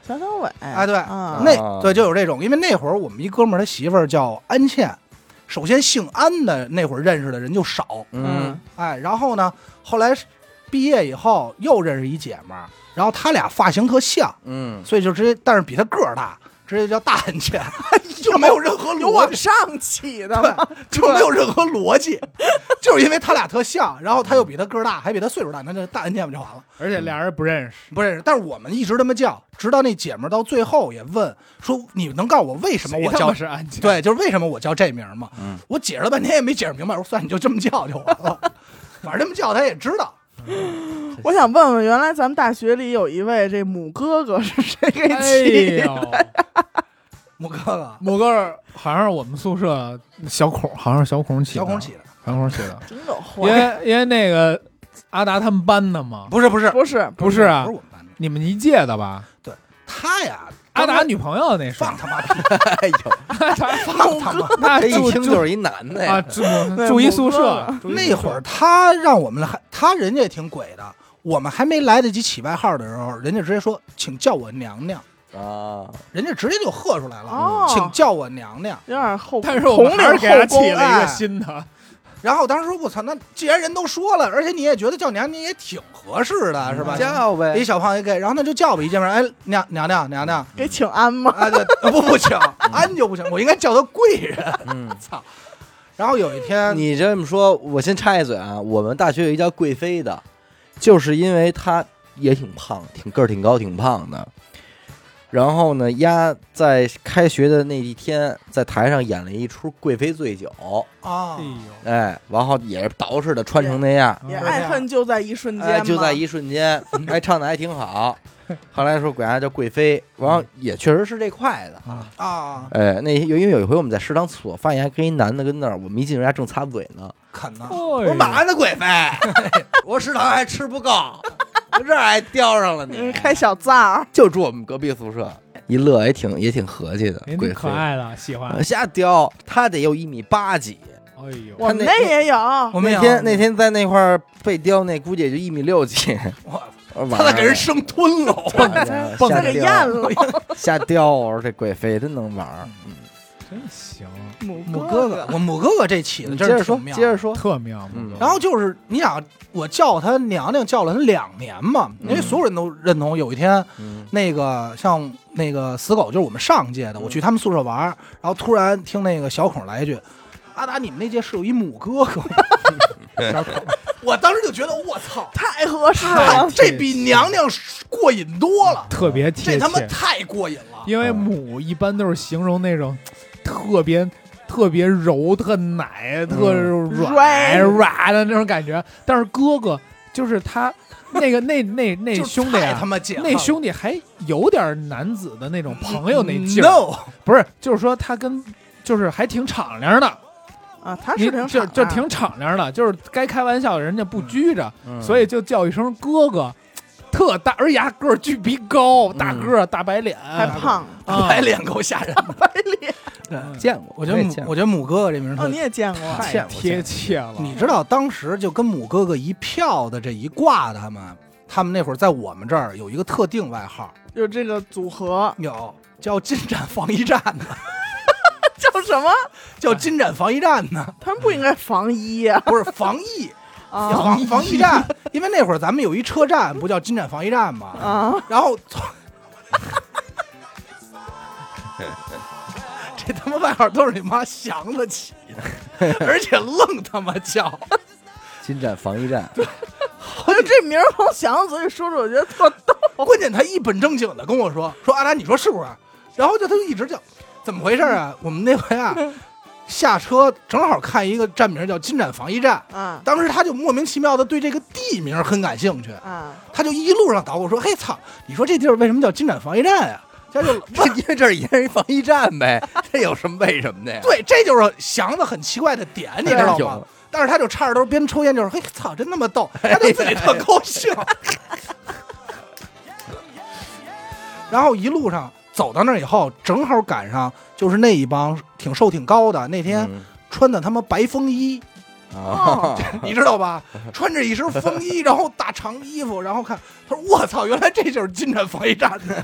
Speaker 3: 小小伟，
Speaker 2: 哎，对，
Speaker 3: 啊
Speaker 2: 那对就有这种，因为那会儿我们一哥们儿他媳妇儿叫安茜，首先姓安的那会儿认识的人就少，
Speaker 1: 嗯，
Speaker 2: 哎，然后呢，后来是毕业以后又认识一姐们儿，然后他俩发型特像，
Speaker 1: 嗯，
Speaker 2: 所以就直接，但是比他个儿大，直接叫大安 茜，就没有任何
Speaker 3: 有
Speaker 2: 逻
Speaker 3: 往
Speaker 2: 辑，
Speaker 3: 上起的吗？
Speaker 2: 对，就没有任何逻 辑，就是因为他俩特像，然后他又比他个儿大，还比他岁数大，那就大安茜不就完了？
Speaker 4: 而且俩人不认识，
Speaker 2: 不认识，但是我们一直这么叫，直到那姐们儿到最后也问说：“你能告诉我为什么
Speaker 4: 谁
Speaker 2: 我
Speaker 4: 他妈
Speaker 2: 叫
Speaker 4: 是安琪，
Speaker 2: 对，就是为啊什么我叫这名儿吗？
Speaker 1: 嗯
Speaker 2: 我解释了半天也没解释明白，我说算你就这么叫就完了， 反正这么叫他也知道。
Speaker 3: 我想问问，原来咱们大学里有一位这母哥哥是谁给
Speaker 4: 哎
Speaker 3: 起的？
Speaker 4: 呦，
Speaker 2: 我哥 哥
Speaker 4: 某个好像是我们宿舍小孔，好像是小孔起
Speaker 2: 小
Speaker 4: 的，
Speaker 2: 孔起的，
Speaker 4: 小孔起的，
Speaker 3: 真够
Speaker 4: 因
Speaker 3: 坏！
Speaker 4: 为因为那个阿达他们班的嘛，
Speaker 2: 不是不是
Speaker 3: 不是，
Speaker 4: 不是啊
Speaker 2: 不是我们班的，
Speaker 4: 你们一届的吧？
Speaker 2: 他呀，
Speaker 4: 阿达
Speaker 2: 刚才
Speaker 4: 女朋友那是，
Speaker 2: 放他妈屁，
Speaker 1: 哎呦，
Speaker 2: 放 他妈。
Speaker 4: 那
Speaker 1: 这一
Speaker 4: 住
Speaker 1: 听
Speaker 4: 住
Speaker 1: 就是一男的
Speaker 4: 啊，
Speaker 1: 呀，
Speaker 4: 住
Speaker 3: 对
Speaker 4: 住一
Speaker 3: 某
Speaker 4: 宿舍
Speaker 3: 个，
Speaker 4: 住一宿舍
Speaker 2: 那会儿他让我们还他人家也挺鬼的，我们还没来得及起外号的时候，人家直接说请叫我娘娘，
Speaker 1: 啊，
Speaker 2: 人家直接就喝出来了，
Speaker 3: 哦
Speaker 2: 请叫我娘娘。
Speaker 3: 有点后，
Speaker 4: 但是我
Speaker 3: 红
Speaker 4: 们还是给他
Speaker 3: 后宫
Speaker 4: 起了一个
Speaker 3: 爱。
Speaker 4: 新的，
Speaker 2: 然后我当时说我操，那既然人都说了，而且你也觉得叫娘娘也挺合适
Speaker 1: 嗯
Speaker 2: 的，是吧？
Speaker 1: 叫
Speaker 2: 一
Speaker 1: 呗，
Speaker 2: 小胖一 gay，然后那就叫吧，一见面，哎，娘娘娘娘娘，
Speaker 3: 给请安吗？
Speaker 2: 啊，对，不不行，安就不行，我应该叫他贵人。
Speaker 1: 嗯。
Speaker 2: 然后有一天，
Speaker 1: 你这么说，我先插一嘴啊，我们大学有一叫贵妃的，就是因为她也挺胖，挺个儿挺高，挺胖的。然后呢，丫在开学的那一天，在台上演了一出《贵妃醉酒》，
Speaker 2: 啊
Speaker 4: 哎，呦，哎
Speaker 1: 哎，然后也是捯饬的穿成那样，
Speaker 3: 也
Speaker 2: 嗯
Speaker 3: 爱恨就在一瞬间
Speaker 1: 哎，
Speaker 3: 吗？
Speaker 1: 就在一瞬 间，哎，唱的还挺好。后来说管她叫贵妃，然后也确实是这块的。
Speaker 4: 啊，
Speaker 2: 啊，
Speaker 1: 哎，那有因为有一回我们在食堂厕所发现还跟一男的跟那儿，我们一进人家正擦嘴呢，
Speaker 2: 啃呢，
Speaker 4: 我
Speaker 1: 我马上的贵妃， 我食堂还吃不够，我这儿还叼上了你
Speaker 3: 嗯，，开小灶儿，
Speaker 1: 就住我们隔壁宿舍，一乐也挺也挺和气的，
Speaker 4: 您
Speaker 1: 贵
Speaker 4: 挺
Speaker 1: 妃
Speaker 4: 哎可爱啊的，喜欢，
Speaker 1: 瞎叼，他得有一米八几。
Speaker 4: 哎呦，
Speaker 3: 我们
Speaker 1: 那
Speaker 3: 那也有。
Speaker 2: 我们
Speaker 1: 那天那天在那块儿被叼，那估计也就一米六几。
Speaker 2: 我
Speaker 1: 他
Speaker 2: 他 在给人生吞了，
Speaker 4: 蹦
Speaker 1: 啊瞎
Speaker 3: 再给咽
Speaker 1: 叼，
Speaker 3: 了，
Speaker 1: 瞎叼，我说这贵妃真能玩儿。
Speaker 4: 真行，
Speaker 3: 母
Speaker 2: 母哥哥，我母哥哥这起的
Speaker 1: 你
Speaker 2: 真
Speaker 1: 接
Speaker 2: 是
Speaker 1: 着说
Speaker 2: 挺，妙
Speaker 1: 接着说，
Speaker 4: 特妙
Speaker 1: 嗯。
Speaker 2: 然后就是你想，我叫他娘娘叫了他两年嘛，因为所有人都认同。有一天，
Speaker 1: 嗯
Speaker 2: 那个像那个死狗，就是我们上届的，我去他们宿舍玩儿，然后突然听那个小孔来一句：“阿达，你们那届是有一母哥哥吗？”小孔，我当时就觉得我操，
Speaker 3: 太合适
Speaker 2: 太
Speaker 3: 了，
Speaker 2: 这比娘娘过瘾多了，
Speaker 4: 特别
Speaker 2: 这
Speaker 4: 贴
Speaker 2: 他妈
Speaker 4: 切，
Speaker 2: 太过瘾了。
Speaker 4: 因为母一般都是形容那种特别。特别柔、特奶、特软
Speaker 3: 软
Speaker 4: 软的那种感觉，但是哥哥就是他那个那那那
Speaker 2: 就是
Speaker 4: 兄弟
Speaker 2: 太
Speaker 4: 啊
Speaker 2: 他，妈解
Speaker 4: 那兄弟还有点男子的那种朋友那劲儿，
Speaker 2: 嗯 no，
Speaker 4: 不是，就是说他跟就是还挺敞亮的，
Speaker 3: 啊！他
Speaker 4: 你
Speaker 3: 是挺
Speaker 4: 就
Speaker 3: 傻
Speaker 4: 就
Speaker 3: 的
Speaker 4: 挺敞亮的，就是该开玩笑人家不拘着，
Speaker 1: 嗯
Speaker 4: 所以就叫一声哥哥，特大，而且他个儿巨逼高，大个儿大白脸，
Speaker 3: 还胖，
Speaker 4: 啊
Speaker 2: 白脸够吓人的。
Speaker 3: 白脸
Speaker 2: 对
Speaker 1: 见过，
Speaker 2: 我觉得
Speaker 1: 也
Speaker 2: 母
Speaker 1: 见过
Speaker 2: 我觉得母哥哥这名儿
Speaker 3: 哦，
Speaker 2: 特
Speaker 3: 你也见过
Speaker 2: 嗯太
Speaker 4: 太贴切了。
Speaker 2: 你知道当时就跟母哥哥一票的这一挂的他们，他们那会儿在我们这儿有一个特定外号，
Speaker 3: 就是这个组 合
Speaker 2: 有叫金展防疫站的，
Speaker 3: 叫什么？
Speaker 2: 叫金展防疫站 的，
Speaker 3: 他们不应该防一啊！
Speaker 2: 不是防疫
Speaker 3: 啊
Speaker 2: 防防疫站，因为那会儿咱们有一车站不叫金展防疫站嘛，
Speaker 3: 啊！
Speaker 2: 然后从。这他妈外号都是你妈想得起的，而且愣他妈叫，
Speaker 1: 金站防疫站，
Speaker 3: 我就这名儿光想，所以说着我觉得特逗。
Speaker 2: 关键他一本正经的跟我说说阿达，你说是不是？然后就他就一直叫怎么回事啊？我们那回啊下车正好看一个站名叫金展防疫站，
Speaker 3: 啊
Speaker 2: 当时他就莫名其妙的对这个地名很感兴趣，
Speaker 3: 啊！
Speaker 2: 他就一路上捣鼓说：“嘿操，你说这地儿为什么叫金展防疫站呀、他就
Speaker 1: 这因为这儿也是一防疫站呗，这有什么为什么的呀？
Speaker 2: 对，这就是祥子很奇怪的点，你知道吗
Speaker 1: 哎有？哎
Speaker 2: 但是他就插着兜边抽烟，就是嘿操，真他妈逗，他就自己特高兴。 然后一路上走到那儿以后，正好赶上就是那一帮挺瘦挺高的，那天
Speaker 1: 嗯
Speaker 2: 穿的他妈白 风衣，
Speaker 3: 哦
Speaker 1: 啊，
Speaker 2: 你知道吧？穿着一身风衣，然后大长衣服，然后看，他说我操，原来这就是金站防 疫站的。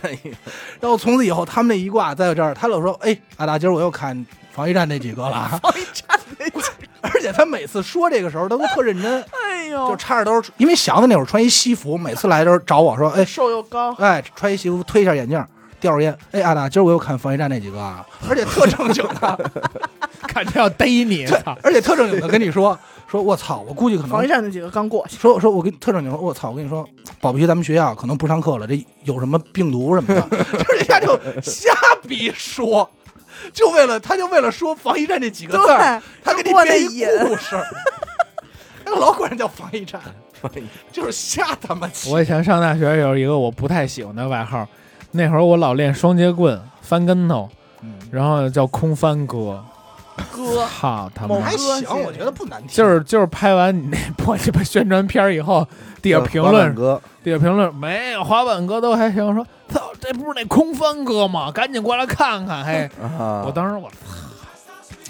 Speaker 2: 然后从此以后，他们那一挂在这儿，他老说，哎，阿达，今儿我又看防疫站那几个了啊。
Speaker 3: 防疫站那家，
Speaker 2: 而且他每次说这个时候，他都特认真，
Speaker 3: 哎
Speaker 2: 就
Speaker 3: 呦，
Speaker 2: 插着兜，因为祥子那会儿穿一西服，每次来的时候找我说，哎
Speaker 3: 瘦又高，
Speaker 2: 哎，穿一西服，推一下眼镜。叼着烟，哎，阿达，今儿我又看防疫站那几个啊，而且特正经的，
Speaker 4: 感觉要逮你，操！
Speaker 2: 而且特正经的跟你说，说我操，我估计可能
Speaker 3: 防疫站那几个刚过去。
Speaker 2: 说说我跟特正经说，我操，我跟你说，保不齐咱们学校可能不上课了，这有什么病毒什么 的，就是人家就瞎逼说，就为了他就为了说防疫站这几个字儿
Speaker 3: 对，
Speaker 2: 他给你编一故事， 那个老管人叫防疫 站，就是瞎他妈起。
Speaker 4: 我以前上大学有一个我不太喜欢的外号，那会儿我老练双截棍、翻跟头，然后叫空翻哥。
Speaker 3: 哥，
Speaker 4: 操他
Speaker 3: 哦某哎
Speaker 4: 妈
Speaker 2: 还！行，
Speaker 3: 哥
Speaker 2: 我觉得不难听，
Speaker 4: 就是就是拍完你那破鸡巴宣传片儿以后，底下评论
Speaker 1: 哥，
Speaker 4: 底下评论没有滑板哥都还行，说操，这不是那空翻哥吗？赶紧过来看看！嘿，我
Speaker 1: 我
Speaker 4: 当时我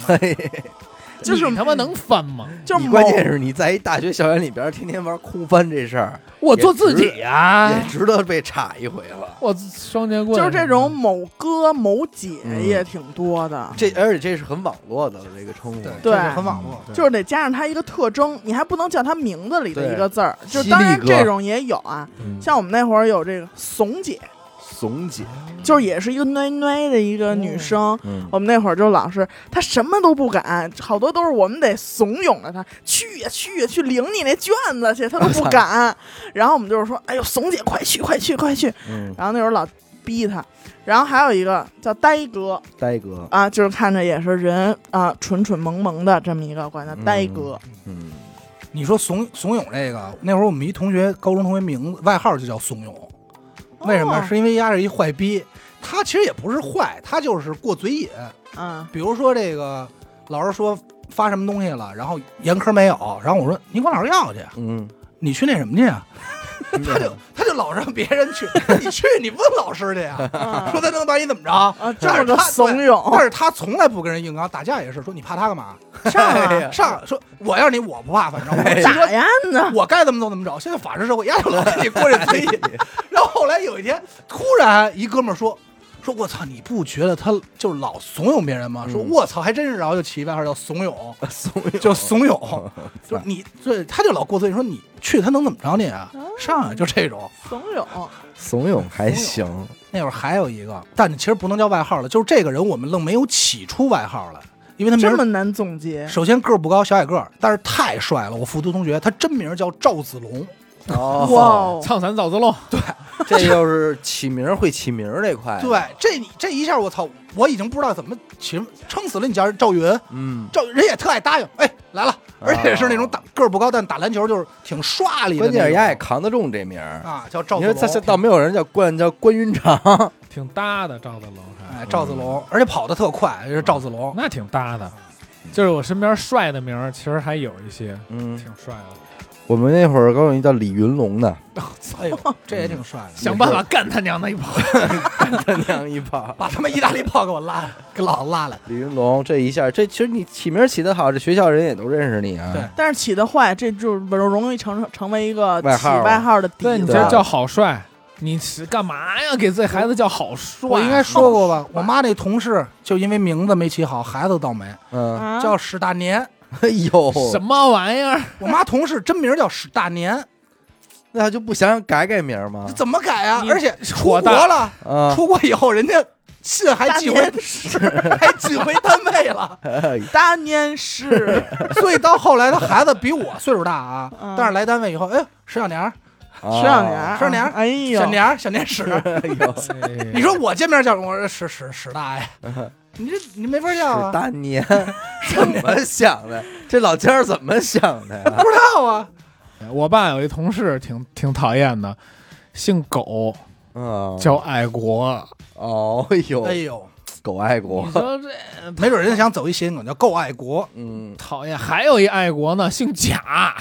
Speaker 1: 嘿，
Speaker 3: 就是
Speaker 4: 你他妈能翻吗？
Speaker 3: 就是
Speaker 1: 你
Speaker 3: 某
Speaker 1: 关键是你在一大学校园里边天天玩空翻这事儿，
Speaker 4: 我做自己啊
Speaker 1: 也！值得被插一回了。
Speaker 4: 我双截棍
Speaker 3: 就是这种某哥某姐
Speaker 1: 嗯
Speaker 3: 也挺多的，
Speaker 1: 这而且这是很网络的这个称呼，
Speaker 2: 对，
Speaker 3: 对
Speaker 2: 就是很网络。
Speaker 3: 就是得加上他一个特征，你还不能叫他名字里的
Speaker 1: 对
Speaker 3: 一个字儿。就
Speaker 1: 犀
Speaker 3: 当
Speaker 1: 利
Speaker 3: 然
Speaker 1: 哥
Speaker 3: 这种也有啊，像我们那会儿有这个怂姐，
Speaker 1: 怂姐，
Speaker 3: 就是也是一个奶奶的一个女生。
Speaker 1: 嗯，
Speaker 3: 我们那会儿就老是她什么都不敢，好多都是我们得怂恿着她去呀去呀去领你那卷子去，她都不敢。然后我们就是说，哎呦，怂姐快去快去快去。
Speaker 1: 嗯，
Speaker 3: 然后那会儿老逼她。然后还有一个叫呆哥
Speaker 1: 呆哥，
Speaker 3: 啊，就是看着也是人啊，蠢蠢萌萌的这么一个，管他呆哥。
Speaker 1: 嗯，
Speaker 2: 你说怂怂恿这个，那会儿我们一同学，高中同学名字外号就叫怂恿，为什么呀？
Speaker 3: 哦
Speaker 2: 是因为丫是一坏逼，他其实也不是坏，他就是过嘴瘾。
Speaker 3: 嗯，
Speaker 2: 比如说这个老师说发什么东西了，然后严科没有，然后我说你管老师要去，啊
Speaker 1: 嗯，
Speaker 2: 你去那什么去啊？他就他就老让别人去，你去你问老师去呀，
Speaker 1: 哎
Speaker 3: 啊
Speaker 2: 说他能把你怎么着？
Speaker 3: 啊，这么个怂
Speaker 2: 但
Speaker 3: 恿，
Speaker 2: 是他从来不跟人硬刚，打架也是说你怕他干嘛？
Speaker 3: 上
Speaker 1: 哎
Speaker 3: 来
Speaker 1: 呀哎
Speaker 2: 上来说我要是你我不怕，反正我骑车
Speaker 3: 打呀呢，
Speaker 2: 我该怎么走怎么着。现在法治社会，丫就老给你过这嘴瘾。
Speaker 1: 哎
Speaker 2: 然后后来有一天，突然一哥们儿说：“说我操，你不觉得他就是老怂恿别人吗？”说：“
Speaker 1: 嗯哎
Speaker 2: 我操，还真是。”然后就起一外号叫怂恿，
Speaker 1: 怂恿
Speaker 2: 就怂 恿，就是你对他就老过嘴瘾，说你去他能怎么着你啊？上来就这种。
Speaker 3: 怂恿，
Speaker 1: 怂恿还行，
Speaker 2: 那会儿还有一个，但其实不能叫外号了，就是这个人我们愣没有起出外号来，因为他名
Speaker 3: 这
Speaker 2: 儿
Speaker 3: 么难总结，
Speaker 2: 首先个儿不高，小矮个儿，但是太帅了。我复读同学，他真名叫赵子龙。
Speaker 1: 哦
Speaker 3: 哇哦，
Speaker 4: 唱散枣子喽，
Speaker 1: 这又是起名儿会起名儿这块，
Speaker 2: 对，，这你这一下我操，我已经不知道怎么起，撑死了你叫人赵云，
Speaker 1: 嗯，
Speaker 2: 赵人也特爱答应，哎来
Speaker 1: 啊
Speaker 2: 了，而且是那种打个儿不高，但打篮球就是挺刷力的
Speaker 1: 关
Speaker 2: 那种，
Speaker 1: 键是丫也扛得住这名儿。
Speaker 2: 啊叫赵
Speaker 1: 你说
Speaker 2: 子龙，
Speaker 1: 他这倒没有人叫冠叫关云长，
Speaker 4: 挺搭的，赵子龙还
Speaker 2: 哎赵子龙，而且跑得特快，是赵子龙。
Speaker 4: 那挺搭的。就是我身边帅的名儿，其实还有一些
Speaker 1: 嗯
Speaker 4: 挺帅的。
Speaker 1: 我们那会儿高中有一叫李云龙的，
Speaker 2: 哎呦，这也挺帅的，
Speaker 4: 想办法干他娘的一炮！
Speaker 1: 他娘一 炮。
Speaker 2: 把他们意大利炮给我拉，给老子拉来。
Speaker 1: 李云龙这一下，这其实你起名起得好，这学校人也都认识你啊。
Speaker 2: 对
Speaker 3: 但是起的坏，这就容易成成为一个
Speaker 1: 外
Speaker 3: 起
Speaker 1: 号啊
Speaker 3: 外号的底
Speaker 4: 对，你
Speaker 3: 子。
Speaker 1: 对
Speaker 4: 这
Speaker 1: 啊
Speaker 4: 叫好帅，你是干嘛呀？给自己孩子叫好帅？啊
Speaker 2: 我应该说过吧，我妈那同事就因为名字没起好，孩子倒霉，
Speaker 1: 嗯，
Speaker 3: 啊
Speaker 2: 叫史大年。
Speaker 1: 哎呦，
Speaker 4: 什么玩意儿？
Speaker 2: 我妈同事真名叫史大年，
Speaker 1: 那就不想想改改名吗
Speaker 2: 这？怎么改啊？
Speaker 4: 你
Speaker 2: 而且出
Speaker 4: 火
Speaker 2: 国
Speaker 4: 大
Speaker 2: 了，
Speaker 1: 啊，
Speaker 2: 出国以后人家信还寄回
Speaker 3: 大，
Speaker 2: 还寄回单位了。
Speaker 1: 哎
Speaker 3: 当年是
Speaker 2: 所以到后来，他孩子比我岁数大啊
Speaker 3: 嗯，
Speaker 2: 但是来单位以后，哎，史小年儿、
Speaker 1: 啊
Speaker 3: 十小年儿，
Speaker 2: 十小年儿
Speaker 3: 哎呦
Speaker 2: 小，年儿、小年史，
Speaker 1: 哎呦，是
Speaker 2: 你说我见面叫什么？我说史史史大爷，你这你没法叫啊，
Speaker 1: 大年怎么想的？这老尖儿怎么想的呀？
Speaker 2: 不知道啊。
Speaker 4: 哎我爸有一同事挺挺讨厌的，姓狗，
Speaker 1: 嗯，
Speaker 4: 叫爱国。
Speaker 1: 哦，哎呦
Speaker 2: 哎，呦，
Speaker 1: 狗爱
Speaker 4: 你
Speaker 1: 国，
Speaker 4: 说这
Speaker 2: 没准人家想走一谐音梗叫够爱国，
Speaker 1: 嗯，
Speaker 4: 讨厌，还有一爱国呢，姓贾。
Speaker 1: 啊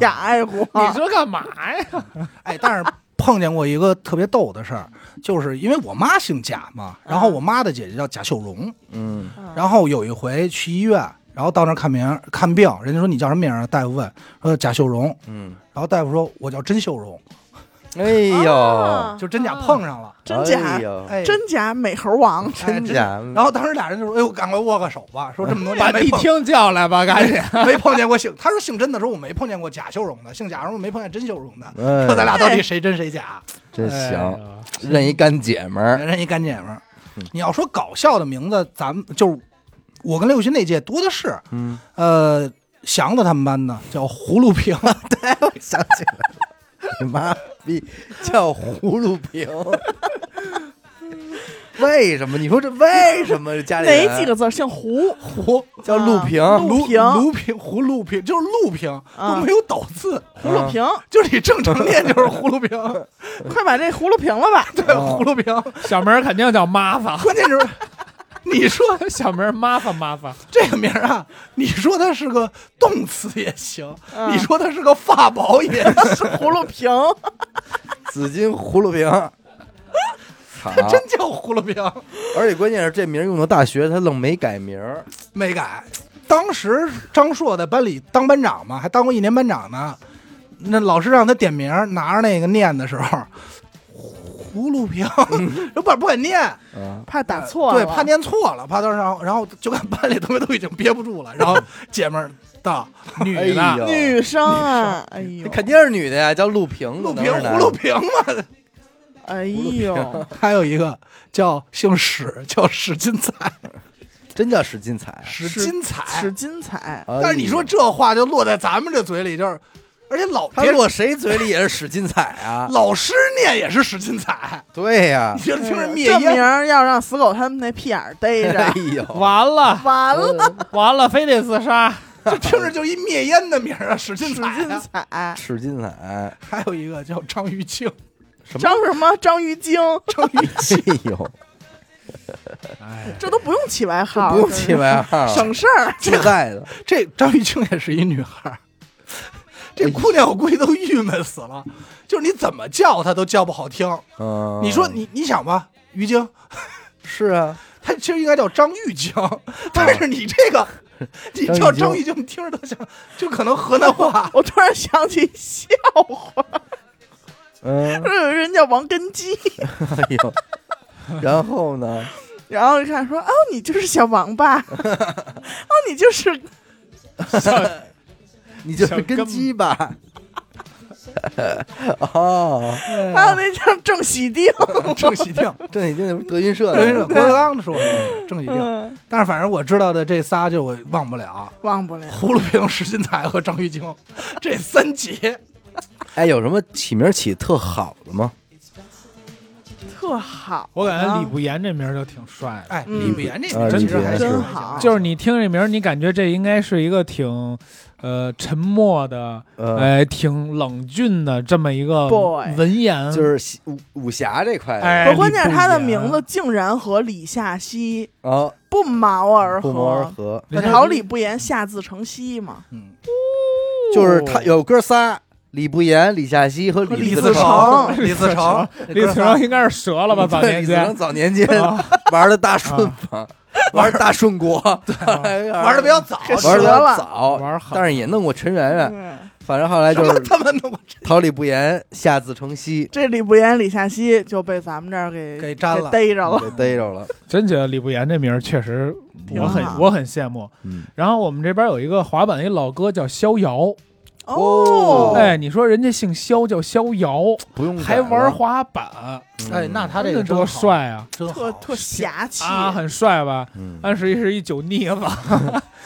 Speaker 3: 假爱国，
Speaker 4: 你这干嘛呀？
Speaker 2: 哎，但是碰见过一个特别逗的事儿，就是因为我妈姓贾嘛，然后我妈的姐姐叫贾秀荣，
Speaker 1: 嗯，
Speaker 3: 啊
Speaker 2: 然后有一回去医院，然后到那儿看名看病，人家说你叫什么名儿啊？大夫问，说贾秀荣，
Speaker 1: 嗯，
Speaker 2: 然后大夫说我叫真秀荣，
Speaker 1: 哎呦，
Speaker 3: 啊
Speaker 2: 就真假碰上了，
Speaker 3: 真假
Speaker 1: 哎呦，
Speaker 2: 哎，
Speaker 3: 真假美猴王，
Speaker 1: 真假，
Speaker 2: 然后当时俩人就说：“哎呦，赶快握个手吧！”说这么多
Speaker 4: 把
Speaker 2: 年没
Speaker 4: 地
Speaker 2: 碰
Speaker 4: 听叫来吧，赶紧。
Speaker 2: 没碰见过姓，他说姓真的时候我没碰见过贾秀荣的，姓贾时候我没碰见真秀荣的。
Speaker 1: 哎
Speaker 2: 说咱俩到底谁真谁假？
Speaker 1: 真
Speaker 4: 哎
Speaker 1: 行，
Speaker 4: 呀，
Speaker 1: 认一干姐们儿，
Speaker 2: 人一干姐们儿
Speaker 1: 嗯。
Speaker 2: 你要说搞笑的名字，咱们就是我跟刘雨欣那届多的是。
Speaker 1: 嗯，
Speaker 2: 呃，祥子他们班的叫葫 芦瓶，
Speaker 1: 想起来了，你妈逼叫葫芦瓶。为什么？你说这为什么家里人
Speaker 3: 哪几个字儿姓胡？
Speaker 2: 葫
Speaker 1: 叫陆
Speaker 3: 啊
Speaker 1: 平？
Speaker 3: 芦
Speaker 2: 芦
Speaker 3: 瓶
Speaker 2: 芦瓶葫芦瓶就是鹿瓶，
Speaker 3: 啊
Speaker 2: 都没有斗字，
Speaker 3: 葫芦瓶，
Speaker 2: 就是你正常念就是 葫芦瓶，
Speaker 3: 快把这葫芦瓶了吧！
Speaker 2: 对，
Speaker 1: 哦
Speaker 2: 葫芦瓶。
Speaker 4: 小明儿肯定叫妈发，
Speaker 2: 关键是，你说
Speaker 4: 小明儿妈发妈发，
Speaker 2: 这个名儿啊，你说它是个动词也行，
Speaker 1: 啊
Speaker 3: 嗯
Speaker 2: 你说它是个法宝也行，
Speaker 3: 葫芦瓶，
Speaker 1: 紫金葫芦瓶。操！
Speaker 2: 它 真叫葫芦瓶。
Speaker 1: 而且关键是这名儿用到大学，他愣没改名儿。
Speaker 2: 没改。当时张硕在班里当班长嘛，还当过一年班长呢。那老师让他点名，拿着那个念的时候，葫芦瓶，不敢不敢念，
Speaker 1: 啊，
Speaker 3: 怕打错了，
Speaker 2: 对，怕念错了，怕到时候，然后就看班里同学都已经憋不住了，然后姐们儿到
Speaker 4: 女
Speaker 1: 哎
Speaker 4: 的。
Speaker 1: 呦，
Speaker 3: 女生啊，哎
Speaker 1: 那
Speaker 3: 呦，
Speaker 1: 肯定是女的呀，叫陆平，
Speaker 2: 葫芦
Speaker 1: 怎么能
Speaker 2: 瓶，
Speaker 1: 是男
Speaker 2: 葫
Speaker 1: 的
Speaker 2: 芦瓶嘛。
Speaker 3: 哎呦，
Speaker 2: 还有一个叫姓史，叫史金彩，
Speaker 1: 真叫史金彩。啊哎
Speaker 2: 史
Speaker 3: 史
Speaker 2: 金彩。
Speaker 3: 使金彩，嗯
Speaker 1: 但
Speaker 2: 但是你说这话就落在咱们这嘴里，就是，而且老
Speaker 1: 他
Speaker 2: 别
Speaker 1: 落谁嘴里也是史金彩啊？
Speaker 2: 老师念也是史金彩。
Speaker 1: 对呀
Speaker 2: 你， 就听着灭
Speaker 3: 这名
Speaker 2: 烟，
Speaker 3: 儿要让死狗他们那屁眼儿逮
Speaker 1: 哎
Speaker 3: 着，
Speaker 1: 呦，
Speaker 4: 完了
Speaker 3: 完了，
Speaker 4: 完了，非得自杀。
Speaker 2: 就听着就一灭烟的名儿啊，史
Speaker 3: 使
Speaker 2: 进彩啊、
Speaker 3: 金彩，
Speaker 1: 史金彩。
Speaker 2: 还有一个叫张玉清，
Speaker 1: 什么？
Speaker 3: 张什么张玉京，
Speaker 2: 张 玉清
Speaker 1: 哎呦，
Speaker 4: 哎，
Speaker 3: 这都不用起外号，
Speaker 1: 不用起外号
Speaker 3: 真，是省事儿。。
Speaker 1: 自 带的。
Speaker 2: 这张玉清也是一女孩儿。 这姑娘我估计都郁闷死了，就是你怎么叫她都叫不好听。
Speaker 1: 嗯，
Speaker 2: 你说你你想吧，于晶，
Speaker 1: 是啊，
Speaker 2: 她其实应该叫张玉 晶，但是你这个，你叫嗯张玉晶，听着都像，就可能河南话
Speaker 3: 我突然想起笑话，
Speaker 1: 嗯，
Speaker 3: 说有一人叫王根基，
Speaker 1: 哎呦， 然后呢？
Speaker 3: 然后一看说哦，你就是小王八，哦，你就是
Speaker 1: 你就是
Speaker 4: 小
Speaker 1: 根
Speaker 4: 根
Speaker 1: 基吧？哦，
Speaker 2: 嗯
Speaker 3: 还有那叫郑喜定，
Speaker 2: 郑喜 定，
Speaker 1: 这已经是德云社
Speaker 2: 郑喜定，
Speaker 1: 的，
Speaker 2: 郭德纲说的郑喜定。
Speaker 3: 嗯
Speaker 2: 但是反正我知道的这仨就我忘不了。
Speaker 3: 忘不了。
Speaker 2: 葫芦瓶、石金彩和张玉京这三杰，
Speaker 1: 哎，有什么起名起特好的吗？
Speaker 3: 特好。啊
Speaker 4: 我感觉李不言这名儿就挺帅的，
Speaker 2: 哎，
Speaker 3: 嗯
Speaker 2: 李不言这
Speaker 1: 啊
Speaker 2: 名其实还
Speaker 1: 李不言
Speaker 2: 是
Speaker 1: 真
Speaker 3: 好
Speaker 4: 就是你听这名儿，你感觉这应该是一个挺，呃，沉默的，
Speaker 1: 呃，
Speaker 4: 哎，挺冷峻的这么一个
Speaker 3: 嗯 Boy
Speaker 4: 文言，
Speaker 1: 就是喜武武侠这块的，
Speaker 4: 嗯哎
Speaker 3: 不，关键是他的
Speaker 4: 李不言
Speaker 3: 名字竟然和李夏熙
Speaker 1: 哦，
Speaker 3: 不谋而
Speaker 1: 不谋而
Speaker 3: 合。
Speaker 1: 合。
Speaker 4: 人家
Speaker 3: 好李不言，下自成蹊嘛。
Speaker 2: 嗯，
Speaker 1: 就是他有哥仨，李不言、李夏曦和
Speaker 2: 李
Speaker 1: 自
Speaker 2: 自成，李自成
Speaker 4: 成，李子成应该是折了吧？早
Speaker 1: 对
Speaker 4: 年
Speaker 1: 李自
Speaker 4: 间
Speaker 1: 成早年间
Speaker 4: 啊
Speaker 1: 玩的大顺风，玩的大顺国，玩
Speaker 2: 玩的比较早，
Speaker 1: 玩的
Speaker 3: 折了
Speaker 1: 早，
Speaker 4: 玩好
Speaker 1: 但，是也弄过陈圆圆。
Speaker 3: 对
Speaker 1: 反正后来就
Speaker 2: 什么
Speaker 1: 是
Speaker 2: 他妈弄
Speaker 1: 桃李不言，下自成 蹊，
Speaker 3: 这李不言、李夏曦就被咱们这儿给
Speaker 2: 给粘了
Speaker 3: 逮着了。
Speaker 1: 给逮着了。
Speaker 4: 真觉得李不言这名儿确实
Speaker 3: 挺
Speaker 4: 我很
Speaker 3: 好
Speaker 4: 我很羡慕。
Speaker 1: 嗯，
Speaker 4: 然后我们这边有一个滑板的一老哥叫逍遥，
Speaker 1: 哦嗯
Speaker 4: 哎，你说人家姓肖叫逍遥，
Speaker 1: 不用
Speaker 4: 还
Speaker 1: 改
Speaker 4: 玩
Speaker 1: 了
Speaker 4: 滑板，
Speaker 1: 嗯
Speaker 2: 哎，那他
Speaker 4: 他
Speaker 2: 这个真好
Speaker 4: 多，帅啊！
Speaker 2: 真
Speaker 3: 特
Speaker 2: 好。
Speaker 3: 特侠气
Speaker 4: 啊，很帅吧？
Speaker 1: 嗯，
Speaker 4: 安石一是一酒腻子，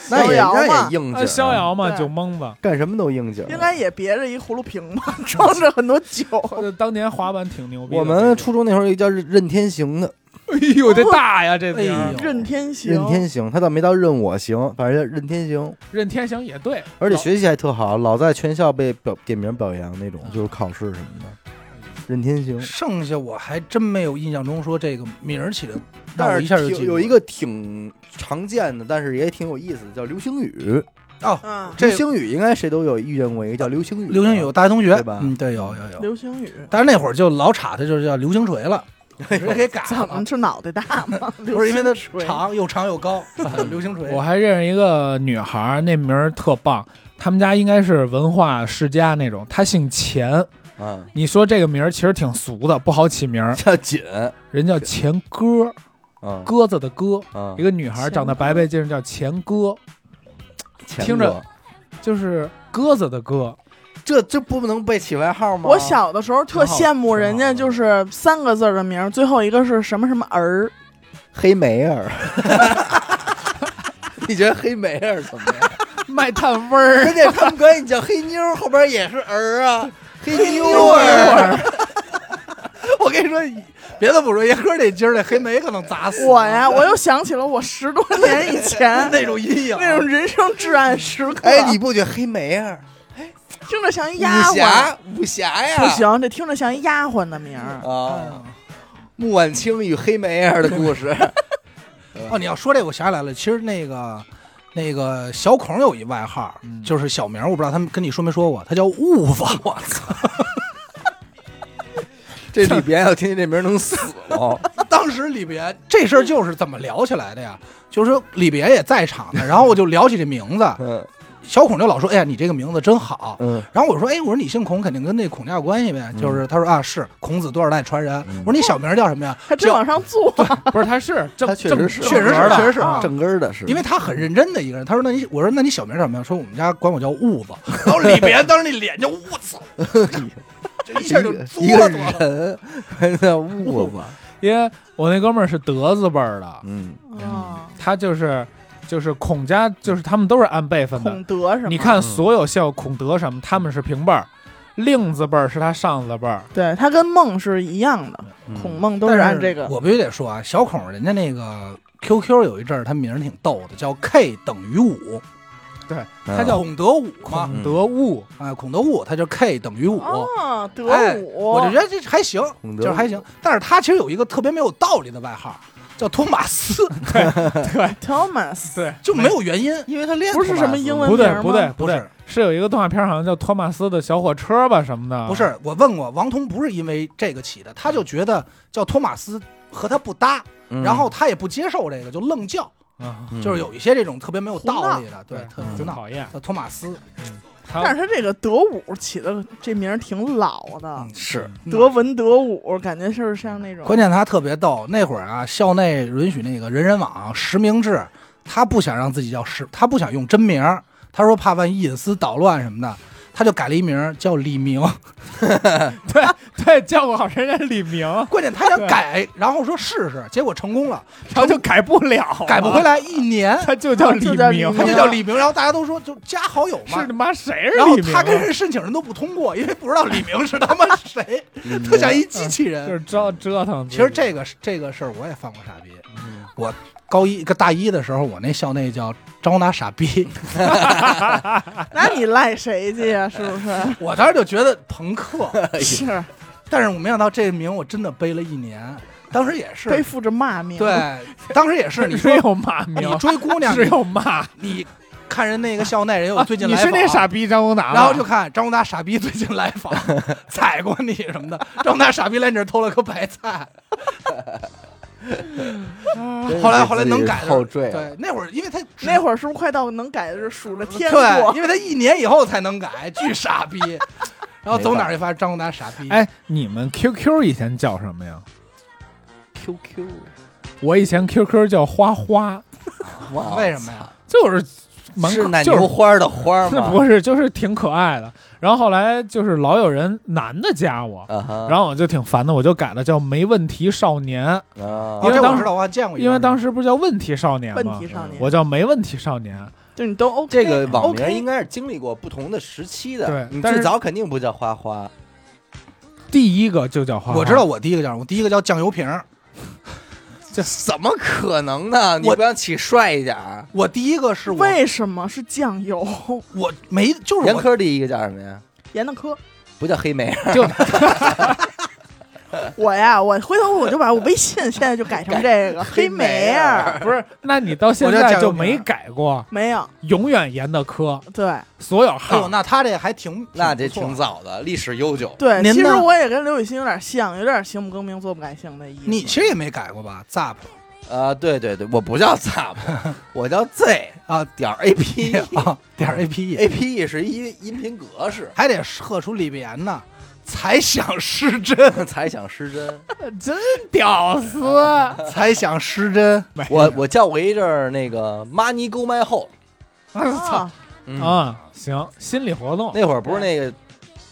Speaker 1: 那
Speaker 3: 逍
Speaker 1: 也
Speaker 3: 遥嘛
Speaker 1: 那也应
Speaker 4: 啊
Speaker 1: 景，
Speaker 4: 逍遥嘛，
Speaker 3: 对
Speaker 4: 酒蒙子。
Speaker 1: 干什么都应景。啊
Speaker 3: 应该也别着一葫芦瓶吧， 装着很多酒。
Speaker 4: 呃当年滑板挺牛逼的。
Speaker 1: 我们初中那会儿有一个叫任任天行的，
Speaker 4: 哎呦，这大呀，这
Speaker 2: 哎
Speaker 4: 名儿
Speaker 2: 呦，
Speaker 3: 任天行，
Speaker 1: 任天行，他倒没到任我行，反正叫任天行，
Speaker 4: 任天行也对，
Speaker 1: 而且学习还特好，老在全校被表点名表扬那种，就是考试什么的。任天行，
Speaker 2: 剩下我还真没有印象中说这个名儿起的，让我
Speaker 1: 但
Speaker 2: 一下
Speaker 1: 是
Speaker 2: 就
Speaker 1: 挺
Speaker 2: 记
Speaker 1: 有
Speaker 2: 住
Speaker 1: 一个挺常见的，但是也挺有意思的，叫流星雨。
Speaker 2: 哦，
Speaker 3: 嗯，
Speaker 2: 这
Speaker 1: 流星雨应该谁都有遇见过一个叫流星雨的，啊
Speaker 2: 流星雨有大学同学
Speaker 1: 对吧
Speaker 2: 嗯，对，有有有。
Speaker 3: 流星雨，
Speaker 2: 但是那会儿就老插他，就是叫流星锤了，
Speaker 1: 哎
Speaker 2: 直接给改
Speaker 3: 怎么
Speaker 2: 了，
Speaker 3: 是脑袋大 吗？
Speaker 2: 不是因为它
Speaker 3: 流星锤
Speaker 2: 长又长又高，流星锤。
Speaker 4: 我还认识一个女孩儿，那名儿特棒。他们家应该是文化世家那种，她姓钱。
Speaker 1: 啊，
Speaker 4: 你说这个名儿其实挺俗的，不好起名儿。
Speaker 1: 叫锦，
Speaker 4: 人叫钱鸽，
Speaker 1: 嗯
Speaker 4: 鸽子的鸽。
Speaker 1: 嗯
Speaker 4: 一，个女孩儿长得白白净净，叫钱鸽，
Speaker 1: 前
Speaker 4: 听着
Speaker 1: 哥
Speaker 4: 就是鸽子的鸽。
Speaker 1: 这这不能被起外号吗？
Speaker 3: 我小的时候特羡慕人家，
Speaker 1: 挺好
Speaker 3: 就是三个字儿的名儿，最后一个是什么什么儿，
Speaker 1: 黑梅尔， 你觉得黑梅尔怎么样？
Speaker 4: 卖炭味儿，
Speaker 1: 关键他们管你叫黑妞儿，后边也是儿啊，黑妞儿。
Speaker 2: 儿， 我跟你说，别的不说，爷哥这今儿这黑莓可能砸死
Speaker 3: 我呀，我又想起了我十 多年以前
Speaker 2: 那种阴影，
Speaker 3: 那种人生至暗时刻，
Speaker 1: 哎，你不觉得黑梅儿
Speaker 3: 听着像一
Speaker 1: 武
Speaker 3: 丫鬟，
Speaker 1: 侠武侠呀？
Speaker 3: 不行，这听着像一丫鬟的名儿，
Speaker 1: 啊！穆婉清与黑梅儿的故 事，
Speaker 2: 哦，你要说这个，我想起来了，其实那个那个小孔有一外号，
Speaker 4: 嗯
Speaker 2: 就是小名儿，我不知道他们跟你说没说过，他叫雾子。我操！
Speaker 1: 这里边要听见这名儿能死了。
Speaker 2: 当时李别这事儿就是怎么聊起来的呀？就是说李别也在场呢，然后我就聊起这 名字，
Speaker 1: 嗯
Speaker 2: 小孔就老说：“哎呀，你这个名字真好。”
Speaker 1: 嗯，
Speaker 2: 然后我说：“哎，我说你姓孔，肯定跟那孔家有关系呗。”就是他说：“啊，是孔子多少代传人。
Speaker 1: 嗯
Speaker 2: 我说：“你小名叫什么呀
Speaker 3: 还真往上坐，
Speaker 4: 不是，他是正
Speaker 1: 他确实是，
Speaker 4: 正
Speaker 2: 确实是
Speaker 4: 正格儿的
Speaker 2: 确实是
Speaker 4: 啊
Speaker 1: 正根儿的是？”，
Speaker 2: 因为他很认真的一个人。他说：“那你，我说那你小名叫什么呀？”说：“我们家管我叫痦子。” 然后李别当时那脸就我 操，这一
Speaker 1: 一
Speaker 2: 下就
Speaker 1: 个一
Speaker 2: 作
Speaker 1: 个
Speaker 2: 了。
Speaker 1: 人 还在痦子，
Speaker 4: 因为我那哥们儿是德字辈儿的，
Speaker 1: 嗯，
Speaker 3: 啊，
Speaker 4: 他就是就是孔家，就是他们都是按辈分的
Speaker 3: 孔。德是吗？
Speaker 4: 你，看，所有像孔德什么，他们是平辈儿，令字辈儿是他上字辈儿。
Speaker 3: 对他跟孟是一样的，孔孟都是按这个
Speaker 2: 但是。我必须得说啊，小孔人家那个 QQ 有一阵儿，他名儿挺逗的，叫 K 等于五，
Speaker 4: 他叫
Speaker 2: 嗯孔德五嘛，
Speaker 4: 孔德物，
Speaker 2: 啊，孔德五，他叫 K 等于五。
Speaker 3: 哦，德
Speaker 2: 哎
Speaker 3: 武，
Speaker 2: 我就觉得这还行，
Speaker 1: 孔德
Speaker 2: 就是还行。但是他其实有一个特别没有道理的外号，叫托马 斯，
Speaker 3: Thomas
Speaker 4: 对，
Speaker 2: 就没有原因。
Speaker 1: 因为他练
Speaker 3: 不是什么英文
Speaker 4: 不
Speaker 3: 名
Speaker 4: 对
Speaker 3: 儿吗
Speaker 4: 不对不
Speaker 2: 不
Speaker 4: 对
Speaker 2: 是，
Speaker 4: 是有一个动画片儿，好像叫托马斯的小火车吧什么的。
Speaker 2: 不，是，我问过王彤，不是因为这个起的，他就觉得叫托马斯和他不搭，
Speaker 1: 嗯
Speaker 2: 然后他也不接受这个，就愣叫，
Speaker 4: 啊，
Speaker 2: 就是有一些这种特别没有道理的，对，特
Speaker 4: 很
Speaker 2: 嗯胡闹。
Speaker 4: 讨厌。
Speaker 2: 叫托马斯
Speaker 4: 还有
Speaker 3: 但是他这个德武起的这名儿挺老的，
Speaker 2: 啊是
Speaker 3: 德文德武，感觉就是像那种
Speaker 2: 嗯关键他特别逗，那会儿啊，校内啊允许那个人人网实名制，他不想让自己叫实，他不想用真名儿，他说怕万一隐私捣乱什么的，他就改了一名儿叫李明。
Speaker 4: 对叫过好像人家李明，
Speaker 2: 关键他想改，然后说试试，结果成功了，啊
Speaker 4: 然后就改不了，
Speaker 2: 改不回，来，一年
Speaker 4: 他就叫李
Speaker 3: 就叫李
Speaker 4: 明，
Speaker 2: 他就叫李明，然后大家都说就加好友嘛
Speaker 4: 嗯是他。妈谁是
Speaker 2: 然后
Speaker 4: 李明啊？
Speaker 2: 他跟人申请人都不通过，因为不知道李明是他妈谁， 他像一机器
Speaker 4: 嗯就
Speaker 2: 人。
Speaker 4: 是折折腾自
Speaker 2: 嗯其
Speaker 4: 己。
Speaker 2: 实这个这个事儿我也犯过傻逼，我高一个大一的时候，我那校内叫招拿傻逼，
Speaker 4: 嗯
Speaker 3: 那你赖谁去呀？是不是？
Speaker 2: 我当时就觉得朋克，
Speaker 3: 是
Speaker 2: 哎但是我没想到这个名我真的背了一年，当时也
Speaker 3: 背
Speaker 2: 是，
Speaker 3: 负着骂名。，
Speaker 2: 对，当时也是，你
Speaker 4: 只
Speaker 2: 说
Speaker 4: 有骂名
Speaker 2: 你，追姑娘，
Speaker 4: 只
Speaker 2: 你
Speaker 4: 有骂。啊
Speaker 2: 你看人那个校内人有最近来
Speaker 4: 你
Speaker 2: 访，
Speaker 4: 是那傻逼张啊宏达吗，
Speaker 2: 然后就看张宏达傻逼最近来访，踩过你什么的。张宏达傻逼来你这儿偷了颗白菜，后来后来啊能改的时候
Speaker 1: 嗯后缀了，
Speaker 2: 对，那会儿因为他
Speaker 3: 嗯那会儿是不是快到能改的数着天
Speaker 2: 对，
Speaker 3: 数？
Speaker 2: 因为他一年以后才能改，巨傻逼。然后走哪儿一发现张宏达傻逼，
Speaker 4: 哎，你们 QQ 以前叫什么呀？
Speaker 1: QQ，
Speaker 4: 我以前 QQ 叫花花，
Speaker 1: 哇
Speaker 2: 哎为什么呀？
Speaker 4: 就是蛮
Speaker 1: 是奶
Speaker 4: 就
Speaker 1: 牛
Speaker 4: 是
Speaker 1: 花的花吗？
Speaker 4: 那 不是就是挺可爱的。然后后来就是老有人男的加我，
Speaker 1: 啊哈，
Speaker 2: 嗯
Speaker 4: 然后我就挺烦的，我就改了叫没问题少年，
Speaker 1: 啊
Speaker 2: 哦
Speaker 4: 因为
Speaker 2: 这
Speaker 4: 当
Speaker 2: 我
Speaker 4: 时
Speaker 2: 知道，我还见过一张。
Speaker 4: 因为当时不叫问题少 年
Speaker 3: 问
Speaker 4: 吗
Speaker 3: 题？少年，
Speaker 4: 嗯我叫没问题少年，
Speaker 3: 就你都 OK。
Speaker 1: 这个网名
Speaker 3: OK
Speaker 1: 应该是经历过不同的时期的。
Speaker 4: 对
Speaker 1: 你
Speaker 4: 但
Speaker 1: 最
Speaker 4: 是
Speaker 1: 早肯定不叫花花，
Speaker 4: 第一个就叫花花。
Speaker 2: 我知道我第一个叫什么，我第一个叫酱油瓶儿。
Speaker 1: 这怎么可能呢？你
Speaker 2: 我
Speaker 1: 不要起帅一点儿？
Speaker 2: 我第一个是我
Speaker 3: 为什么是酱油？
Speaker 2: 我没就是
Speaker 1: 严
Speaker 2: 我
Speaker 1: 科第一个叫什么呀？
Speaker 3: 盐的科。
Speaker 1: 不叫黑莓，
Speaker 3: 我呀，我回头我就把我微信现在就改成这个黑
Speaker 1: 莓
Speaker 3: 莓
Speaker 1: 儿
Speaker 3: 儿，
Speaker 4: 不是，那你到现
Speaker 2: 我叫
Speaker 4: 在
Speaker 2: 酱
Speaker 4: 就
Speaker 2: 油瓶
Speaker 4: 没改过，
Speaker 3: 没有
Speaker 4: 永远严的科，
Speaker 3: 对。
Speaker 4: 所有
Speaker 2: 哎呦，
Speaker 4: 号。
Speaker 2: 那他这还挺
Speaker 1: 那这
Speaker 2: 不错
Speaker 1: 挺早的，历史悠久。
Speaker 3: 对，
Speaker 2: 您
Speaker 3: 其实
Speaker 2: 呢
Speaker 3: 我也跟刘雨欣有点像，有点行不更名，坐不改姓的意思。
Speaker 2: 你其实也没改过吧？Zap
Speaker 1: 啊，对对对，我不叫 Zap，我叫 Z
Speaker 2: 啊
Speaker 1: 点儿 APE。
Speaker 2: 啊 点 A P E，
Speaker 1: APE 是一音频格式，
Speaker 2: 还得喝出李碧岩呢，才想失真，
Speaker 1: 才想失 真。
Speaker 4: 真屌丝！
Speaker 2: 才想失真。
Speaker 1: 我我叫过一阵儿那个 Money Go My Hole，
Speaker 2: 哎
Speaker 4: 我操
Speaker 3: 啊
Speaker 1: 嗯
Speaker 4: 啊，行，心理活动。
Speaker 1: 那会儿不是那个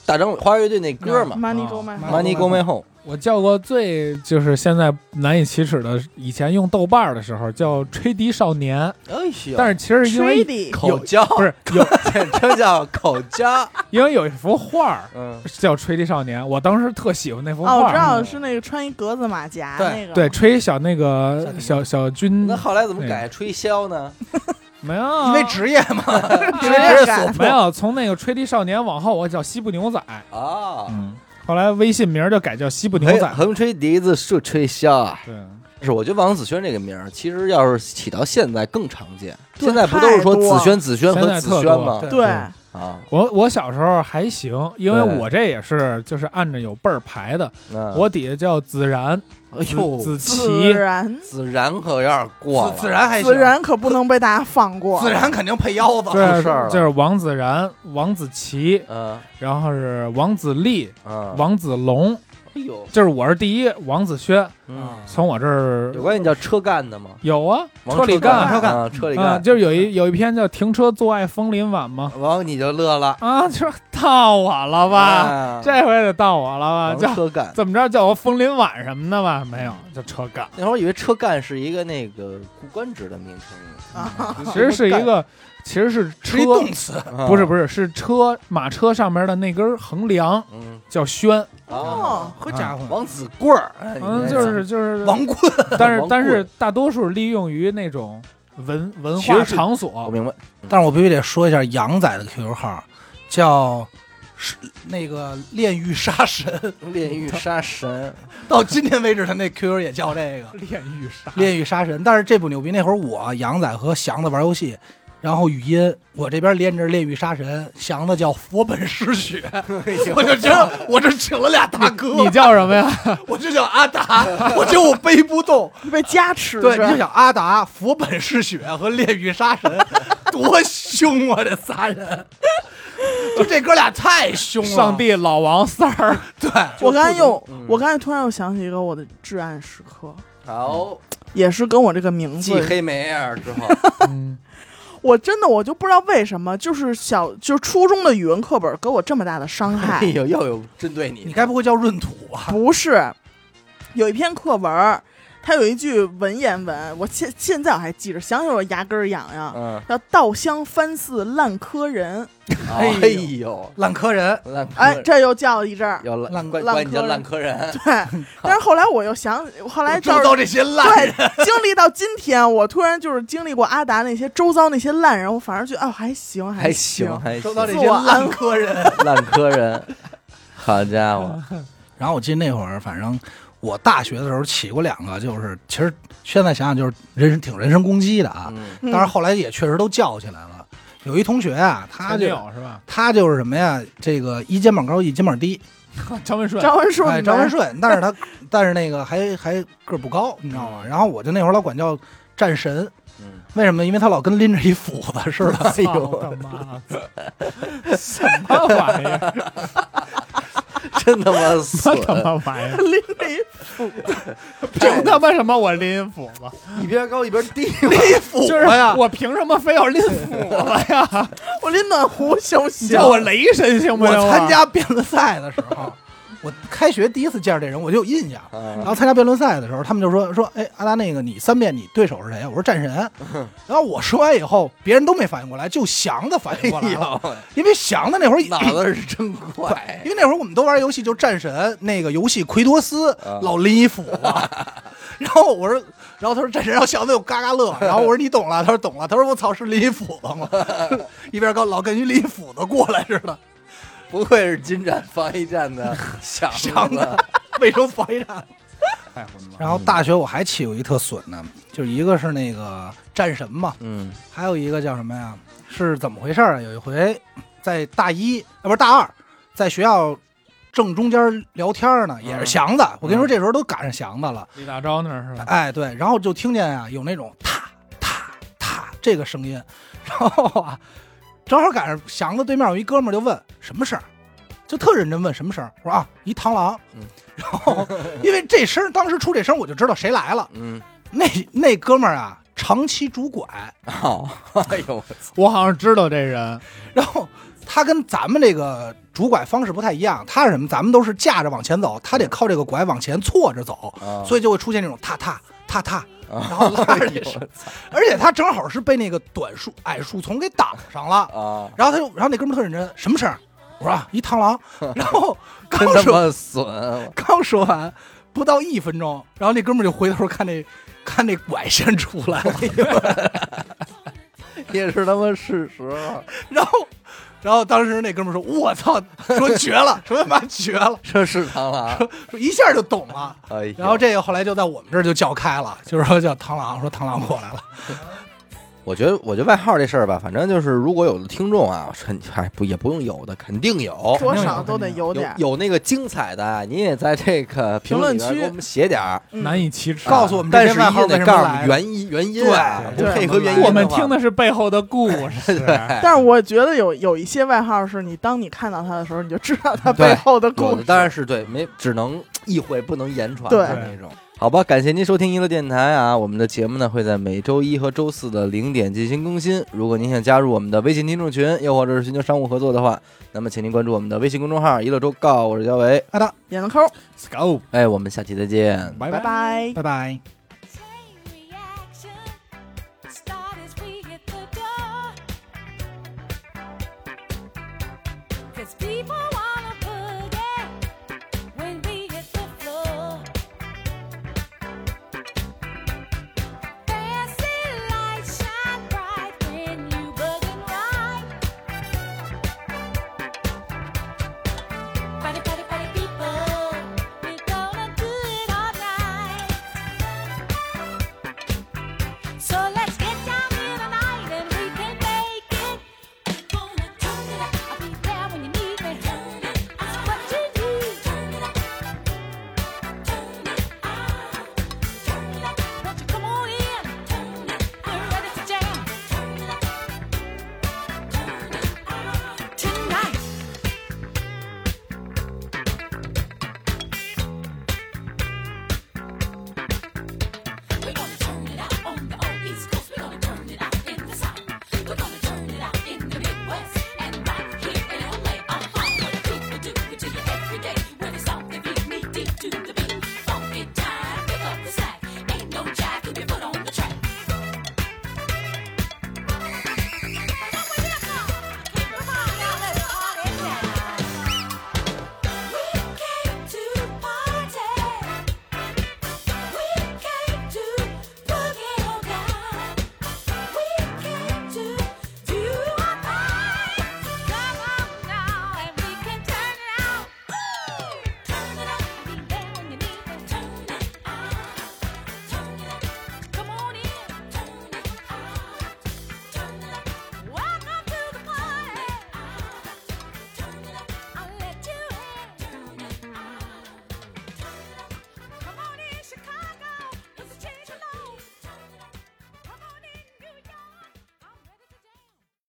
Speaker 1: 大张伟花儿乐队那歌嘛
Speaker 3: ，Money
Speaker 4: 啊
Speaker 3: Go My
Speaker 2: 哦妈
Speaker 1: ，Money Go My Hole，
Speaker 4: 我叫过最就是现在难以启齿的，以前用豆瓣儿的时候叫吹笛少年，
Speaker 1: 哎呦，
Speaker 4: 但是其实因为
Speaker 3: Shady
Speaker 1: 口交
Speaker 4: 不是有，
Speaker 1: 简称叫口交，
Speaker 4: 因为有一幅画儿
Speaker 1: 嗯，
Speaker 4: 叫《吹笛少年》，我当时特喜欢那幅画
Speaker 3: 哦，
Speaker 4: 儿。
Speaker 3: 我知道是那个穿一格子马甲
Speaker 2: 对
Speaker 3: 那个，
Speaker 4: 对，，吹小那个
Speaker 2: 小
Speaker 4: 小小 军
Speaker 1: 那，后来怎么改吹箫呢？
Speaker 4: 没有啊，
Speaker 2: 因为职业嘛，
Speaker 3: 职
Speaker 2: 职业
Speaker 3: 业
Speaker 2: 所
Speaker 3: 感
Speaker 4: 没有从那个《吹笛少年》往后，我叫西部牛仔，
Speaker 1: 啊，
Speaker 4: 嗯，后来微信名儿就改叫西部牛
Speaker 1: 横
Speaker 4: 仔。
Speaker 1: 横吹笛子竖吹箫啊。
Speaker 4: 对，
Speaker 1: 是，我觉得王子轩这个名儿，其实要是起到现在更常见。
Speaker 3: 对
Speaker 1: 现在不都是说
Speaker 3: 太多
Speaker 1: 子轩、子轩
Speaker 4: 现在
Speaker 1: 和子
Speaker 4: 特
Speaker 1: 轩
Speaker 4: 多
Speaker 1: 吗？
Speaker 2: 对
Speaker 3: 对
Speaker 4: 对
Speaker 1: 啊，
Speaker 4: 我我小时候还行，因为
Speaker 1: 对
Speaker 4: 我这也是就是按着有辈儿排的，
Speaker 1: 那
Speaker 4: 我底下叫子然、
Speaker 1: 哎
Speaker 4: 子
Speaker 1: 呦，
Speaker 4: 子
Speaker 3: 孜
Speaker 4: 琪，
Speaker 3: 然
Speaker 1: 子然可有点过了，
Speaker 2: 自然还行
Speaker 3: 孜，然可不能被大家放过，
Speaker 2: 自然肯定配腰子。
Speaker 1: 出
Speaker 4: 对，
Speaker 1: 事儿了
Speaker 4: 就是王子然、王子琪，
Speaker 1: 嗯
Speaker 4: 然后是王子立、
Speaker 1: 嗯，
Speaker 4: 王子龙，
Speaker 1: 哎呦，
Speaker 4: 就是我是第一，王子轩
Speaker 1: 嗯，
Speaker 4: 从我这儿
Speaker 1: 有关你叫车干的吗？
Speaker 4: 有啊，
Speaker 1: 王
Speaker 4: 车里干
Speaker 1: 车
Speaker 2: 车干
Speaker 1: 啊车里
Speaker 4: 啊，
Speaker 1: 干，
Speaker 4: 就是有一有一篇叫《停车坐爱枫林晚》嘛，
Speaker 1: 王你就乐了，
Speaker 4: 啊，就是到我了吧，
Speaker 1: 吧
Speaker 4: 这啊回得到我了吧，叫
Speaker 1: 车干。
Speaker 4: 怎么着叫我枫林晚什么的吧？没有，叫车干。
Speaker 1: 那会儿以为车干是一个那个官职的名称
Speaker 3: 啊，
Speaker 1: 呢，
Speaker 4: 其实是一个，其实是 车
Speaker 2: 是一，动词，
Speaker 1: 啊
Speaker 4: 不是不是是车马车上面的那根横梁
Speaker 1: 嗯
Speaker 4: 叫轩，
Speaker 1: 哦，
Speaker 2: 好家伙，
Speaker 1: 王子棍儿，哎
Speaker 4: 嗯，就是就是，
Speaker 2: 王棍
Speaker 4: 但是
Speaker 1: 王棍
Speaker 4: 但是大多数利用于那种文文
Speaker 1: 其实
Speaker 4: 化
Speaker 1: 是
Speaker 4: 场
Speaker 1: 我
Speaker 4: 所，
Speaker 1: 明白，
Speaker 2: 但是我必须得说一下杨仔的 QQ 号，叫是那个炼狱杀神，
Speaker 1: 炼狱杀神，
Speaker 2: 到今天为止他那 QQ 也叫这个
Speaker 4: 炼狱杀
Speaker 2: 炼狱杀神。但是这不牛逼，那会儿我啊杨仔和祥子玩游戏。然后语音，我这边连着炼狱杀神，祥子叫佛本失血， 我就觉得我这请了俩大哥，
Speaker 4: 哎你叫什么呀？
Speaker 2: 我就叫阿 达，我觉得我背不动，
Speaker 3: 被加持
Speaker 2: 对，
Speaker 3: 着
Speaker 2: 你就想阿达、佛本嗜血和炼狱杀神，多凶啊！这仨人，就这哥俩太凶了。
Speaker 4: 上，帝老王三儿，
Speaker 2: 对，
Speaker 3: 我刚才又
Speaker 1: 嗯，
Speaker 3: 我刚才突然又想起一个我的至暗时刻，
Speaker 1: 好，
Speaker 3: 也是跟我这个名
Speaker 1: 继
Speaker 3: 字，
Speaker 1: 黑莓儿之后，
Speaker 4: 嗯
Speaker 3: 我真的我就不知道为什么，就是小就初中的语文课本给我这么大的伤害
Speaker 1: 哎，呦，又有针对你
Speaker 2: 你，该不会叫闰土吧？
Speaker 3: 不是，有一篇课文儿，它有一句文言文，我现现在我还记着，想起来我牙根儿痒痒，
Speaker 1: 嗯，
Speaker 3: 叫“稻香翻似烂柯人
Speaker 1: 哎
Speaker 2: 哎呦
Speaker 1: 呦，
Speaker 2: 烂柯人，
Speaker 1: 烂”，柯
Speaker 3: 哎，这又叫一 阵儿。
Speaker 1: 要烂
Speaker 2: 烂
Speaker 1: 怪
Speaker 3: 烂
Speaker 1: 怪你叫
Speaker 3: 柯
Speaker 1: 烂柯人，
Speaker 3: 对，但是后来我又想，后来
Speaker 2: 周
Speaker 3: 到
Speaker 2: 遭这些烂人，
Speaker 3: 对，经历到今天，我突然就是经历过阿达那些周遭那些烂人，我反而觉得哦还行
Speaker 1: 还
Speaker 3: 行
Speaker 1: 行，还
Speaker 2: 周
Speaker 1: 行，
Speaker 2: 遭这
Speaker 3: 自
Speaker 2: 些
Speaker 3: 我
Speaker 2: 烂柯人。
Speaker 1: 烂柯人，好家伙，
Speaker 2: 然后我记得那会儿，反正我大学的时候起过两个，就是其实现在想想就是人身挺人身攻击的啊，
Speaker 1: 嗯
Speaker 3: 嗯
Speaker 2: 但是后来也确实都叫起来了。有一同学啊，他
Speaker 4: 前女
Speaker 2: 就
Speaker 4: 友是吧？
Speaker 2: 他就是什么呀？这个一肩膀高，一肩膀低，
Speaker 4: 张文顺，
Speaker 3: 张文顺
Speaker 2: 哎，
Speaker 3: 呗，
Speaker 2: 张文顺，但是他但是那个还还个儿不高，你知道
Speaker 4: 嗯
Speaker 2: 吗？然后我就那会儿老管叫战神，
Speaker 1: 嗯
Speaker 2: 为什么？因为他老跟拎着一斧子似的。
Speaker 1: 哎
Speaker 4: 操
Speaker 1: 呦，
Speaker 4: 他哦妈，什么玩意儿？
Speaker 1: 真 他妈
Speaker 4: 什么他
Speaker 1: 损！
Speaker 4: 妈 玩意儿？
Speaker 3: 拎着一斧子，
Speaker 4: 凭他妈什么我拎斧子？
Speaker 1: 一边高一边低，
Speaker 2: 斧
Speaker 4: 就是
Speaker 2: 子呀，
Speaker 4: 我凭什么非要拎斧子呀？
Speaker 3: 我拎暖壶行不
Speaker 4: 你
Speaker 3: 行？
Speaker 4: 叫我雷神行不
Speaker 2: 我
Speaker 4: 行啊？
Speaker 2: 参加辩论赛的时候，我开学第一次见着这人，我就有印象。然后参加辩论赛的时候，他们就说说，哎，阿达那个你三辩你对手是谁啊？我说战神。
Speaker 1: 嗯
Speaker 2: 然后我说完以后，别人都没反应过来，就祥子反应过来了，因为祥子那会儿
Speaker 1: 哎脑子是真 快
Speaker 2: 因为那会儿我们都玩游戏，就战神那个游戏奎多斯
Speaker 1: 啊
Speaker 2: 老拎一 斧子，然后我说，然后他说战神，然后小子又嘎嘎乐，然后我说你懂了，他说懂了，他说我操是拎一斧子吗？ 一边高老跟一拎一斧子过来似的，
Speaker 1: 不愧是金站防疫站的想
Speaker 2: 想
Speaker 1: 的
Speaker 2: 的，卫生防疫站。
Speaker 4: 太混了。
Speaker 2: 然后大学我还起过一特损的，就是一个是那个战神嘛，
Speaker 1: 嗯
Speaker 2: 还有一个叫什么呀？是怎么回事儿啊？有一回 在大一，啊不是大二，在学校正中间聊天儿呢，也是祥子。我跟你说，这时候都赶上祥子了。
Speaker 4: 李大钊那儿是吧？
Speaker 2: 哎，对，然后就听见啊有那种踏踏踏这个声音， 然后啊，正好赶上祥子对面有一哥们儿就问什么事儿，就特认真问什么事儿。我说啊，一螳螂
Speaker 1: 嗯。
Speaker 2: 然后因为这声儿当时出这声儿我就知道谁来了。
Speaker 1: 嗯，
Speaker 2: 那那哥们儿啊，长期主管，
Speaker 1: 哦，哎呦，我操
Speaker 4: 我好像知道这人，
Speaker 2: 然后他跟咱们这个主拐方式不太一样，他是什么？咱们都是架着往前走，他得靠这个拐往前错着走，
Speaker 1: 啊
Speaker 2: 所以就会出现这种踏踏踏踏，
Speaker 1: 啊
Speaker 2: 然后拉着
Speaker 1: 哎
Speaker 2: 你
Speaker 1: 呦
Speaker 2: 手
Speaker 1: 我操
Speaker 2: 而且他正好是被那个短树矮树丛给挡上了。
Speaker 1: 啊，
Speaker 2: 然后他就，然后那哥们儿特认真，什么事儿？我说啊，一螳螂。然后刚
Speaker 1: 真他
Speaker 2: 说
Speaker 1: 妈损！
Speaker 2: 刚说完，不到一分钟，然后那哥们儿就回头看那看那拐先出来了。
Speaker 1: 也是他妈事实啊了，
Speaker 2: 然后，然后当时那哥们儿说：“我操，说绝了，说他妈绝了。”
Speaker 1: 这是螳螂。
Speaker 2: 说一下就懂了。
Speaker 1: 哎呦，
Speaker 2: 然后这个后来就在我们这儿就叫开了，就是说叫螳螂，说螳螂过来了。
Speaker 1: 我觉得，我觉得外号这事儿吧，反正就是如果有的听众啊，肯还不也不用有的，肯定有。
Speaker 3: 多少都得有
Speaker 1: 有
Speaker 3: 点儿。
Speaker 1: 有那个精彩的，你也在这个评论里
Speaker 3: 评论
Speaker 1: 边
Speaker 3: 区
Speaker 1: 给我们写点儿。啊
Speaker 3: 嗯
Speaker 4: 难以启齿。
Speaker 2: 告诉我们这
Speaker 1: 但
Speaker 2: 些
Speaker 1: 是
Speaker 2: 外号
Speaker 1: 一定
Speaker 2: 为
Speaker 1: 得
Speaker 2: 什么
Speaker 1: 告诉
Speaker 2: 来
Speaker 1: 你
Speaker 2: 的。
Speaker 1: 原因原因啊，
Speaker 2: 对
Speaker 1: 不配合原因
Speaker 2: 对
Speaker 1: 话，
Speaker 4: 我们听的是背后的故 事，
Speaker 1: 哎
Speaker 3: 但是我觉得有有一些外号是你当你看到他的时候，你就知道他背后的
Speaker 1: 有
Speaker 3: 故
Speaker 1: 的
Speaker 3: 事。
Speaker 1: 当然是对，没只能意会不能言传
Speaker 3: 对
Speaker 1: 的那种。好吧，感谢您收听娱乐电台啊！我们的节目呢会在每周一和周四的零点进行更新。如果您想加入我们的微信听众群，又或者是寻求商务合作的话，那么请您关注我们的微信公众号“娱乐周告”，我是焦维。
Speaker 3: 眼子抠，
Speaker 4: Go，
Speaker 1: 哎，我们下期再见。
Speaker 4: 拜
Speaker 3: 拜拜。
Speaker 2: 拜拜。